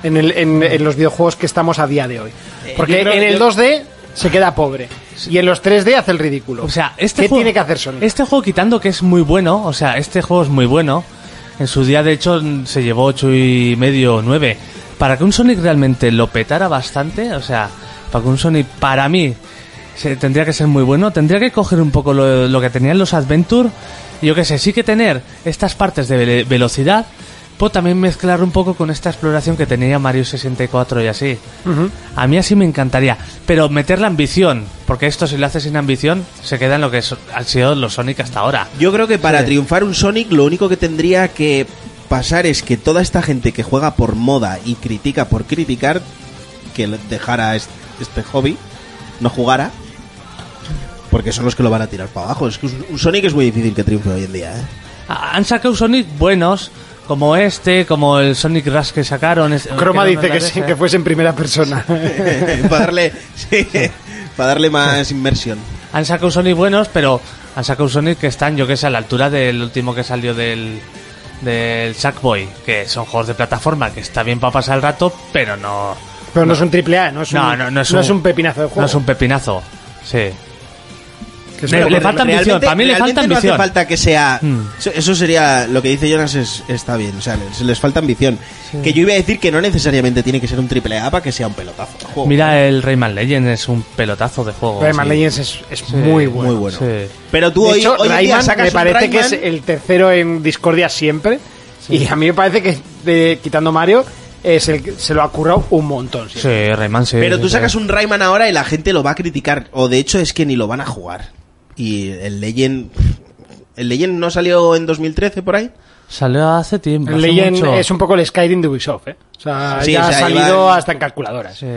C: en, el- en- en los videojuegos que estamos a día de hoy?
E: Eh,
C: Porque
D: yo creo-
C: en el
D: yo-
C: 2D se queda pobre y en los 3D hace el ridículo.
E: O sea, este
C: ¿Qué
E: juego,
C: tiene que hacer Sonic?
E: Este juego quitando que es muy bueno, o sea, este juego es muy bueno. En su día de hecho mm, se llevó ocho y medio, nueve. Para que un Sonic realmente lo petara bastante, o sea, para que un Sonic para mí se- tendría que ser muy bueno, tendría que coger un poco lo, lo que tenían los Adventure, y yo que sé, sí que tener estas partes de vele- velocidad, pero también mezclar un poco con esta exploración que tenía Mario 64 y así. A mí así me encantaría. Pero meter la ambición, porque esto si lo haces sin ambición, se queda en lo que so- han sido los Sonic hasta ahora.
D: Yo creo que para
E: Sí.
D: triunfar un Sonic lo único que tendría que pasar es que toda esta gente que juega por moda y critica por criticar, que le- dejara es- este hobby, no jugara, porque son los que lo van a tirar para abajo. Es que un un Sonic es muy difícil que triunfe hoy en día, ¿eh?
E: Ah, Han sacado Sonic buenos, como este, como el Sonic Rush que sacaron. es-
C: Croma
E: que
C: dice
E: no me
C: que,
E: parece.
C: sí, que fuese en primera persona.
E: (laughs)
D: (laughs) para ¿eh? darle sí, para darle más inmersión
E: Han sacado Sonic buenos, pero han sacado Sonic que están, yo que sé, a la altura del último que salió del del Sackboy, que son juegos de plataforma que está bien para pasar el rato, pero no
C: Pero no, es un triple A, no es,
E: no,
C: un,
E: no, no es, un,
C: pepinazo de juego.
E: No es un pepinazo. Sí.
C: Que es
E: Le-
C: una-
E: le falta ambición,
D: Realmente-
E: para mí le
D: realmente
E: falta ambición.
D: no hace falta que sea
E: Mm.
D: eso- eso sería lo que dice Jonas es- está bien o sea les, les falta ambición que yo iba a decir que no necesariamente tiene que ser un triple A para que sea un pelotazo de juego.
E: Mira el Rayman Legends, es un pelotazo de juego.
C: Rayman
E: sí.
C: Legends es, es muy bueno.
D: muy bueno
E: sí.
D: pero tú
C: De
D: hoy,
C: hecho,
D: hoy en día
C: Rayman
D: sacas
C: me
D: un
C: parece que es eh,
D: Rayman-
C: el tercero en Discordia siempre. Y a mí me parece que, de- quitando Mario, es el que se lo ha currado un montón. siempre.
E: Sí, Rayman sí.
D: pero
E: sí,
D: tú
E: sí.
D: sacas un Rayman ahora y la gente lo va a criticar o de hecho es que ni lo van a jugar y el Legend el Legend no salió en 2013 por ahí
E: Salió hace tiempo.
C: El
E: hace
C: Legend
E: mucho.
C: es un poco el Skyrim de Ubisoft, ¿eh? O sea,
D: Sí,
C: ya
D: o sea,
C: ha salido
D: iba-
C: hasta en calculadoras.
E: Sí.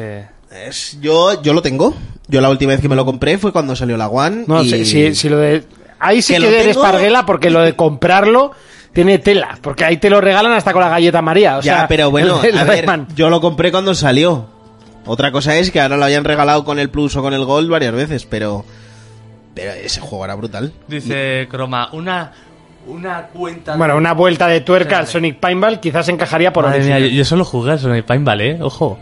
D: Es- yo, yo lo tengo. Yo la última vez que me lo compré fue cuando salió la One.
C: No,
D: y-
C: sí, sí, sí, lo de... Ahí sí
D: Que
C: que,
D: lo
C: eres
D: tengo-
C: parguela porque lo de comprarlo tiene tela. Porque ahí te lo regalan hasta con la galleta María. O
D: ya,
C: sea,
D: pero bueno,
C: el- (laughs) el
D: a ver,
C: Rayman.
D: yo lo compré cuando salió. Otra cosa es que ahora lo habían regalado con el Plus o con el Gold varias veces, pero. Pero ese juego era brutal.
E: Dice Croma, una, una cuenta.
C: Bueno, una vuelta de tuerca al Sonic Pinball quizás encajaría por
E: Madre mía,
C: original.
E: yo, yo solo jugué al Sonic Pinball, ¿eh? Ojo.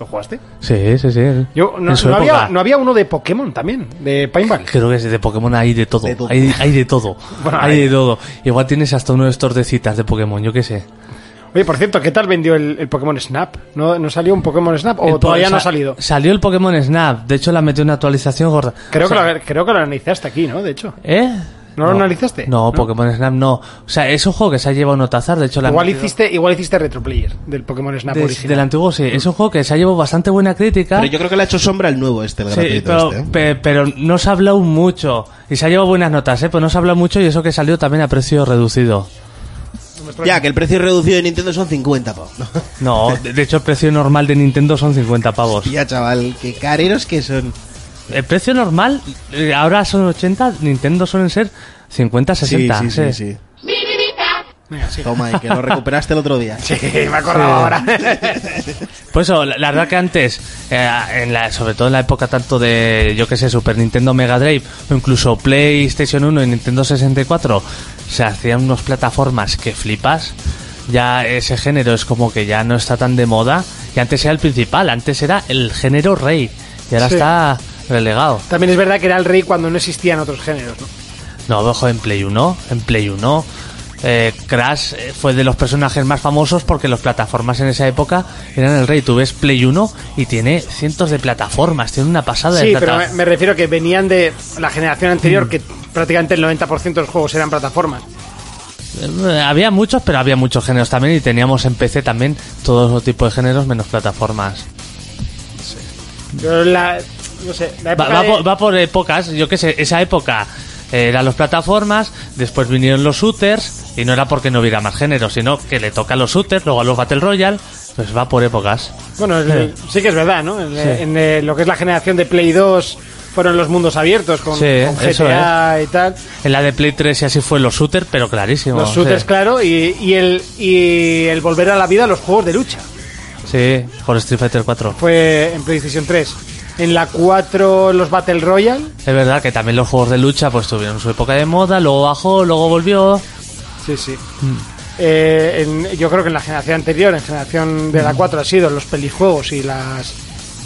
C: ¿Lo jugaste?
E: Sí, sí, sí.
C: Yo, no,
E: En su
C: no
E: época.
C: había, no había uno de Pokémon también, de Pinball.
E: Creo que es de Pokémon hay de todo.
D: De todo.
E: Hay, hay de todo.
C: (laughs) Bueno,
E: hay
C: hay-
E: de todo. Igual tienes hasta uno de estos de citas de Pokémon, yo qué sé.
C: Oye, por cierto, ¿qué tal vendió el, el Pokémon Snap? ¿No, ¿No salió un Pokémon Snap o
E: El po-
C: todavía no ha
E: sa-
C: salido?
E: Salió el Pokémon Snap. De hecho, la metió una actualización gorda.
C: Creo,
E: O sea,
C: que lo, creo que lo analizaste aquí, ¿no? De hecho.
E: ¿Eh?
C: ¿No lo analizaste?
E: No,
C: ¿No?
E: Pokémon Snap no. O sea, es un juego que se ha llevado notazar. De hecho, la han
C: Igual
E: metido-
C: hiciste, igual hiciste retroplayer del Pokémon Snap
E: Des-
C: original.
E: del antiguo sí. Es un juego que se ha llevado bastante buena crítica.
D: Pero yo creo que le ha hecho sombra el nuevo este, el
E: Sí,
D: gratuito
E: pero,
D: este. ¿eh?
E: pe- pero no se ha hablado mucho. Y se ha llevado buenas notas, ¿eh? Pero no se ha hablado mucho y eso que salió también a precio reducido.
D: Ya, que el precio reducido de Nintendo son 50 pavos. (laughs)
E: No, de, de hecho el precio normal de Nintendo son 50 pavos.
D: Ya, chaval, qué careros que son.
E: El precio normal, eh, ahora son 80, Nintendo suelen ser 50, 60.
D: sí, sí, sí, sí.
E: sí.
D: Toma, y
C: (laughs)
D: que lo recuperaste el otro día.
C: me acordaba ahora.
E: Por Pues eso, la, la verdad que antes, eh, en la, sobre todo en la época tanto de, yo que sé, Super Nintendo Mega Drive o incluso PlayStation 1 y Nintendo 64, se hacían unas plataformas que flipas. Ya ese género es como que ya no está tan de moda. Y antes era el principal, antes era el género rey. Y ahora
C: Sí.
E: está relegado.
C: También es verdad que era el rey cuando no existían otros géneros, ¿no?
E: No, ojo, en Play 1, en Play 1. eh, Crash eh, fue de los personajes más famosos porque las plataformas en esa época eran el rey. Tú ves Play 1 y tiene cientos de plataformas, tiene una pasada
C: Sí,
E: de Mm.
C: pero me,
E: plataformas.
C: me refiero que venían de la generación anterior que prácticamente el 90% de los juegos eran plataformas.
E: Eh, Había muchos, pero había muchos géneros también y teníamos en PC también todo tipo de géneros menos plataformas.
C: Yo la, no sé, la
E: Va,
C: época
E: va
C: de-
E: por, va por épocas, yo que sé, esa época eh, eran las plataformas, después vinieron los shooters y no era porque no hubiera más géneros, sino que le toca a los shooters, luego a los Battle Royale, pues va por épocas.
C: Bueno, el- sí que es verdad, ¿no? En, en, eh, lo que es la generación de Play 2 fueron los mundos abiertos con,
E: Sí,
C: con
E: eso
C: GTA y tal.
E: En la de Play 3 y así fue los shooters, pero clarísimo.
C: Los shooters,
E: sí.
C: claro, y, y el, y el volver a la vida a los juegos de lucha.
E: Sí, con Street Fighter 4.
C: Fue en PlayStation 3. En la 4 los Battle Royale.
E: Es verdad que también los juegos de lucha pues tuvieron su época de moda, luego bajó, luego volvió.
C: Sí, sí.
E: Mm.
C: Eh, en- yo creo que en la generación anterior, en generación de la 4, ha sido los pelijuegos y las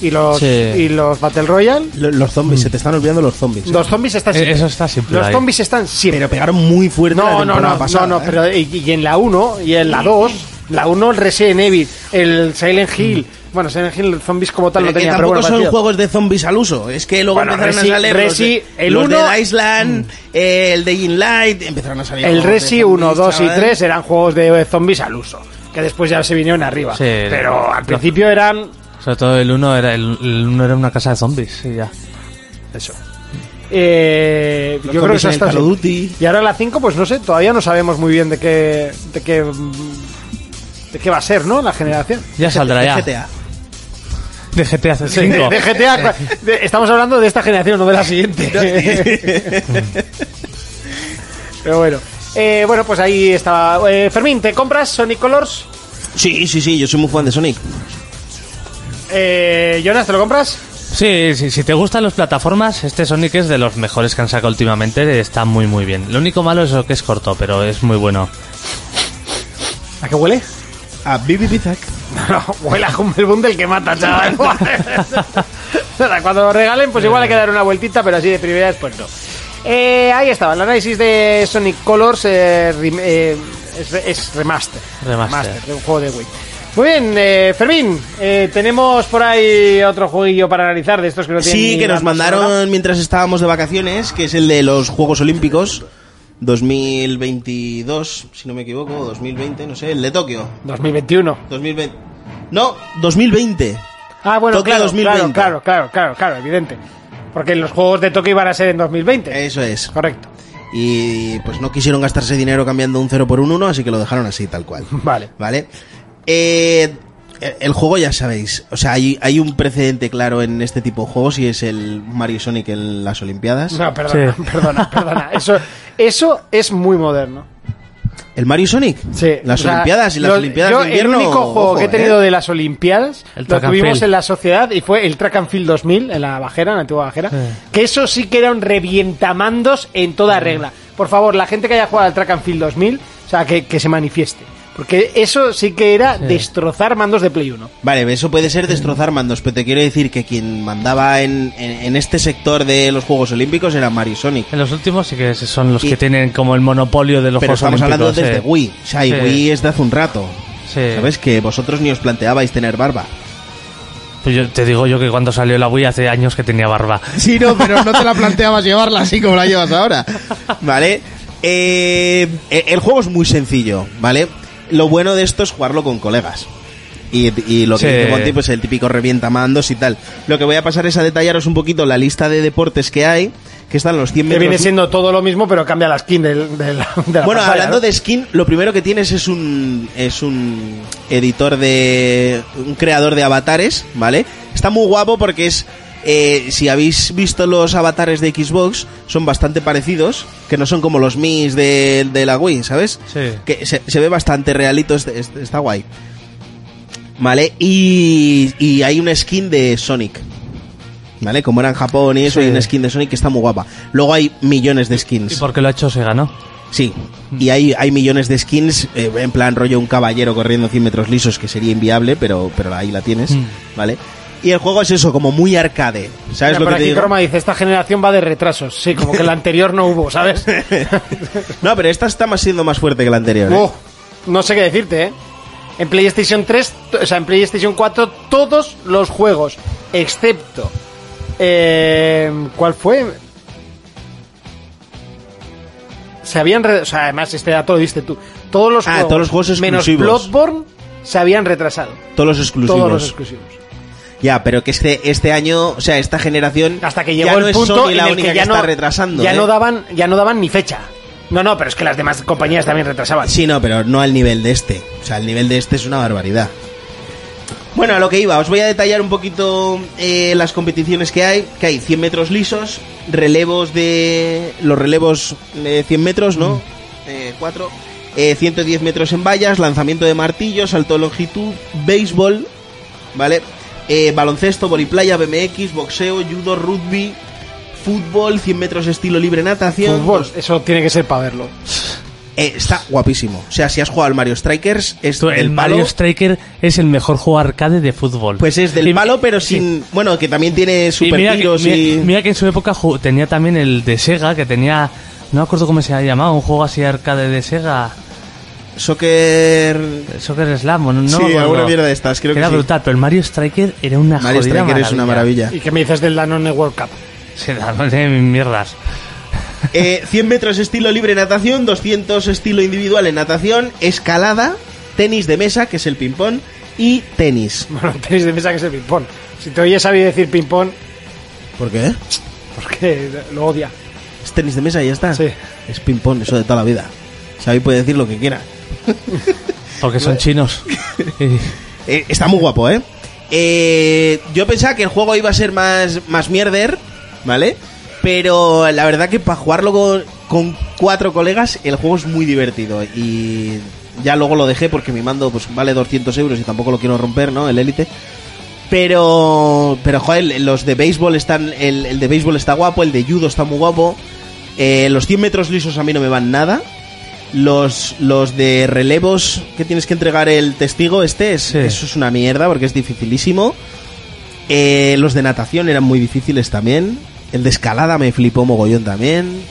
C: y los
E: Mm. Sí.
C: y los Battle Royale.
D: Lo- Los zombies, se te están olvidando los zombies. ¿eh?
C: Los zombies están
E: Eh,
C: siempre.
E: Eso está siempre
C: los
E: ahí.
C: zombies están siempre.
D: Pero pegaron muy fuerte la
C: No, no,
D: temporada
C: no,
D: pasada.
C: no, no,
D: ¿eh?
C: pero y, y en la 1 y en la 2, la 1 el Resident Evil, el Silent Hill, bueno, Silent Hill zombies como tal
D: Mm. Pero
C: no
D: es Eh,
C: tenía,
D: que
C: pero
D: tampoco
C: bueno,
D: son
C: parecía.
D: juegos de zombies al uso. Es que luego
C: Bueno,
D: empezaron
C: Resi-
D: a salir los,
C: Resi,
D: de,
C: el
D: los
C: uno-
D: de Island, eh, el de In Light, empezaron a salir.
C: el
D: juegos de
C: Resi
D: zombies,
C: 1, 2 y
D: chaval.
C: 3 eran juegos de eh, zombies al uso, que después ya se vinieron arriba.
E: Sí.
C: pero al principio eran
E: Sobre todo el 1 era, el, el uno era una casa de zombies y ya.
C: Eso. Eh, yo creo que
D: zombies
C: eso
D: en el
C: está
D: Call of
C: así.
D: Duty.
C: Y ahora la 5, pues no sé, todavía no sabemos muy bien de qué. de qué. mm, de qué va a ser, ¿no? La generación.
E: Ya saldrá ya.
D: GTA.
E: De GTA
C: De,
E: 5.
C: de GTA. de- estamos hablando de esta generación, no de la siguiente. Pero bueno. Eh, bueno, pues ahí está. Eh, Fermín, ¿te compras Sonic Colors?
D: Sí, sí, sí, yo soy muy fan de Sonic.
C: Eh, Jonas, ¿te lo compras?
E: Sí, sí, si te gustan las plataformas, este Sonic es de los mejores que han sacado últimamente, está muy muy bien. Lo único malo es lo que es corto, pero es muy bueno.
C: ¿A qué huele?
D: A Bibi Bizak.
C: No, huele a Humble del que mata, chaval. (laughs) Nada, cuando lo regalen, pues igual hay que dar una vueltita, pero así de prioridades, pues no. Eh, ahí estaba, el análisis de Sonic Colors eh, rem- eh, es, re- es remaster.
E: Remaster.
C: de un juego de Wii. Muy bien, eh, Fermín, eh, tenemos por ahí otro jueguillo para analizar de estos que no tienen
D: Sí,
C: ni
D: que nos
C: banda sonora.
D: mandaron mientras estábamos de vacaciones, que es el de los Juegos Olímpicos 2022, si no me equivoco, 2020, no sé, el de Tokio.
C: 2021.
D: 2020. No, 2020.
C: Ah, bueno,
D: Tokio
C: claro,
D: 2020.
C: claro, claro, claro, claro, evidente. Porque los juegos de Tokio iban a ser en 2020.
D: Eso es.
C: Correcto.
D: Y pues no quisieron gastarse dinero cambiando un 0 por un 1, así que lo dejaron así, tal
C: (laughs)
D: cual.
C: Vale.
D: ¿Vale? Eh, el juego ya sabéis, o sea, hay, hay un precedente claro en este tipo de juegos y es el Mario Sonic en las Olimpiadas.
C: No, perdona, (laughs) perdona, perdona. Eso, eso es muy moderno.
D: ¿El Mario Sonic? Las
C: o sea,
D: Olimpiadas y las
C: lo-
D: Olimpiadas
C: yo
D: de invierno.
C: El único juego
D: ojo,
C: que he
D: eh.
C: tenido de las Olimpiadas
E: El
C: lo
E: track and
C: tuvimos
E: field.
C: en la sociedad y fue el Track and Field 2000 en la bajera, en la antigua bajera. Que eso sí que era un revientamandos en toda regla. Por favor, la gente que haya jugado al Track and Field 2000, o sea, que, que se manifieste. Porque eso sí que era destrozar mandos de Play 1.
D: Vale, eso puede ser destrozar mandos, pero te quiero decir que quien mandaba en, en, en este sector de los Juegos Olímpicos era Mario Sonic.
E: En los últimos sí que son los
D: Y-
E: que tienen como el monopolio de los
D: Pero
E: juegos
D: estamos hablando
E: olímpicos,
D: desde
E: eh.
D: Wii. O sea, y
E: Sí.
D: Wii es de hace un rato.
E: Sí.
D: ¿Sabes? Que vosotros ni os planteabais tener barba.
E: Pues yo- te digo yo que cuando salió la Wii hace años que tenía barba.
D: Sí, no, pero no te la planteabas llevarla así como la llevas ahora. (laughs) ¿Vale? Eh, e- el juego es muy sencillo, ¿vale? Lo bueno de esto es jugarlo con colegas. Y, y lo que
E: Sí.
D: dice Monty, pues el típico revienta mandos y tal. Lo que voy a pasar es a detallaros un poquito la lista de deportes que hay, que están los 100
C: Que
D: metros.
C: viene siendo todo lo mismo, pero cambia la skin del, del- de la
D: Bueno,
C: pantalla,
D: hablando
C: ¿no?
D: de skin, lo primero que tienes es un es un editor de un creador de avatares, ¿vale? Está muy guapo porque es eh, si habéis visto los avatares de Xbox son bastante parecidos, que no son como los mis de, de la Wii, ¿sabes?
E: Sí.
D: Que se, se ve bastante realito, es- es- está guay. Vale, y, y hay una skin de Sonic. ¿Vale? Como era en Japón y eso,
E: Sí.
D: hay una skin de Sonic que está muy guapa. Luego hay millones de skins.
E: Y porque lo ha hecho Sega, ¿no?
D: Sí, y hay, hay millones de skins, eh, en plan rollo un caballero corriendo 100 metros lisos, que sería inviable, pero, pero ahí la tienes,
E: Mm.
D: ¿vale? Y el juego es eso, como muy arcade,
C: Mira,
D: ¿sabes lo
C: por
D: que te
C: aquí
D: digo?
C: Croma dice, esta generación va de retrasos. Sí, como que la anterior no hubo,
D: (laughs)
C: ¿sabes?
D: No, pero esta está más siendo más fuerte que la anterior. ¿eh?
C: Oh, no sé qué decirte, ¿eh? En PlayStation 3, t- o sea, en PlayStation 4, todos los juegos, excepto... eh, ¿Cuál fue? Se habían... re- O sea, además, este dato lo diste tú. Todos los
D: Ah,
C: juegos,
D: todos los juegos
C: menos
D: exclusivos.
C: Bloodborne, se habían retrasado.
D: Todos los exclusivos.
C: Todos los exclusivos.
D: Ya, pero que este, este año, o sea, esta generación.
C: hasta que
D: ya
C: llegó
D: no
C: el
D: es
C: punto
D: Sony
C: en
D: la
C: el
D: única
C: que ya
D: está
C: no
D: retrasando.
C: ya
D: ¿eh?
C: no daban ya no daban ni fecha no no pero es que las demás compañías también retrasaban
D: Sí, no, pero no al nivel de este. O sea, el nivel de este es una barbaridad. Bueno, a lo que iba, os voy a detallar un poquito eh, las competiciones que hay. Que hay 100 metros lisos, relevos de... Los relevos de 100 metros, ¿no? Eh, cuatro. Eh, 110 metros en vallas, lanzamiento de martillo, salto de longitud, béisbol, ¿vale? Eh, baloncesto, voliplaya, BMX, boxeo, judo, rugby, fútbol, 100 metros estilo libre natación.
C: fútbol eso tiene que ser para verlo
D: Eh, está guapísimo. O sea, si has jugado al Mario Strikers, es
E: Tú, el
D: del palo.
E: Mario Striker es el mejor juego arcade de fútbol.
D: Pues es del
E: Y-
D: palo, pero sin. Bueno, que también tiene super
E: mira,
D: tiros
E: que,
D: y.
E: mira- mira que en su época ju- tenía también el de Sega, que tenía. No me acuerdo cómo se ha llamado, un juego así arcade de Sega. eh,
D: Soccer.
E: Soccer Slam, o no, no
D: Sí,
E: me acuerdo.
D: alguna mierda de estas, creo que
E: Era
D: sí.
E: brutal, pero el Mario Striker era una
D: Mario
E: jodida
D: Striker es una maravilla.
C: y qué me dices del Danone World Cup (laughs)
E: Se da no sé, mierdas. (laughs)
D: Eh, 100 metros estilo libre natación, 200 estilo individual en natación, escalada, tenis de mesa, que es el ping-pong, y tenis.
C: bueno tenéis de mesa que es el ping pong si te oyes a mí decir ping pong
D: ¿Por qué?
C: porque lo odia
D: Es tenis de mesa y ya está.
C: Sí.
D: Es ping-pong, eso de toda la vida. Xavi puede decir lo que quiera.
E: Porque
D: (laughs)
E: son chinos. Y-
D: Eh, está muy guapo, ¿eh? Eh, Yo pensaba que el juego iba a ser más, más mierder, ¿vale? Pero la verdad que para jugarlo con, con cuatro colegas, el juego es muy divertido. Y ya luego lo dejé porque mi mando pues vale 200 euros y tampoco lo quiero romper, ¿no? El Elite. Pero, pero joder, los de béisbol están, el, el de béisbol está guapo, el de judo está muy guapo. Eh, los 100 metros lisos a mí no me van nada. Los, los de relevos que tienes que entregar el testigo, este es,
E: Sí.
D: eso es una mierda porque es dificilísimo. Eh, los de natación eran muy difíciles también. El de escalada me flipó mogollón también.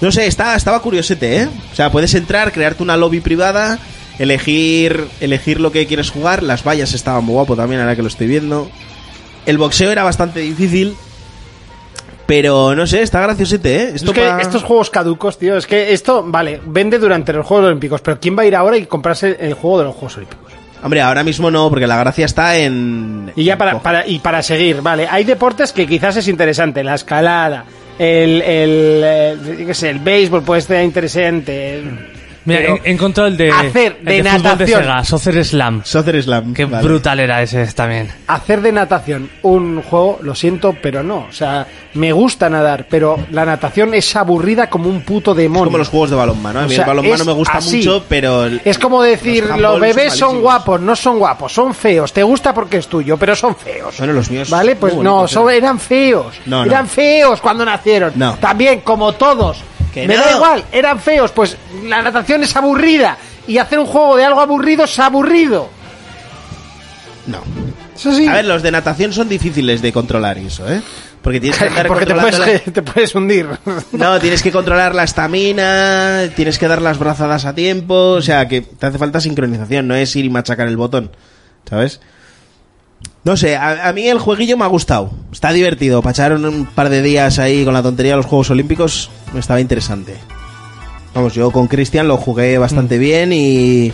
D: No sé, está, estaba curiosete, ¿eh? O sea, puedes entrar, crearte una lobby privada, elegir, elegir lo que quieres jugar. Las vallas estaban muy guapo también, ahora que lo estoy viendo. El boxeo era bastante difícil. Pero no sé, está graciosete, ¿eh? Esto
C: es que
D: pa-
C: estos juegos caducos tío es que esto vale vende durante los Juegos Olímpicos pero quién va a ir ahora y comprarse el juego de los Juegos Olímpicos
D: Hombre, ahora mismo no, porque la gracia está en.
C: Y ya para,
D: en-
C: para- y para seguir, vale, hay deportes que quizás es interesante, la escalada, el, el, eh, yo qué sé, el béisbol puede ser interesante. el-
E: Mira,
C: pero
E: he, he encontrado el de.
C: hacer
E: el
C: de
E: fútbol de
C: natación.
E: Sega, Soccer Slam.
D: Soccer Slam.
E: Qué
D: vale.
E: brutal era ese también.
C: hacer de natación un juego, lo siento, pero no. O sea, me gusta nadar, pero la natación es aburrida como un puto demonio.
D: Como los juegos de balonmano. ¿eh? A
C: O
D: mí
C: sea,
D: el balonmano
C: es
D: me gusta
C: así.
D: mucho, pero. el-
C: Es como decir,
D: los
C: los,
D: handball
C: bebés son,
D: malísimos.
C: guapos, no son guapos, son feos. Te gusta porque es tuyo, pero son feos.
D: Bueno, los míos
C: Vale, pues
D: muy
C: no,
D: bonitos
C: son-
D: eran.
C: eran feos.
D: No, no.
C: eran feos cuando nacieron.
D: No.
C: También, como todos.
D: Que
C: Me
D: no.
C: da igual, eran feos. Pues la natación es aburrida. Y hacer un juego de algo aburrido es aburrido.
D: No.
C: Eso sí.
D: A ver, los de natación son difíciles de controlar y eso, ¿eh? Porque
C: (laughs)
D: tienes que
C: (laughs)
D: estar
C: Porque te
D: controlando
C: puedes,
D: la-
C: te puedes hundir. (laughs)
D: No, tienes que controlar la estamina, tienes que dar las brazadas a tiempo, o sea, que te hace falta sincronización, no es ir y machacar el botón, ¿sabes? No sé, a, a mí el jueguillo me ha gustado, está divertido, para echar un, un par de días ahí con la tontería de los Juegos Olímpicos, estaba interesante. Vamos, yo con Cristian lo jugué bastante bien y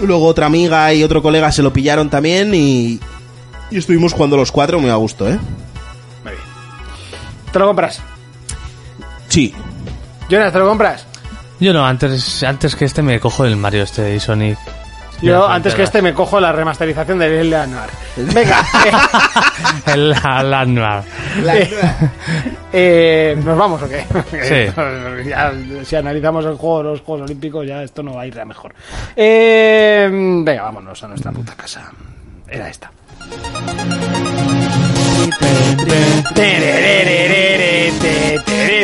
D: luego otra amiga y otro colega se lo pillaron también y, y estuvimos jugando los cuatro muy a gusto, ¿eh?
C: Te lo compras.
D: Sí,
C: Jonas, te lo compras.
E: Yo no, antes, antes que este me cojo el Mario este de Sonic.
C: Yo,
E: Ya,
C: antes que este, me cojo la remasterización de Isla Noir.
D: (laughs)
C: Venga. este-
E: El Alan Noir.
C: Eh, (laughs) ¿Nos vamos o qué? (laughs)
E: Sí.
C: Ya, si analizamos el juego, los Juegos Olímpicos, ya esto no va a ir a mejor. Eh, venga, vámonos a nuestra puta casa. Era esta.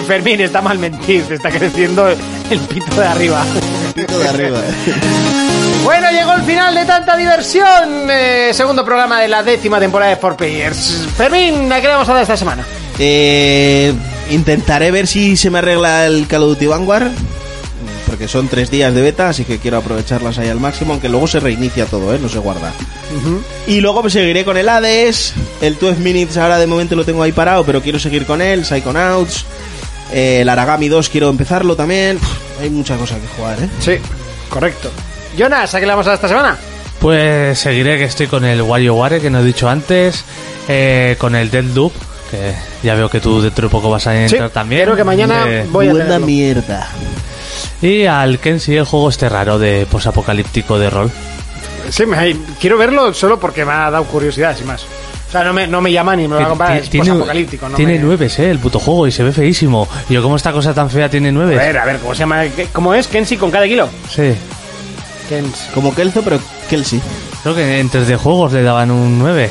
C: Fermín está mal mentir, te está creciendo el pito de arriba.
D: pito de arriba. ¿eh?
C: Bueno, llegó el final de tanta diversión. Eh, segundo programa de la décima temporada de 4Players. Fermín, ¿a qué le vamos a dar esta semana?
D: Eh, intentaré ver si se me arregla el Call of Duty Vanguard. Porque son tres días de beta, así que quiero aprovecharlas ahí al máximo. Aunque luego se reinicia todo, ¿eh? No se guarda. Y luego pues, seguiré con el Hades. El 12 Minutes ahora de momento lo tengo ahí parado, pero quiero seguir con él. Psychonauts. eh, el Aragami 2 quiero empezarlo también. Uf, hay muchas cosas que jugar, ¿eh?
C: Sí, correcto. Jonas, ¿a qué le vamos a dar esta semana?
E: Pues seguiré que estoy con el WarioWare que no he dicho antes, eh, con el Deadloop, que ya veo que tú dentro de poco vas a entrar también.
C: Creo que mañana
E: Eh,
C: voy a
D: Buena
C: tenerlo.
D: mierda.
E: Y al Kenshi, el juego este raro de posapocalíptico de rol.
C: Sí, me- quiero verlo solo porque me ha dado curiosidad, sin más. O sea, no me, no me llama ni me lo va a comprar.
E: Ti-
C: Es
E: tiene
C: apocalíptico, no
E: tiene
C: me-
E: nueves, eh, el puto juego, y se ve feísimo. Y Yo, ¿cómo esta cosa tan fea tiene
C: A
E: nueves?
C: ver, a ver, ¿cómo se llama? ¿Qué- ¿Cómo es? ¿Kensi con cada kilo?
E: Sí.
C: Kensi.
D: Como Kelzo, pero Kelsey.
E: Creo que en 3D Juegos le daban un 9.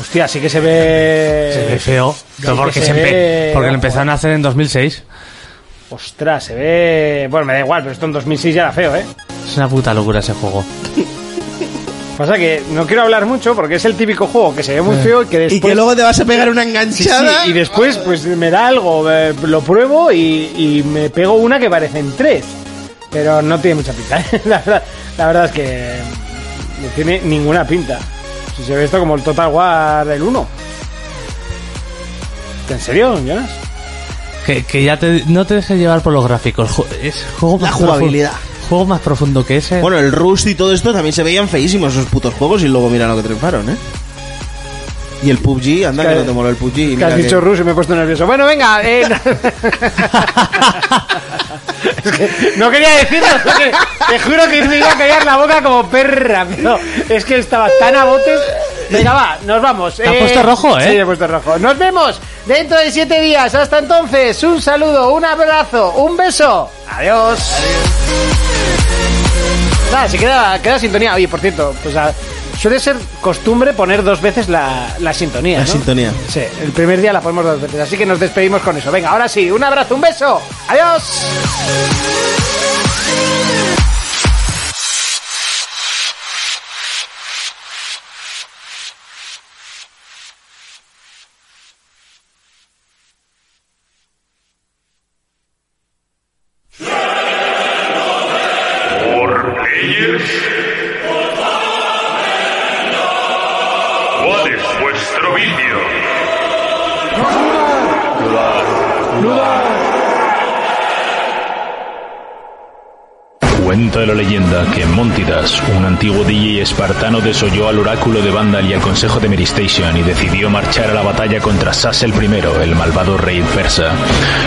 C: Hostia, sí que se ve...
E: Se ve feo.
C: sí que
E: porque, se
C: se
E: empe-
C: ve-
E: porque lo empezaron a hacer en 2006.
C: Ostras, se ve... Bueno, me da igual, pero esto en 2006 ya era feo, ¿eh?
E: Es una puta locura ese juego.
C: Pasa que no quiero hablar mucho porque es el típico juego que se ve muy feo Eh. y que después...
D: Y que luego te vas a pegar una
C: Sí, sí,
D: enganchada.
C: y después pues me da algo, eh, lo pruebo y, y me pego una que parecen tres. Pero no tiene mucha pinta, (laughs) ¿eh? la, verdad, la verdad es que no tiene ninguna pinta. Si se ve esto como el Total War del 1. ¿En serio, Jonas?
E: Que, que ya te, no te dejes llevar por los gráficos. Ju- Es juego
D: La
E: más profundo-
D: jugabilidad.
E: juego más profundo que ese.
D: Bueno, el Rust y todo esto también se veían feísimos esos putos juegos y luego mira lo que triunfaron, ¿eh? Y el PUBG, anda
C: Es que-
D: que no te moló el PUBG. y
C: Que
D: mira
C: has
D: que-
C: dicho ruso y me he puesto nervioso. Bueno, venga. eh,
E: (laughs)
C: Es que no quería decirlo. es que te juro que me iba a callar la boca como perra. Pero es que estaba tan a botes. Venga, va, nos vamos.
E: has puesto rojo, ¿eh?
C: Sí, he puesto rojo. Nos vemos dentro de siete días. Hasta entonces, un saludo, un abrazo, un beso. Adiós. Nada, se queda, queda sintonía. Oye, por cierto, pues ah, suele ser costumbre poner dos veces la, la sintonía.
D: La
C: ¿no?
D: sintonía.
C: Sí, el primer día la ponemos dos veces, así que nos despedimos con eso. Venga, ahora sí, un abrazo, un beso. Adiós.
A: ¿Por Players? ¿Cuál es vuestro vídeo?
B: Cuenta la leyenda que Montidas, un antiguo DJ espartano, desoyó al oráculo de Vandal y al consejo de Meristation y decidió marchar a la batalla contra Sas el I, el malvado rey persa.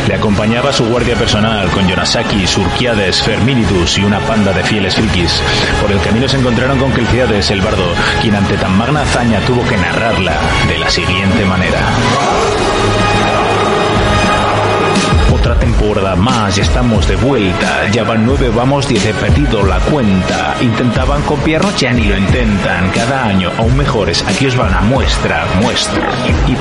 B: Le acompañaba su guardia personal con Yonasaki, Surquiades, Ferminitus y una panda de fieles frikis. Por el camino se encontraron con Kelciades el bardo, quien ante tan magna hazaña tuvo que narrarla de la siguiente manera. Otra temporada más, ya estamos de vuelta. Ya van nueve, vamos diez, he perdido la cuenta. Intentaban copiarnos, ya ni lo intentan. Cada año aún mejores, aquí os van a muestra, muestra.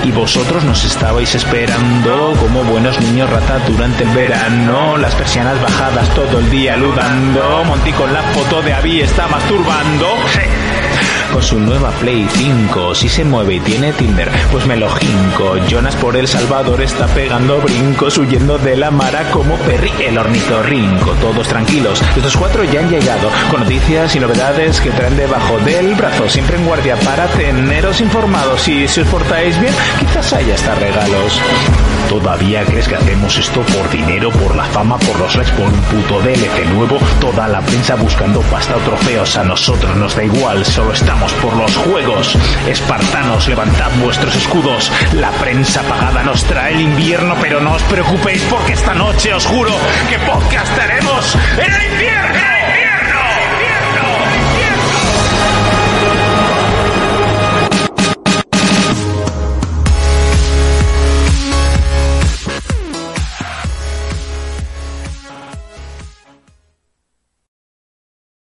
B: Y, y vosotros nos estabais esperando como buenos niños rata durante el verano. Las persianas bajadas todo el día ludando. Monty con la foto de Abby está masturbando. Sí. con su nueva Play 5. Si se mueve y tiene Tinder, pues me lo jinco. Jonas por El Salvador está pegando brincos, huyendo de la mara como Perry el ornitorrinco. Todos tranquilos, estos cuatro ya han llegado, con noticias y novedades que traen debajo del brazo. Siempre en guardia para teneros informados y si os portáis bien, quizás haya hasta regalos. ¿Todavía crees que hacemos esto por dinero, por la fama, por los likes, por un puto DLC nuevo? Toda la prensa buscando pasta o trofeos. A nosotros nos da igual, solo estamos por los juegos. Espartanos, levantad vuestros escudos. La prensa pagada nos trae el invierno, pero no os preocupéis porque esta noche os juro que podcastaremos en el infierno. ¡En el infierno!